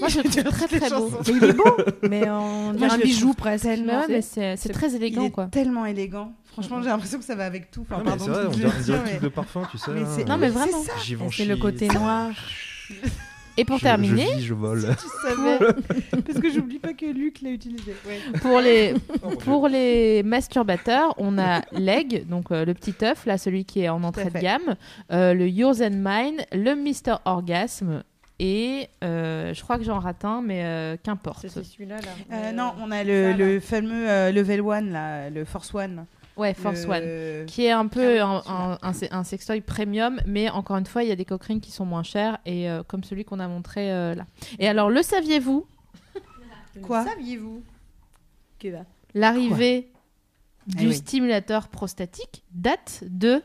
Moi, je le trouve très très beau. Mais il est beau Mais on Moi, dirait un je le bijou trouve presque. Mais ouais, mais c'est c'est c'est- très Il élégant, est quoi. tellement élégant. Franchement, j'ai l'impression que ça va avec tout. Enfin, Non, mais Ah, pardon c'est vrai, de on vous dirait le on dire, dirait un truc mais- de parfum, tu sais. mais hein. c'est- Non, mais vraiment. c'est ça. Givenchy. C'est le côté noir. Et pour Je- terminer, Je vis, je vole. Tu savais. Parce que j'oublie pas que Luc l'a utilisé. pour les pour les masturbateurs, on a l'egg, donc euh, le petit œuf là, celui qui est en entrée de fait. gamme, euh, le yours and mine, le Mister orgasme et euh, je crois que j'en rate un, mais euh, Ça, qu'importe. C'est celui-là, là. Euh, Mais, non, euh, on a ça, le, là. le fameux euh, level one là, le force one. Ouais, Force Le- One, qui est un peu Ah oui, un, un, un se- un sextoy premium, mais encore une fois, il y a des coquerines qui sont moins chères et euh, comme celui qu'on a montré euh, là. Et alors, le saviez-vous Le Quoi Saviez-vous que là L'arrivée du Eh oui. stimulateur prostatique date de,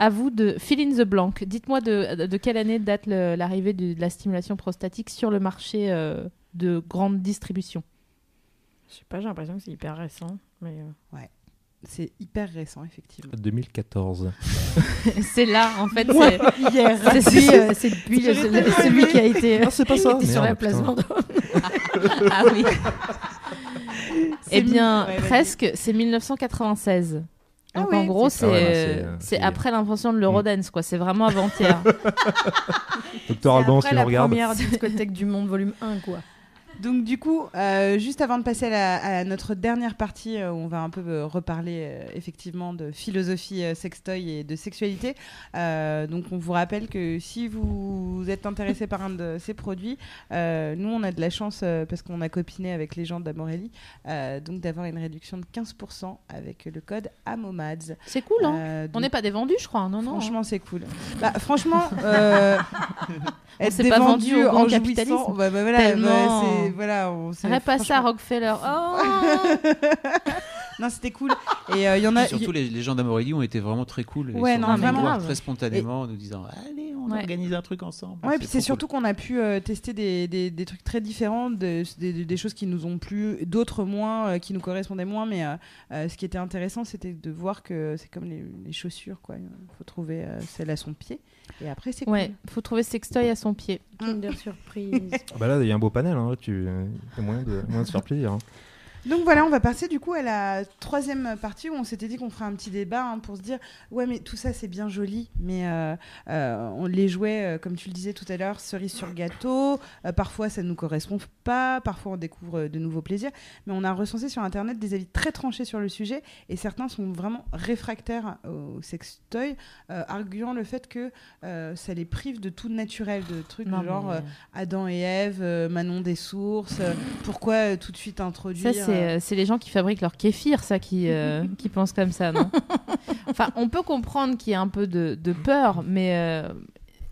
à vous, de Fill in the Blank. Dites-moi de, de quelle année date le- l'arrivée du- de la stimulation prostatique sur le marché euh, de grande distribution. Je sais pas, j'ai l'impression que c'est hyper récent. Mais euh, C'est hyper récent effectivement. 2014. C'est là, en fait. c'est- Hier, C'est- c'est c'est- euh, c'est depuis le- J'aurais tellement celui aimé. qui a été Ah, c'est pas ça. qui était sur la Merde, place putain. Vendôme. Ah oui. eh C'est bien, mignon, ouais, vas-y. presque, c'est 1996. Ah Donc oui, en gros, c'est- c'est Ah ouais, là, euh, c'est, euh, c'est Mm. c'est- après l'invention de l'Eurodance, quoi. C'est vraiment avant-hier. Docteur Alban, après si la on regarde. première discothèque du monde, volume 1, quoi. Donc du coup, euh, juste avant de passer à, la- à notre dernière partie euh, où on va un peu euh, reparler euh, effectivement de philosophie euh, sextoy et de sexualité, euh, donc on vous rappelle que si vous êtes intéressé par un de ces produits, euh, nous on a de la chance euh, parce qu'on a copiné avec les gens d'Amorelli, euh, donc d'avoir une réduction de 15% avec le code AMOMADS. c'est cool, hein Euh, On donc, n'est pas hein. des vendus, je crois. Non, non. Franchement, c'est cool. Bah, franchement, euh, être s'est des pas vendus vendu au grand en capitalisme. jouissant, bah, bah, voilà, Tellement. bah, c'est- voilà, on s'est- Arrête pas ça, franchement- Rockefeller. Oh non, c'était cool. Et euh, il y en Puis a. surtout, les, les gens d'Amorelli ont été vraiment très cool. Ils Ouais, sont non, venus nous vraiment. voir Grave. très spontanément en nous disant Allez, on Ouais. organise un truc ensemble. Ouais, puis trop c'est cool. surtout qu'on a pu euh, tester des, des- des trucs très différents, de- des, des- des choses qui nous ont plu, d'autres moins, euh, qui nous correspondaient moins. Mais euh, euh, ce qui était intéressant, c'était de voir que c'est comme les, les chaussures, quoi. Il faut trouver euh, celle à son pied. Et après, c'est Oh. ouais, cool. faut trouver sextoy à son pied. Kinder surprise. Ah bah là, il y a un beau panel. Hein. Là, tu as moyen de, moyen de se faire plaisir. hein. Donc voilà, on va passer du coup à la troisième partie où on s'était dit qu'on ferait un petit débat hein, pour se dire ouais mais tout ça c'est bien joli, mais euh, euh, on les jouets euh, comme tu le disais tout à l'heure cerise sur gâteau, euh, parfois ça ne nous correspond pas, parfois on découvre euh, de nouveaux plaisirs, mais on a recensé sur internet des avis très tranchés sur le sujet et certains sont vraiment réfractaires au sextoy, euh, arguant le fait que euh, ça les prive de tout naturel, de trucs Non, du genre mais- euh, Adam et Ève, euh, Manon des sources, euh, pourquoi euh, tout de suite introduire Ça, c'est euh, euh, c'est les gens qui fabriquent leur kéfir, ça, qui, euh, qui pensent comme ça, non Enfin, on peut comprendre qu'il y a un peu de, de peur, mais euh,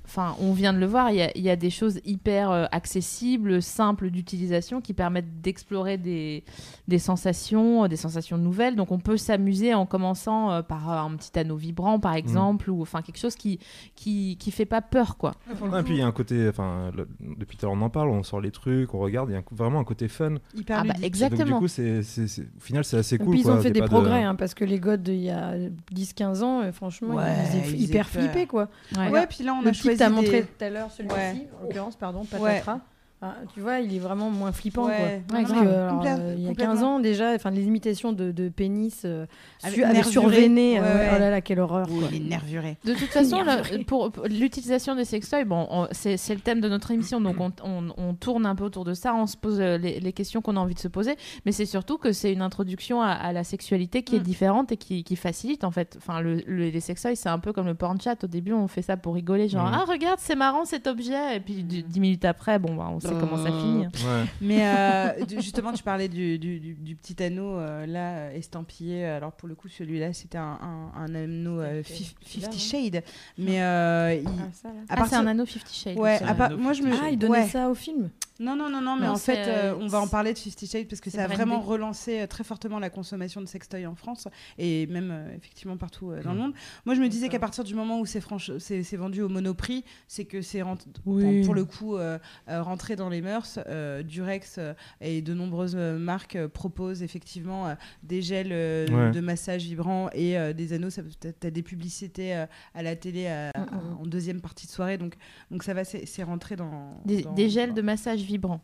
enfin, on vient de le voir, il y a, il y a des choses hyper euh, accessibles, simples d'utilisation, qui permettent d'explorer des, des sensations, euh, des sensations nouvelles. Donc, on peut s'amuser en commençant euh, par euh, un petit anneau vibrant, par exemple, ou enfin quelque chose qui, qui qui fait pas peur, quoi. Ah, et puis, il y a un côté. Enfin, le- depuis tout à l'heure, on en parle. On sort les trucs, on regarde. Il y a un- vraiment un côté fun. hyper ah bah, ludique. Donc, du exactement. coup, c'est, c'est- c'est- au final, c'est assez Et cool. puis ils quoi. ont fait des T'es pas de- progrès, hein, parce que les gods il y a 10-15 ans, euh, franchement, Ouais, ils faisaient ils hyper euh, étaient- flipper, quoi. Ouais. Ouais, puis là on le a type choisi t'a des- montré tout à l'heure, celui-ci, Ouais. en l'occurrence, pardon, Ouais. patatras. Ah, tu vois, il est vraiment moins flippant, quoi. Ouais, non, Ouais, non, Parce grave. que, alors, complète- euh, il y a complètement. 15 ans déjà, enfin les imitations de, de pénis euh, Avec su- avec nervuré. surveiné, euh, Ouais, ouais. oh là là quelle horreur Oh, quoi. il est nervuré. De toute façon, Merde, le- pour, pour l'utilisation des sextoys, bon, on- c'est c'est le thème de notre émission, donc on, on- on tourne un peu autour de ça, on se pose euh, les, les questions qu'on a envie de se poser, mais c'est surtout que c'est une introduction à, à la sexualité qui est Mm. différente et qui, qui facilite en fait. Enfin, le- le- les sextoys, c'est un peu comme le porn chat. Au début, on fait ça pour rigoler, genre Mm. ah regarde, c'est marrant cet objet, et puis du- dix minutes après, bon, bah, on sait comment Euh, ça Ah, finit. Ouais. Mais euh, du- justement, tu parlais du, du- du- du petit anneau euh, là euh, estampillé. Alors pour le coup, celui-là, c'était un, un, un anneau euh, C'était fif- celui-là, 50 hein. Shades. Mais euh, il- Ah, ça, là. à ah, c'est partir- un anneau 50 Shades. Ouais, C'est à un part- anneau moi je me. 50 Ah, Shades. ils donnaient ouais. ça au film. Non, non, non, non, mais Non, en c'est, fait, euh, euh, on va en parler de Fifty Shades parce que c'est ça a brandé. vraiment relancé euh, très fortement la consommation de sextoy en France et même euh, effectivement partout euh, dans Mmh. le monde. Moi, je me disais qu'à partir du moment où c'est franche- c'est c'est vendu au monoprix, c'est que c'est rent- Oui. pour le coup euh, euh, rentré dans les mœurs. euh, Durex euh, et de nombreuses euh, marques euh, proposent effectivement euh, des gels euh, Ouais. de massage vibrants et euh, des anneaux. Tu as des publicités euh, à la télé euh, mm. en deuxième partie de soirée, donc, donc ça va, c'est c'est rentré dans Des, dans- des gels dans- de massage vibrants.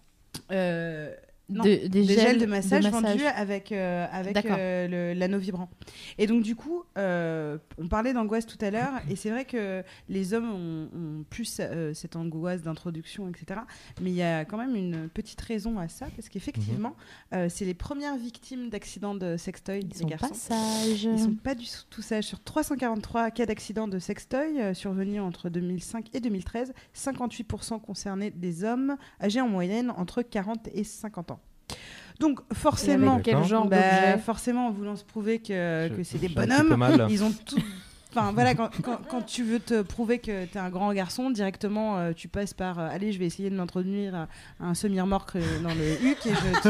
euh, Non, de- des, des gels, gels de massage, vendus massage. avec, euh, avec D'accord. euh, le- l'anneau vibrant. Et donc, du coup, euh, on parlait d'angoisse tout à l'heure, et c'est vrai que les hommes ont, ont plus euh, cette angoisse d'introduction, etc. Mais il y a quand même une petite raison à ça, parce qu'effectivement, euh, c'est les premières victimes d'accidents de sextoy Ils des sont garçons. pas sages. Ils sont pas du tout sages. Sur 343 cas d'accident de sextoy euh, survenus entre 2005 et 2013, 58% concernaient des hommes âgés en moyenne entre 40 et 50 ans. Donc forcément, avec quel genre bah, d'objet forcément, en voulant se prouver que, Je- que c'est des j'ai un petit peu bonhommes, mal. ils ont tout. Enfin voilà, quand, quand- quand tu veux te prouver que t'es un grand garçon, directement euh, tu passes par euh, allez, je vais essayer de m'introduire à un semi-remorque euh, dans le huc et je,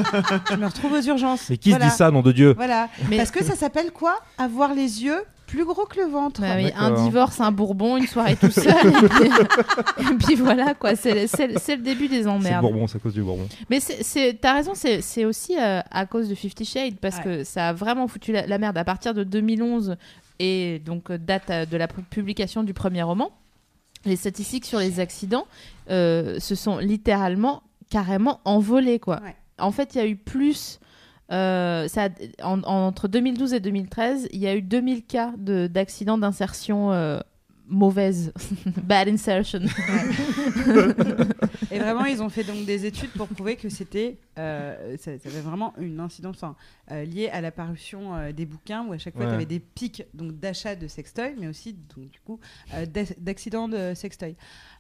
je me retrouve aux urgences. Mais qui Voilà. se dit ça, nom de Dieu Voilà. Mais- Parce que ça s'appelle quoi Avoir les yeux plus gros que le ventre. Bah oui, un D'accord. divorce, un bourbon, une soirée tout seul. et, puis, et puis voilà, quoi. C'est le, c'est le- c'est le début des C'est le emmerdes. Bourbon, c'est à cause du Bourbon. Mais c'est- c'est- t'as raison, c'est c'est aussi euh, à cause de Fifty Shades parce Ouais. que ça a vraiment foutu la, la merde à partir de 2011 et donc euh, date euh, de la pu- publication du premier roman. Les statistiques sur les accidents euh, se sont littéralement carrément envolées quoi. Ouais. En fait, il y a eu plus. euh, ça, a- en- en- entre 2012 et 2013, il y a eu 2000 cas de- d'accidents d'insertion euh, mauvaise, bad insertion. Et vraiment, ils ont fait donc des études pour prouver que c'était, euh, ça, ça avait vraiment une incidence enfin, euh, liée à la parution euh, des bouquins où à chaque fois Ouais. tu avais des pics donc d'achat de sextoy, mais aussi donc du coup euh, d'ac- d'accidents de sextoy.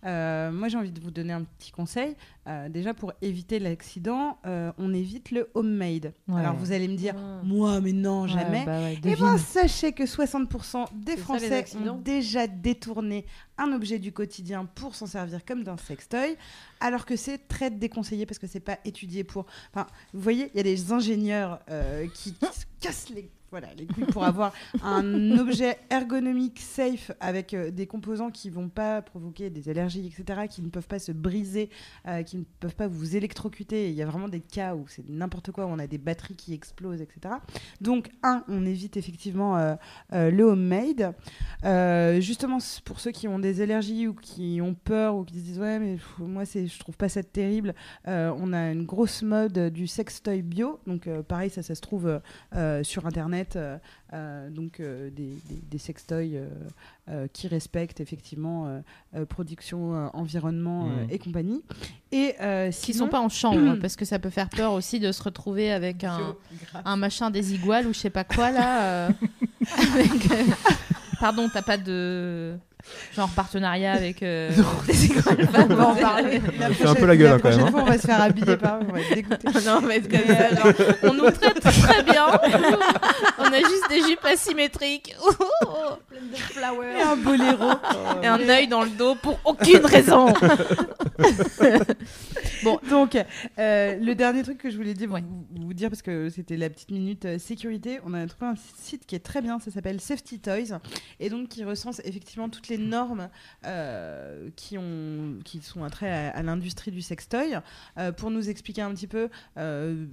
Euh, moi, j'ai envie de vous donner un petit conseil. Euh, déjà pour éviter l'accident, euh, on évite le homemade. Ouais. Alors vous allez me dire, Ah, moi, mais non, jamais. Ouais, bah ouais, Eh devine. ben, sachez que 60% des les Français accidents. ont déjà détourné un objet du quotidien pour s'en servir comme d'un sextoy, alors que c'est très déconseillé parce que c'est pas étudié pour. Enfin, vous voyez, il y a des ingénieurs euh, qui, qui se cassent les. Voilà, les couilles pour avoir un objet ergonomique safe avec euh, des composants qui vont pas provoquer des allergies, etc., qui ne peuvent pas se briser, euh, qui ne peuvent pas vous électrocuter. Il y a vraiment des cas où c'est n'importe quoi, où on a des batteries qui explosent, etc. Donc, un, on évite effectivement euh, euh, le homemade. Euh, justement, c- pour ceux qui ont des allergies ou qui ont peur ou qui se disent ouais, mais pff, moi c'est, je trouve pas ça terrible. euh, on a une grosse mode euh, du sextoy bio. Donc, euh, pareil, ça, ça se trouve euh, euh, sur internet. euh, euh, donc, euh, des, des, des sextoys euh, euh, qui respectent effectivement euh, euh, production, euh, environnement euh, Mhm. et compagnie. Et euh, qui sont sinon- pas en chambre parce que ça peut faire peur aussi de se retrouver avec un, un machin des iguales ou je sais pas quoi là euh, avec, euh, pardon t'as pas de genre partenariat avec euh, des iguales pas On va en vous- parler. Je fais un peu la gueule, hein, quand prochaine même, fois, on va se faire habiller par. On va être dégoûtés. non, mais comme ça, genre, on nous traite très bien on a juste des jupes asymétriques Pleine de flowers. un boléro. et un œil dans le dos pour aucune raison Donc, euh, le dernier truc que je voulais dire, vous, vous dire, parce que c'était la petite minute euh, sécurité, on a trouvé un site qui est très bien, ça s'appelle Safety Toys, et donc qui recense effectivement toutes les normes euh, qui, ont, qui sont attrait à, à l'industrie du sextoy, euh, pour nous expliquer un petit peu... euh,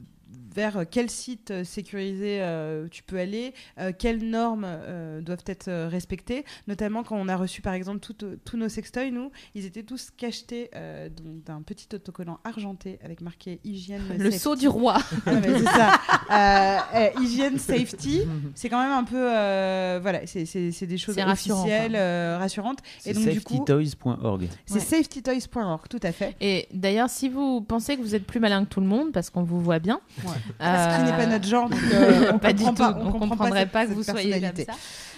vers quel site euh, sécurisé euh, tu peux aller, euh, quelles normes euh, doivent être euh, respectées, notamment quand on a reçu par exemple tout- euh, tous nos sextoys, nous, ils étaient tous cachetés euh, donc, d'un petit autocollant argenté avec marqué hygiène. le safety. saut du roi Ah, mais c'est ça. Euh, euh, hygiène, safety, c'est quand même un peu, euh, voilà, c'est- c'est c'est des choses C'est rassurant, officielles, euh, rassurantes. C'est Et donc du coup, safetytoys.org. c'est Ouais. safetytoys.org, tout à fait. et d'ailleurs si vous pensez que vous êtes plus malin que tout le monde parce qu'on vous voit bien Ouais. euh, Parce qu'il n'est pas notre genre, donc, euh, on pas du comprend tout. pas, on, comprend comprendrait cette- pas, que cette vous soyez comme personnalité.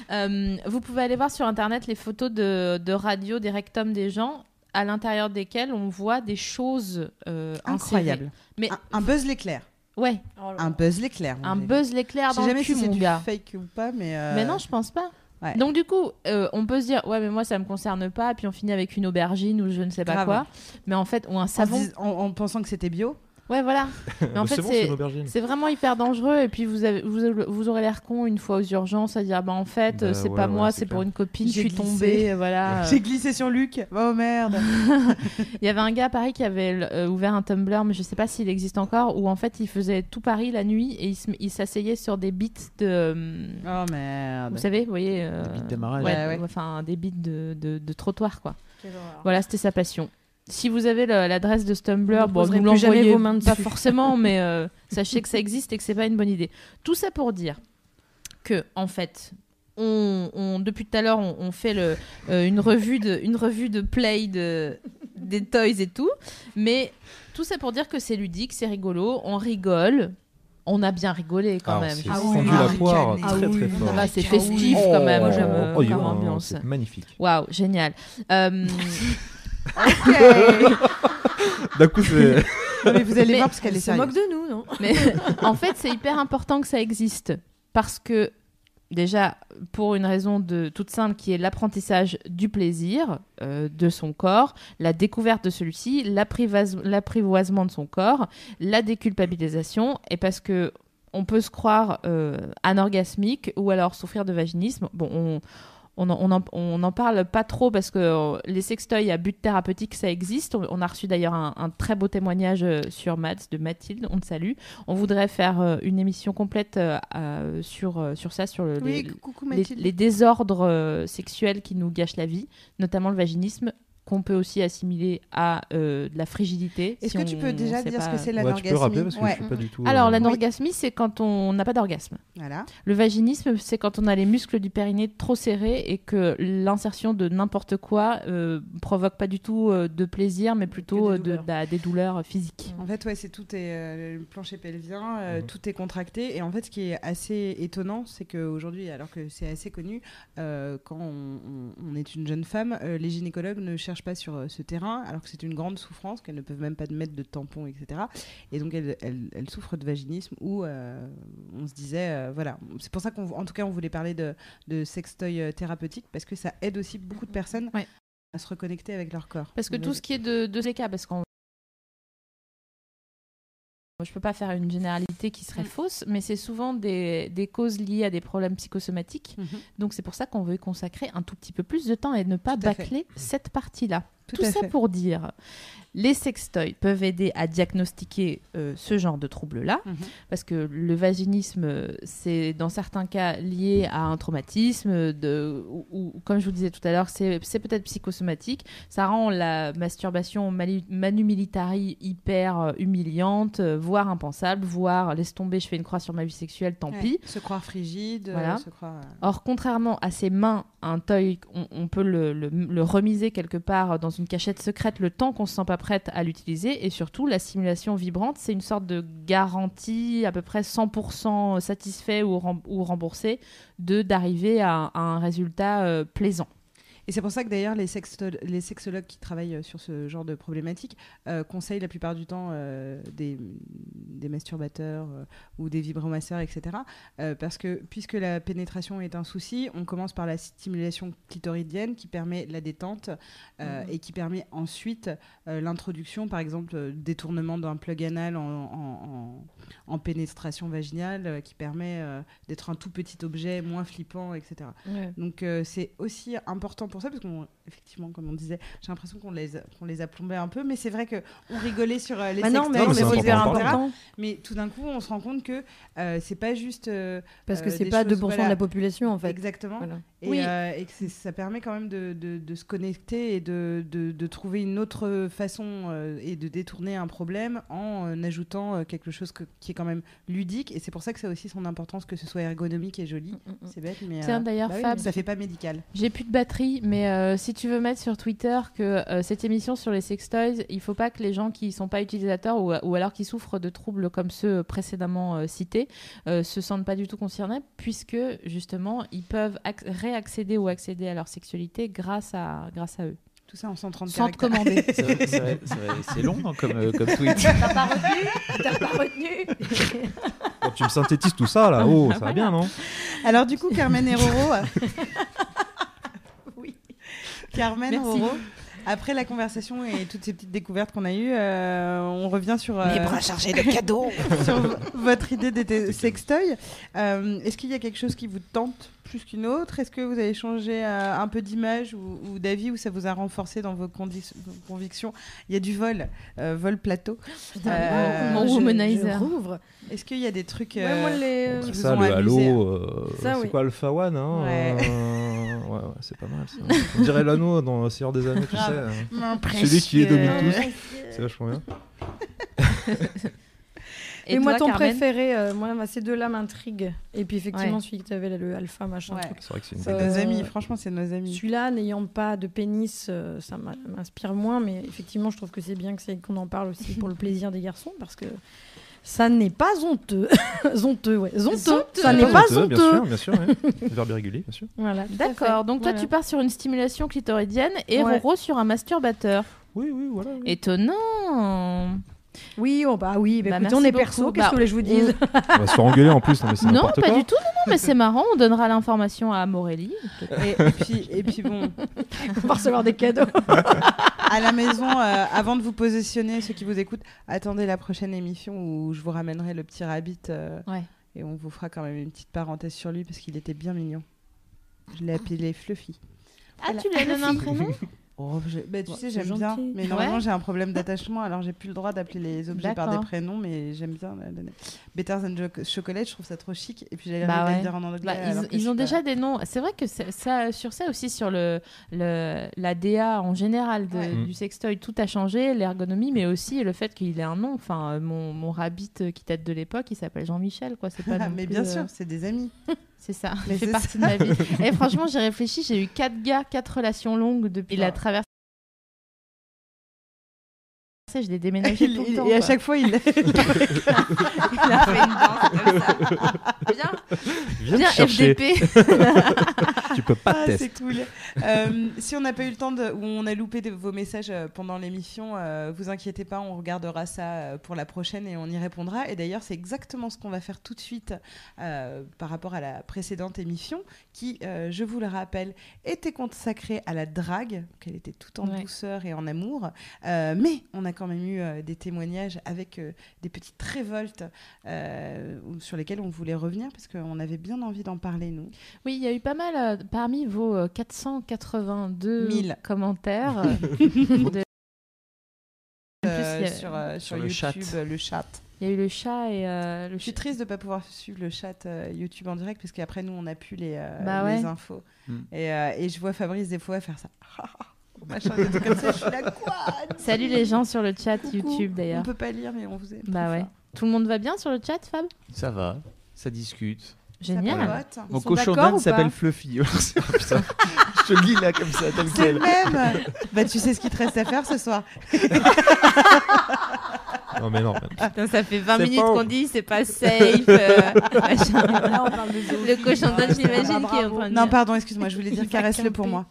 ça. Euh, vous pouvez aller voir sur internet les photos de, de radio des rectums des gens à l'intérieur desquels on voit des choses euh, Incroyable. Ah. Mais- un, un buzz l'éclair. insérées. Ouais, Oh là là. Un buzz l'éclair. mon un Dieu. buzz l'éclair Je sais dans le jamais cul, si c'est mon du gars. fake ou pas, mais. euh, Mais non, je pense pas. ouais. Donc du coup, euh, on peut se dire ouais mais moi ça me concerne pas, puis on finit avec une aubergine ou je ne sais pas Grave. quoi. Mais en fait, ou un en, se savon. dis- en- en pensant que c'était bio. Ouais voilà. Mais en Mais fait c'est bon, c'est c'est une aubergine. c'est vraiment hyper dangereux et puis vous, avez, vous, avez- vous aurez l'air con une fois aux urgences à dire bah en fait Bah, c'est ouais, pas ouais, moi c'est c'est pour clair. une copine je J'ai suis glissé. euh, tombée voilà euh, J'ai glissé sur Luc. Oh merde. Il y avait un gars à Paris qui avait euh, ouvert un Tumblr, mais je sais pas s'il existe encore, où en fait il faisait tout Paris la nuit et il se- il s'asseyait sur des bits de. euh, Oh Vous merde. savez, vous voyez. euh, Ah Des bits de démarrage. ouais, Ouais, ouais. Enfin, des bits de, de, de trottoir, quoi. Quelle horreur. Voilà, c'était sa passion. Si vous avez la- l'adresse de ce Tumblr, Vous bon, poserez vous plus jamais l'envoyez vos mains pas dessus. forcément, mais euh, sachez que ça existe et que c'est pas une bonne idée. Tout ça pour dire que, en fait, on, on- depuis tout à l'heure, on, on fait le, euh, une revue de une revue de play de des toys et tout, mais tout ça pour dire que c'est ludique, c'est rigolo, on rigole, on a bien rigolé quand Ah, on même. s'est Ah oui. fendu Ah, la poire hein, ah très oui. très On fort. Ça va, c'est Ah oui. festif quand même, Oh, j'aime euh, oh, il y a comme un- ambiance. c'est magnifique. Waouh, génial. Euh, D'un coup, c'est. Non, mais vous allez Mais voir parce qu'elle est se moque sérieuse. de nous, non Mais en fait, c'est hyper important que ça existe parce que déjà pour une raison de toute simple qui est l'apprentissage du plaisir euh, de son corps, la découverte de celui-ci, l'apprivoise- l'apprivoisement de son corps, la déculpabilisation et parce que on peut se croire euh, anorgasmique ou alors souffrir de vaginisme. Bon, on on n'en on en, on en parle pas trop parce que euh, les sextoys à but thérapeutique, ça existe. On, on a reçu d'ailleurs un, un très beau témoignage euh, sur Mads de Mathilde, on le salue. On voudrait faire euh, une émission complète euh, euh, sur, euh, sur ça, sur le, les, Oui, coucou les, Mathilde. les désordres euh, sexuels qui nous gâchent la vie, notamment le vaginisme, qu'on peut aussi assimiler à euh, de la frigidité. Est-ce si que tu on- peux déjà on sait dire ce pas. que c'est Ouais, tu peux rappeler parce l'anorgasmie que Ouais. je suis pas du tout. Alors, euh, l'anorgasmie, c'est quand on n'a pas d'orgasme. Voilà. Le vaginisme, c'est quand on a les muscles du périnée trop serrés et que l'insertion de n'importe quoi euh, provoque pas du tout euh, de plaisir, mais plutôt euh, des de- douleurs. d'a- des douleurs physiques. En fait, ouais, c'est tout est euh, le plancher pelvien, euh, Mhm. tout est contracté. Et en fait, ce qui est assez étonnant, c'est qu'aujourd'hui, alors que c'est assez connu, euh, quand on, on- on est une jeune femme, euh, les gynécologues ne cherchent pas sur euh, ce terrain, alors que c'est une grande souffrance, qu'elles ne peuvent même pas de mettre de tampons, etc. Et donc, elles, elles- elles souffrent de vaginisme où euh, on se disait, euh, voilà, c'est pour ça qu'en tout cas, on voulait parler de, de sextoy euh, thérapeutique, parce que ça aide aussi beaucoup de personnes Ouais. à se reconnecter avec leur corps. Parce que tout ce qui est de, de ces cas, parce qu'on. Moi, Je peux pas faire une généralité qui Mm. serait fausse, mais c'est souvent des, des causes liées à des problèmes psychosomatiques. Mhm. Donc c'est pour ça qu'on veut y consacrer un tout petit peu plus de temps et ne pas Tout à fait. bâcler cette partie-là. Tout Tout, à ça fait. pour dire, les sextoys peuvent aider à diagnostiquer euh, ce genre de troubles-là, Mhm. parce que le vaginisme, euh, c'est dans certains cas lié à un traumatisme, euh, de, ou, ou- comme je vous disais tout à l'heure, c'est c'est peut-être psychosomatique. Ça rend la masturbation mali- manu militari hyper euh, humiliante, euh, voire impensable, voire laisse tomber, je fais une croix sur ma vie sexuelle, tant Ouais. pis. Se croire frigide, euh, Voilà. se croire. Or, contrairement à ses mains, un toy, on, on peut le, le- le remiser quelque part dans une cachette secrète le temps qu'on se sent pas prête à l'utiliser. Et surtout, la simulation vibrante, c'est une sorte de garantie à peu près 100% satisfait ou, rem- ou remboursé de d'arriver à, un- à un résultat euh, plaisant. Et c'est pour ça que d'ailleurs les, sexto- les sexologues qui travaillent euh, sur ce genre de problématiques euh, conseillent la plupart du temps euh, des, des masturbateurs euh, ou des vibromasseurs, etc. Euh, parce que puisque la pénétration est un souci, on commence par la stimulation clitoridienne qui permet la détente euh, et qui permet ensuite euh, l'introduction, par exemple, euh, détournement d'un plug anal en, en- en- en pénétration vaginale euh, qui permet euh, d'être un tout petit objet moins flippant, etc. Donc euh, c'est aussi important pour ça parce qu'on effectivement comme on disait, j'ai l'impression qu'on les a- qu'on les a plombés un peu mais c'est vrai que on rigolait sur euh, les Bah non, sextoys, mais Non, mais c'est c'est hyper important. important. mais tout d'un coup on se rend compte que euh, c'est pas juste euh, Parce que Euh, c'est des pas choses, 2% voilà. de la population, en fait. exactement Voilà. et, Oui. euh, et que c'est- ça permet quand même de, de- de se connecter et de, de- de trouver une autre façon euh, et de détourner un problème en euh, ajoutant euh, quelque chose que- qui est quand même ludique et c'est pour ça que ça a aussi son importance que ce soit ergonomique et joli c'est bête mais Tiens, d'ailleurs, bah oui, Fab- mais ça fait pas médical J'ai plus de batterie, mais euh, si tu veux mettre sur Twitter que euh, cette émission sur les sextoys, il faut pas que les gens qui sont pas utilisateurs ou, ou alors qui souffrent de troubles comme ceux précédemment euh, cités euh, se sentent pas du tout concernés, puisque justement ils peuvent acc- réaccéder ou accéder à leur sexualité grâce à grâce à eux. tout ça en 130 Sans te caractères. commander. C'est vrai- c'est vrai- c'est vrai- c'est long hein, comme, euh, comme tweet. T'as pas retenu T'as pas retenu Oh, tu me synthétises tout ça là. Oh, ça va bien, non Alors du coup, Carmen euh, et Roro. Oui. Carmen Merci. Roro. Après la conversation et toutes ces petites découvertes qu'on a eues, euh, on revient sur, euh, chargés de cadeaux. sur v- votre idée des sextoy. Est-ce qu'il y a quelque chose qui vous tente plus qu'une autre Est-ce que vous avez changé euh, un peu d'image ou, ou d'avis ou ça vous a renforcé dans vos, condi- vos convictions Il y a du vol, euh, vol plateau. Euh, mon je- womanizer. Je rouvre. Est-ce qu'il y a des trucs Ouais, moi, euh, les... Qui vous Ça, ont le abusé, halo, euh, Ça, c'est oui. quoi Alpha One hein, Ouais. euh, Ouais, ouais, c'est pas mal. ça. On dirait l'anneau dans le Seigneur des Anneaux, tu sais. euh, Celui qui les domine tous. C'est vachement bien. Et, Et, moi, toi, ton Carmen préféré, euh, moi, bah, ces deux-là m'intriguent. Et puis, effectivement, celui que tu avais, là, le alpha, machin. Ouais. truc. C'est vrai que c'est une Ça- bête. Nos Euh, amis, franchement, c'est nos amis. Celui-là, n'ayant pas de pénis, euh, ça m'a- m'inspire moins. Mais effectivement, je trouve que c'est bien que c'est- qu'on en parle aussi pour le plaisir des garçons, parce que ça n'est pas honteux. honteux, ouais. Zonteux. Ça n'est pas Honteux, honteux. Bien sûr, bien sûr. ouais. Le Verbe irrégulier, bien sûr. Voilà, tout à D'accord, fait. donc toi Voilà. tu pars sur une stimulation clitoridienne et Ouais. Roro sur un masturbateur. Oui, oui, voilà. oui. Étonnant Oui, oh, bah oui, bah, Bah, écoutez, merci on est beaucoup. perso, qu'est-ce que Bah, vous voulez que je vous dise On va se faire engueuler en plus, non, mais c'est Non, n'importe pas quoi. du tout, non, non, mais c'est marrant, on donnera l'information à Morelli. Et, et puis, et puis bon, On va recevoir des cadeaux. à la maison, euh, avant de vous positionner, ceux qui vous écoutent, attendez la prochaine émission où je vous ramènerai le petit rabbit euh, Ouais. et on vous fera quand même une petite parenthèse sur lui parce qu'il était bien mignon. Je l'ai Oh. appelé Fluffy. Ah, tu lui as donné un prénom Oh, je- bah, tu Ouais, sais, c'est j'aime bien, gentil. mais normalement Ouais. j'ai un problème d'attachement, alors j'ai plus le droit d'appeler les objets par des D'accord. prénoms, mais j'aime bien. la- la- la- Better than Jo- chocolate, je trouve ça trop chic. Et puis j'allais Bah arriver à ouais. le dire en anglais. Bah, alors ils, que ils je ont suis pas- déjà des noms. C'est vrai que c'est- ça, sur ça aussi, sur le, le- la DA en général de- Ouais. Mm. du sextoy, tout a changé, l'ergonomie, mais aussi le fait qu'il ait un nom. Enfin, euh, mon, mon rabbit euh, qui date de l'époque, il s'appelle Jean-Michel, quoi. C'est pas Ah, non mais plus, bien euh, sûr, c'est des amis. C'est ça, Mais il fait c'est partie de ma vie. Et franchement, j'ai réfléchi, j'ai eu quatre gars, quatre relations longues depuis la traversée. Je l'ai déménagé Il- tout le il- temps, et à quoi. chaque fois, il Il a fait une danse comme ça. Bien, Bien Viens, me chercher. FDP. Tu peux pas Ah, tester. c'est cool. Euh, si on n'a pas eu le temps de, ou on a loupé de- vos messages euh, pendant l'émission, euh, vous inquiétez pas, on regardera ça euh, pour la prochaine et on y répondra. Et d'ailleurs, c'est exactement ce qu'on va faire tout de suite euh, par rapport à la précédente émission, qui, euh, je vous le rappelle, était consacrée à la drague, qu'elle était tout en Ouais. douceur et en amour. Euh, mais on a quand même eu euh, des témoignages avec euh, des petites révoltes euh, sur lesquelles on voulait revenir parce qu'on avait bien envie d'en parler nous. Oui, il y a eu pas mal euh, parmi vos euh, 482 Mille. commentaires. euh, de- En plus, Euh, il y a- sur, euh, sur sur le YouTube, chat. euh, le chat. Il y a eu le chat et euh, le Je suis chat. triste de ne pas pouvoir suivre le chat euh, YouTube en direct parce qu'après nous on n'a plus les, euh, Bah les ouais. infos. Mm. Et, euh, et je vois Fabrice des fois faire ça. Machin, des trucs comme ça, je suis là quoi Salut les gens sur le chat Coucou. YouTube On d'ailleurs. peut pas lire mais on vous aime. Bah très ouais. fort. Tout le monde va bien sur le chat, Fab Ça va, ça discute. Ça Génial. papote. Mon sont cochon d'accord d'Inde ou pas s'appelle Fluffy. C'est- oh, putain, je te le dis là comme ça, tel C'est quel. le même Bah tu sais ce qu'il te reste à faire ce soir. Non, mais non. mais- Putain, ça fait 20 C'est minutes pas- qu'on dit c'est pas safe. euh, machin. Là, on parle de zoophilie. Le cochon Ah, d'Inde, j'imagine, qui est en train de Non dire- pardon, excuse-moi, je voulais dire caresse-le pour moi.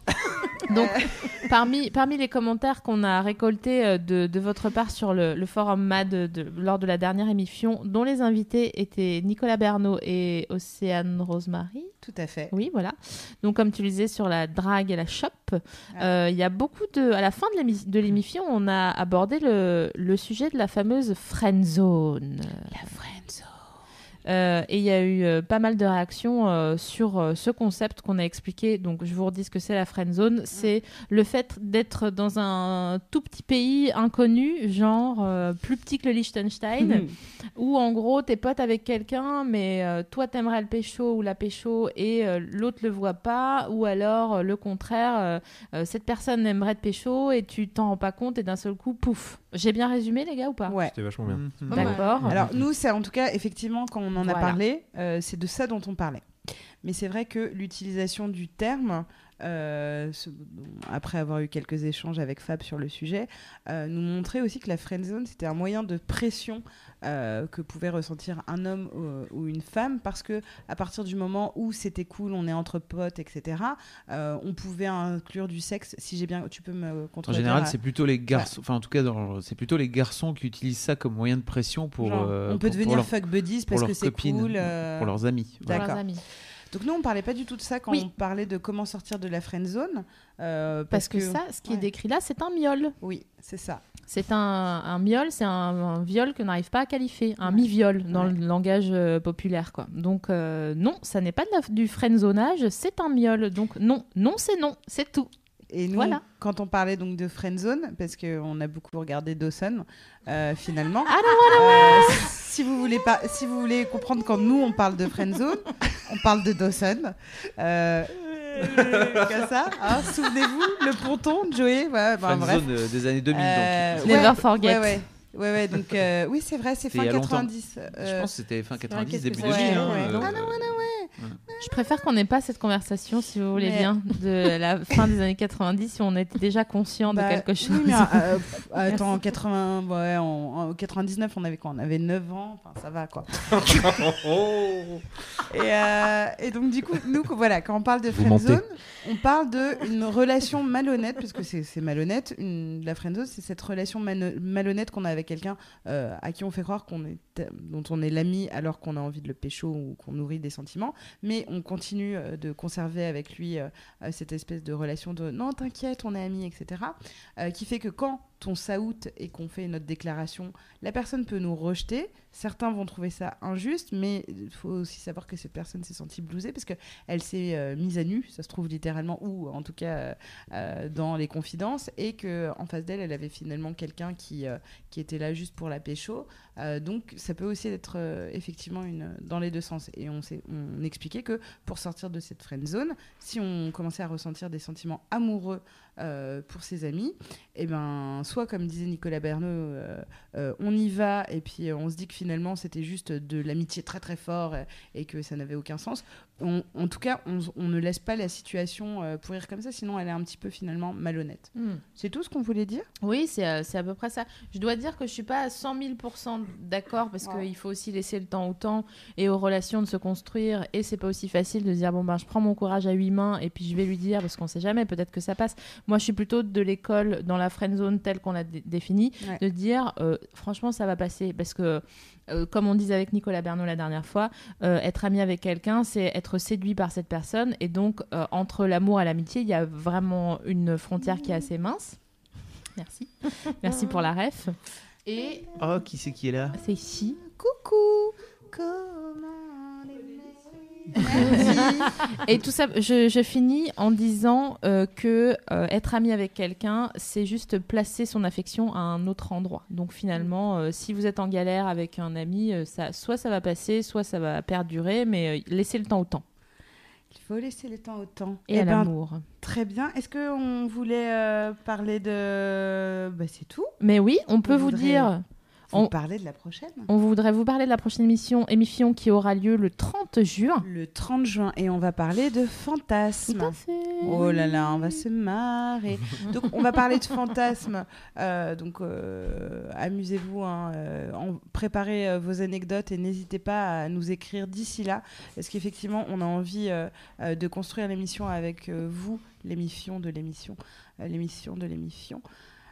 Donc, parmi, parmi les commentaires qu'on a récoltés euh, de, de votre part sur le, le forum MAD euh, de- lors de la dernière émission, dont les invités étaient Nicolas Bernot et Océane Rosemary, Tout à fait. Oui, voilà. Donc, comme tu le disais sur la drague et la chope, euh, il Ah. y a beaucoup de. À la fin de l'émi- de l'émission, on a abordé le, le sujet de la fameuse friend zone. La friend zone. et il y a eu euh, pas mal de réactions euh, sur euh, ce concept qu'on a expliqué. Donc, je vous redis ce que c'est la friend zone. C'est le fait d'être dans un tout petit pays inconnu, genre euh, plus petit que le Liechtenstein, où en gros t'es pote avec quelqu'un, mais euh, toi t'aimerais le pécho ou la pécho et euh, l'autre le voit pas, ou alors euh, le contraire, euh, euh, cette personne aimerait te pécho et tu t'en rends pas compte et d'un seul coup, pouf. J'ai bien résumé les gars ou pas Ouais. C'était vachement bien. Mm-hmm. Mhm. D'accord. D'accord. Alors nous, c'est en tout cas effectivement quand on en a Voilà. parlé, euh, c'est de ça dont on parlait. Mais c'est vrai que l'utilisation du terme, euh, ce- après avoir eu quelques échanges avec Fab sur le sujet, euh, nous montrait aussi que la friendzone c'était un moyen de pression euh, que pouvait ressentir un homme ou, ou une femme parce que à partir du moment où c'était cool, on est entre potes, etc. euh, on pouvait inclure du sexe. Si j'ai bien, tu peux me En contredire. général, à- c'est plutôt les garçons. Enfin, en tout cas, dans- c'est plutôt les garçons qui utilisent ça comme moyen de pression pour. genre, euh, on peut pour- pour devenir leur- fuck buddies pour parce que leurs c'est copines, cool. pour euh, pour leurs amis. Pour leurs D'accord. amis. Donc nous, on parlait pas du tout de ça quand Oui. on parlait de comment sortir de la friend zone. Parce que ça, ce qui ouais. est décrit là, c'est un miol. Oui, c'est ça. C'est un, un miol, c'est un, un viol que n'arrive pas à qualifier, un Ouais. mi-viol dans Ouais. le langage euh, populaire. quoi. Donc euh, non, ça n'est pas de la, du frenzonage, c'est un miol. Donc non, non c'est non, c'est tout. Et nous, Voilà. quand on parlait donc de friend zone, parce qu'on a beaucoup regardé Dawson, euh, finalement. Ah, euh, si vous voulez pas, si vous voulez comprendre quand nous on parle de friend zone, on parle de Dawson. Euh, Comme ça, hein, souvenez-vous, le ponton de Joey. Ouais, bah, Fan bref. zone euh, des années 2000 Euh, donc. ouais, Never forget. Ouais, ouais. Ouais, ouais, donc euh, oui, c'est vrai, c'est C'était fin il y a longtemps. 90. Je euh, pense que c'était fin 90, qu'est-ce début que 2000. ça- ouais, hein, ouais. euh, Ah non, ouais, non, ouais. Je préfère qu'on n'ait pas cette conversation, si vous voulez Mais- bien, de la fin des années 90, où on était déjà conscient Bah, de quelque chose. Oui, mais euh, pff, attends, en 80, ouais, en, en 99, on avait quoi On avait 9 ans, enfin ça va quoi. et, euh, et donc du coup, nous, qu- voilà, quand on parle de Vous friendzone, on parle de une relation malhonnête, parce que c'est c'est malhonnête. Une, la friendzone, c'est cette relation mano- malhonnête qu'on a avec quelqu'un euh, à qui on fait croire qu'on est, dont on est l'ami alors qu'on a envie de le pécho ou qu'on nourrit des sentiments, mais on continue euh, de conserver avec lui euh, euh, cette espèce de relation de non, t'inquiète, on est amis, etc. euh, qui fait que quand on s'out et qu'on fait notre déclaration, la personne peut nous rejeter. Certains vont trouver ça injuste, mais il faut aussi savoir que cette personne s'est sentie blousée parce qu'elle s'est euh, mise à nu, ça se trouve littéralement, ou en tout cas euh, euh, dans les confidences, et qu'en face d'elle, elle avait finalement quelqu'un qui, euh, qui était là juste pour la pécho. Euh, donc ça peut aussi être euh, effectivement une, dans les deux sens. Et on, s'est- on expliquait que pour sortir de cette friend zone, si on commençait à ressentir des sentiments amoureux euh, pour ses amis, et ben soit comme disait Nicolas Bernot, euh, euh, on y va et puis euh, on se dit que finalement c'était juste de l'amitié très très fort euh, et, que ça n'avait aucun sens. On- en tout cas, on, on ne laisse pas la situation euh, pourrir comme ça, sinon elle est un petit peu finalement malhonnête. Hmm. C'est tout ce qu'on voulait dire Oui, c'est euh, c'est à peu près ça. Je dois dire que je suis pas à 100 000 d'accord parce Ouais. qu'il faut aussi laisser le temps au temps et aux relations de se construire. Et c'est pas aussi facile de se dire bon ben je prends mon courage à huit mains et puis je vais lui dire parce qu'on sait jamais, peut-être que ça passe. Moi, je suis plutôt de l'école dans la friend zone telle qu'on l'a dé- définie, Ouais. de dire euh, franchement ça va passer parce que euh, comme on disait avec Nicolas Bernot la dernière fois, euh, être ami avec quelqu'un, c'est être séduit par cette personne. Et donc, euh, entre l'amour et l'amitié, il y a vraiment une frontière Mmh. qui est assez mince. Merci. Merci pour la ref. Et Oh, qui c'est qui est là c'est ici. Coucou Comment les Merci. Et tout ça, je, je finis en disant euh, que euh, être ami avec quelqu'un, c'est juste placer son affection à un autre endroit. Donc finalement, euh, si vous êtes en galère avec un ami, euh, ça, soit ça va passer, soit ça va perdurer, mais euh, laissez le temps au temps Il faut laisser le temps au temps. et Eh à ben, l'amour. Très bien. Est-ce qu'on voulait euh, parler de... Bah, c'est tout. Mais oui, on peut On vous voudrait- dire. Vous On- parler de la prochaine On voudrait vous parler de la prochaine émission, émission qui aura lieu le 30 juin. Le 30 juin. Et on va parler de fantasmes. Oh là là, on va se marrer. Donc, on va parler de fantasmes. Euh, donc, euh, amusez-vous. hein, euh, en- préparez euh, vos anecdotes et n'hésitez pas à nous écrire d'ici là. Parce qu'effectivement, on a envie euh, euh, de construire l'émission avec euh, vous, l'émission de l'émission, euh, l'émission de l'émission.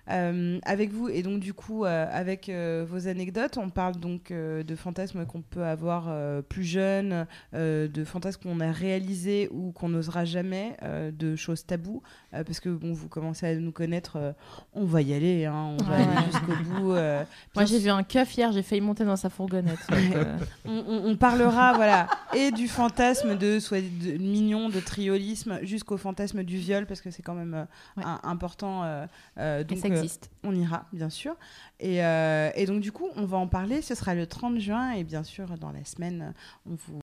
euh, avec vous et donc du coup euh, avec euh, vos anecdotes on parle donc euh, de fantasmes qu'on peut avoir euh, plus jeunes euh, de fantasmes qu'on a réalisés ou qu'on n'osera jamais, euh, de choses taboues, euh, parce que bon, vous commencez à nous connaître, euh, on va y aller, hein, on va Ouais. aller jusqu'au bout. euh, Moi bien j'ai vu un keuf hier, j'ai failli monter dans sa fourgonnette. donc, euh, on, on- on parlera voilà et du fantasme de, soit de mignon, de triolisme, jusqu'au fantasme du viol parce que c'est quand même euh, Ouais. un- important. euh, euh, et donc ça euh, existe. on ira bien sûr et, euh, et donc du coup on va en parler. Ce sera le 30 juin et bien sûr dans la semaine on vous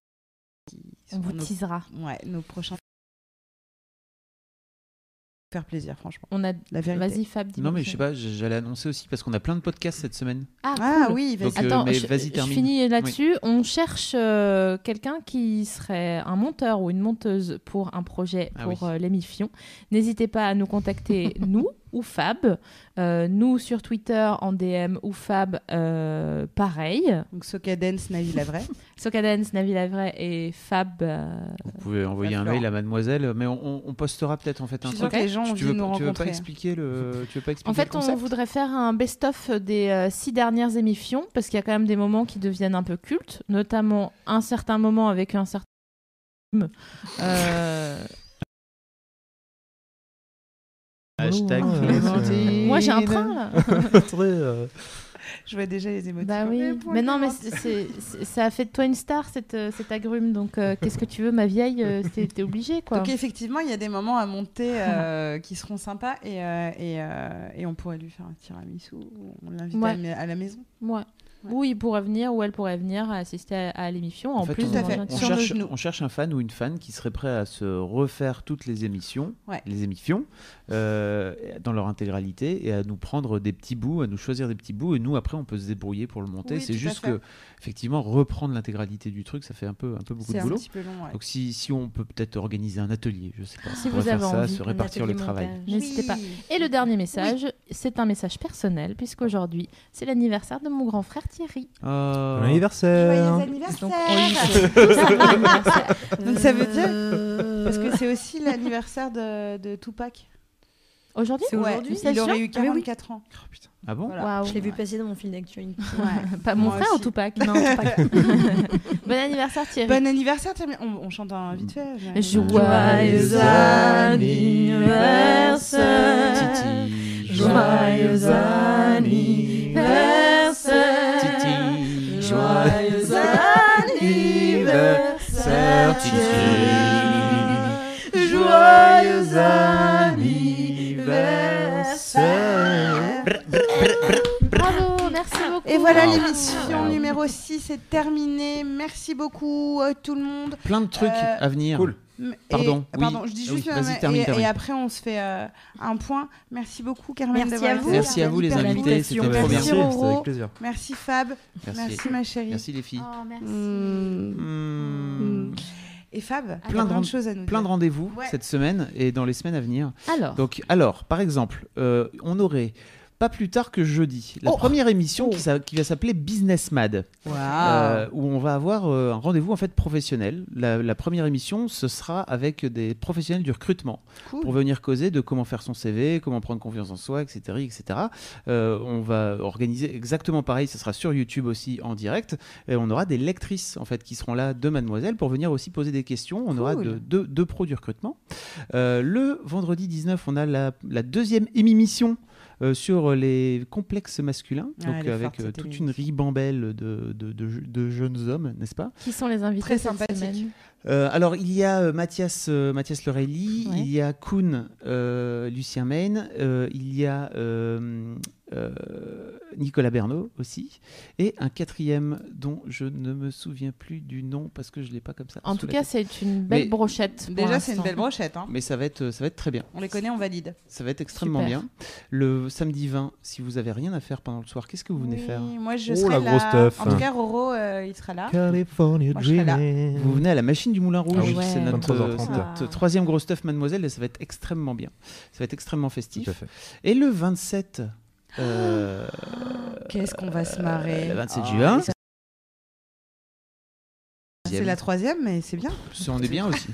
on vous nos- teasera. ouais, nos prochains faire plaisir franchement On a... la vérité. Vas-y Fab, dis Non, mais je sais pas, j- j'allais annoncer aussi parce qu'on a plein de podcasts cette semaine. Ah, Ah cool. oui, vas-y. Donc, euh, Attends, mais je, vas-y, je termine. finis là-dessus. On cherche euh, quelqu'un qui serait un monteur ou une monteuse pour un projet Ah pour oui. euh, l'émission. N'hésitez pas à nous contacter, nous ou Fab. Euh, nous sur Twitter en DM ou Fab, euh, pareil. Donc Socadence, Navi la vraie. Socadence, Navi Lavray et Fab. euh, Vous pouvez envoyer un Florent. mail à mademoiselle, mais on, on- on postera peut-être en fait Je un suis sûre truc. que les gens Tu- ont tu envie veux, de nous tu veux pas rencontrer. expliquer le, tu veux pas expliquer En le fait, on concept voudrait faire un best-of des euh, six dernières émissions, parce qu'il y a quand même des moments qui deviennent un peu cultes, notamment un certain moment avec un certain... Euh, Hashtag Oh, Clémentine. Moi, j'ai un train, là Très, euh, Je vois déjà les émotions. Bah oui. Mais non, hein. mais c'est- c'est- c'est- ça a fait de toi une star, cette, euh, cette agrume. Donc, euh, qu'est-ce que tu veux, ma vieille euh, T'es t'es obligée, quoi. Donc effectivement, il y a des moments à monter euh, qui seront sympas et, euh, et, euh, et on pourrait lui faire un tiramisu. ou On l'invite Ouais. à, la ma- à la maison. Ouais. Ou il pourrait venir, ou elle pourrait venir assister à, à l'émission. En, fait, plus, on- Tout à fait. vient de- On Sur nos cherche, genoux. on cherche un fan ou une fan qui serait prêt à se refaire toutes les émissions, Ouais. les émissions, euh, dans leur intégralité, et à nous prendre des petits bouts, à nous choisir des petits bouts, et nous après on peut se débrouiller pour le monter. Oui, C'est tout à juste fait. que, effectivement, reprendre l'intégralité du truc, ça fait un peu, un peu beaucoup C'est de un boulot. petit peu long. ouais. Donc si, si on peut peut-être organiser un atelier, je sais pas, Si on pourrait vous faire avez ça, envie se répartir le travail. N'hésitez Oui. pas. Et le dernier message, c'est un message personnel, puisqu'aujourd'hui, c'est l'anniversaire de mon grand frère Thierry. Ah. Bon Euh, anniversaire Joyeux anniversaire Anniversaire. Donc ça veut dire Euh, parce que c'est aussi l'anniversaire de, de Tupac. Aujourd'hui Ouais, C'est il sûr aurait eu Ah oui, oui. 44 ans. Ah bon Voilà. Waouh. Je l'ai vu passer dans mon fil d'actualité. Pas mon Moi frère ou aussi. Tupac Non, Tupac. bon anniversaire Thierry. Bon anniversaire, tiens, mais on, on chante un vite fait. mais- Joyeux anniversaire. Titi. Joyeux anniversaire. Titi. Joyeux anniversaire, Titi. Joyeux anniversaire. Bravo, merci beaucoup. Et voilà Wow. l'émission Wow. numéro 6 est terminée. Merci beaucoup euh, tout le monde. Plein de trucs Euh, à venir. Cool. M- et- Pardon, oui. pardon, je dis Ah oui, juste vas-y, euh, termine, et, termine. et après on se fait euh, un point. Merci beaucoup Carmen Merci d'avoir à été vous. là. Merci à vous les Merci pour invités, l'invitation. c'était trop bien. Merci, Merci, c'était Roro. avec plaisir. Merci Fab. Merci ma chérie. Merci les filles. Oh, merci. Mm. Mmh. Et Fab, Plein plein, de plein de rend- choses à nous Plein de dire. rendez-vous Ouais. cette semaine et dans les semaines à venir. Alors, Donc, alors, par exemple, euh, on aurait pas plus tard que jeudi la première émission qui, s'a- qui va s'appeler Business Mad, Ah. euh, où on va avoir euh, un rendez-vous en fait professionnel. La, la première émission, ce sera avec des professionnels du recrutement Cool. pour venir causer de comment faire son CV, comment prendre confiance en soi, etc., etc. Euh, on va organiser exactement pareil. Ce sera sur YouTube aussi en direct. Et on aura des lectrices en fait qui seront là de Mademoiselle pour venir aussi poser des questions. On aura Cool. de- deux deux pros du recrutement. Euh, le vendredi 19, on a la, la deuxième émission euh, sur les complexes masculins, Ah, donc elle est avec forte, euh, cette toute émission. une ribambelle de, de- de- de jeunes hommes, n'est-ce pas qui sont les invités Très cette sympathique. semaine Euh, Alors, il y a euh, Mathias, euh, Mathias Lorelli, Ouais. il y a Kuhn, euh, Lucien Maine, euh, il y a euh, euh, Nicolas Bernot aussi, et un quatrième dont je ne me souviens plus du nom parce que je ne l'ai pas comme ça. En sous tout la cas, tête. c'est une belle Mais- brochette. pour Déjà c'est une l'instant. belle brochette. hein. mais ça va être, euh, ça va être très bien. On les connaît, on valide. Ça va être extrêmement Super. bien. Le samedi 20, si vous avez rien à faire pendant le soir, qu'est-ce que vous venez Oui, faire Moi je Oh, serai la grosse là. teuf. En tout cas Roro euh, il sera là. California Moi, je serai là. Dreaming. Vous venez à la machine du Moulin Rouge. Ah oui, C'est ouais. notre, euh, 23h30. c'est notre Ah. troisième grosse stuff, mademoiselle, et ça va être extrêmement bien. Ça va être extrêmement Tout festif. à fait. Et le 27. euh, Ah, Qu'est-ce qu'on va se marrer. Ah, le 27 juin. C'est la troisième mais c'est bien. Ça, on est bien aussi.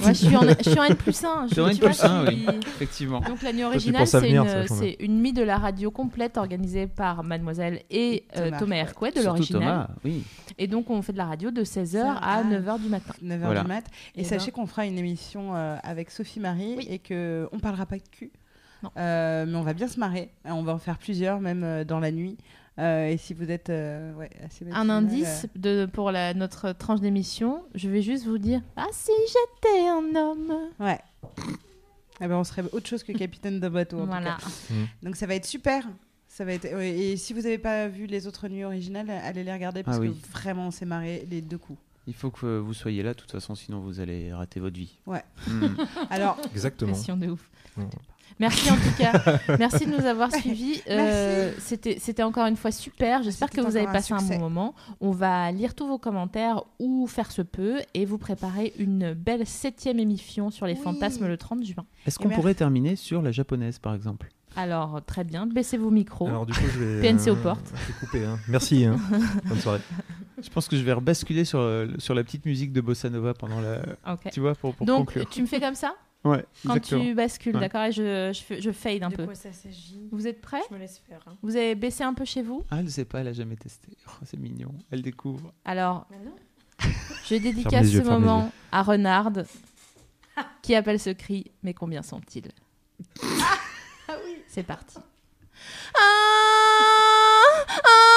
Moi, je, suis en, je suis en N plus 1. T'es en N+1, oui. Effectivement. Donc la nuit tu originale, penses à c'est venir, une, ça, quand même. c'est une nuit de la radio complète organisée par Mademoiselle et euh, Thomas Thomas, Hercouet de Surtout l'original. Thomas, oui. Et donc on fait de la radio de 16h Ah. à 9h du matin. 9h Voilà. du mat. Et, Eh sachez ben. qu'on fera une émission euh, avec Sophie Marie Oui. et que on parlera pas de cul. Non. Euh, mais on va bien se marrer. Et On va en faire plusieurs, même euh, dans la nuit. Euh, et si vous êtes euh, ouais, assez Un matinal, indice de, pour la, notre tranche d'émission, je vais juste vous dire Ah si j'étais un homme euh, ouais. Eh ben, on serait autre chose que capitaine de bateau. en tout Voilà. cas. Donc ça va être super. Ça va être... ouais, Et si vous n'avez pas vu les autres nuits originales, allez les regarder parce oui. que vraiment on s'est marré les deux coups. Il faut que vous soyez là, de toute façon, sinon vous allez rater votre vie. Ouais. Hmm. Alors, Exactement. Pression de ouf. Non. Merci en tout cas. Merci de nous avoir suivis. Euh, C'était c'était encore une fois super. J'espère que C'était vous avez encore un passé un, succès. bon moment. On va lire tous vos commentaires ou faire ce peu et vous préparer une belle septième émission sur les Oui. fantasmes le 30 juin. Est-ce Et qu'on merci. pourrait terminer sur la japonaise, par exemple Alors très bien, baissez vos micros. Alors du coup, je vais PNC aux euh, portes. je vais couper, hein. Merci. hein. Bonne soirée. Je pense que je vais rebasculer sur, euh, sur la petite musique de Bossa Nova pendant la. Ok. Tu vois, pour, pour Donc conclure. tu me fais comme ça Ouais, quand tu bascules, Ouais. d'accord Et je, je, fais- je fade un De peu. quoi ça s'agit Vous êtes prêts Je me laisse faire. hein. Vous avez baissé un peu chez vous Ah, elle sait pas, elle a jamais testé. Oh, c'est mignon, elle découvre. Alors, Mais non. je Ferme dédicace les yeux, ce ferme les moment à Renard qui appelle ce cri Mais combien sont-ils C'est parti. Ah ah,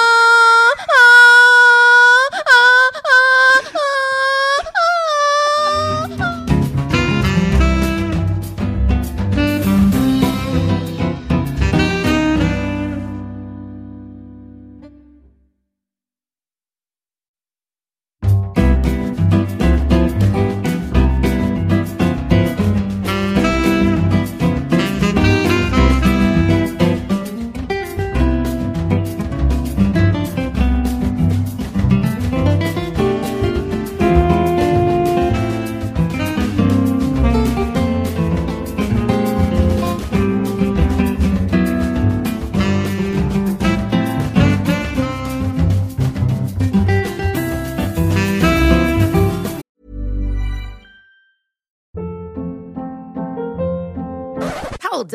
Hold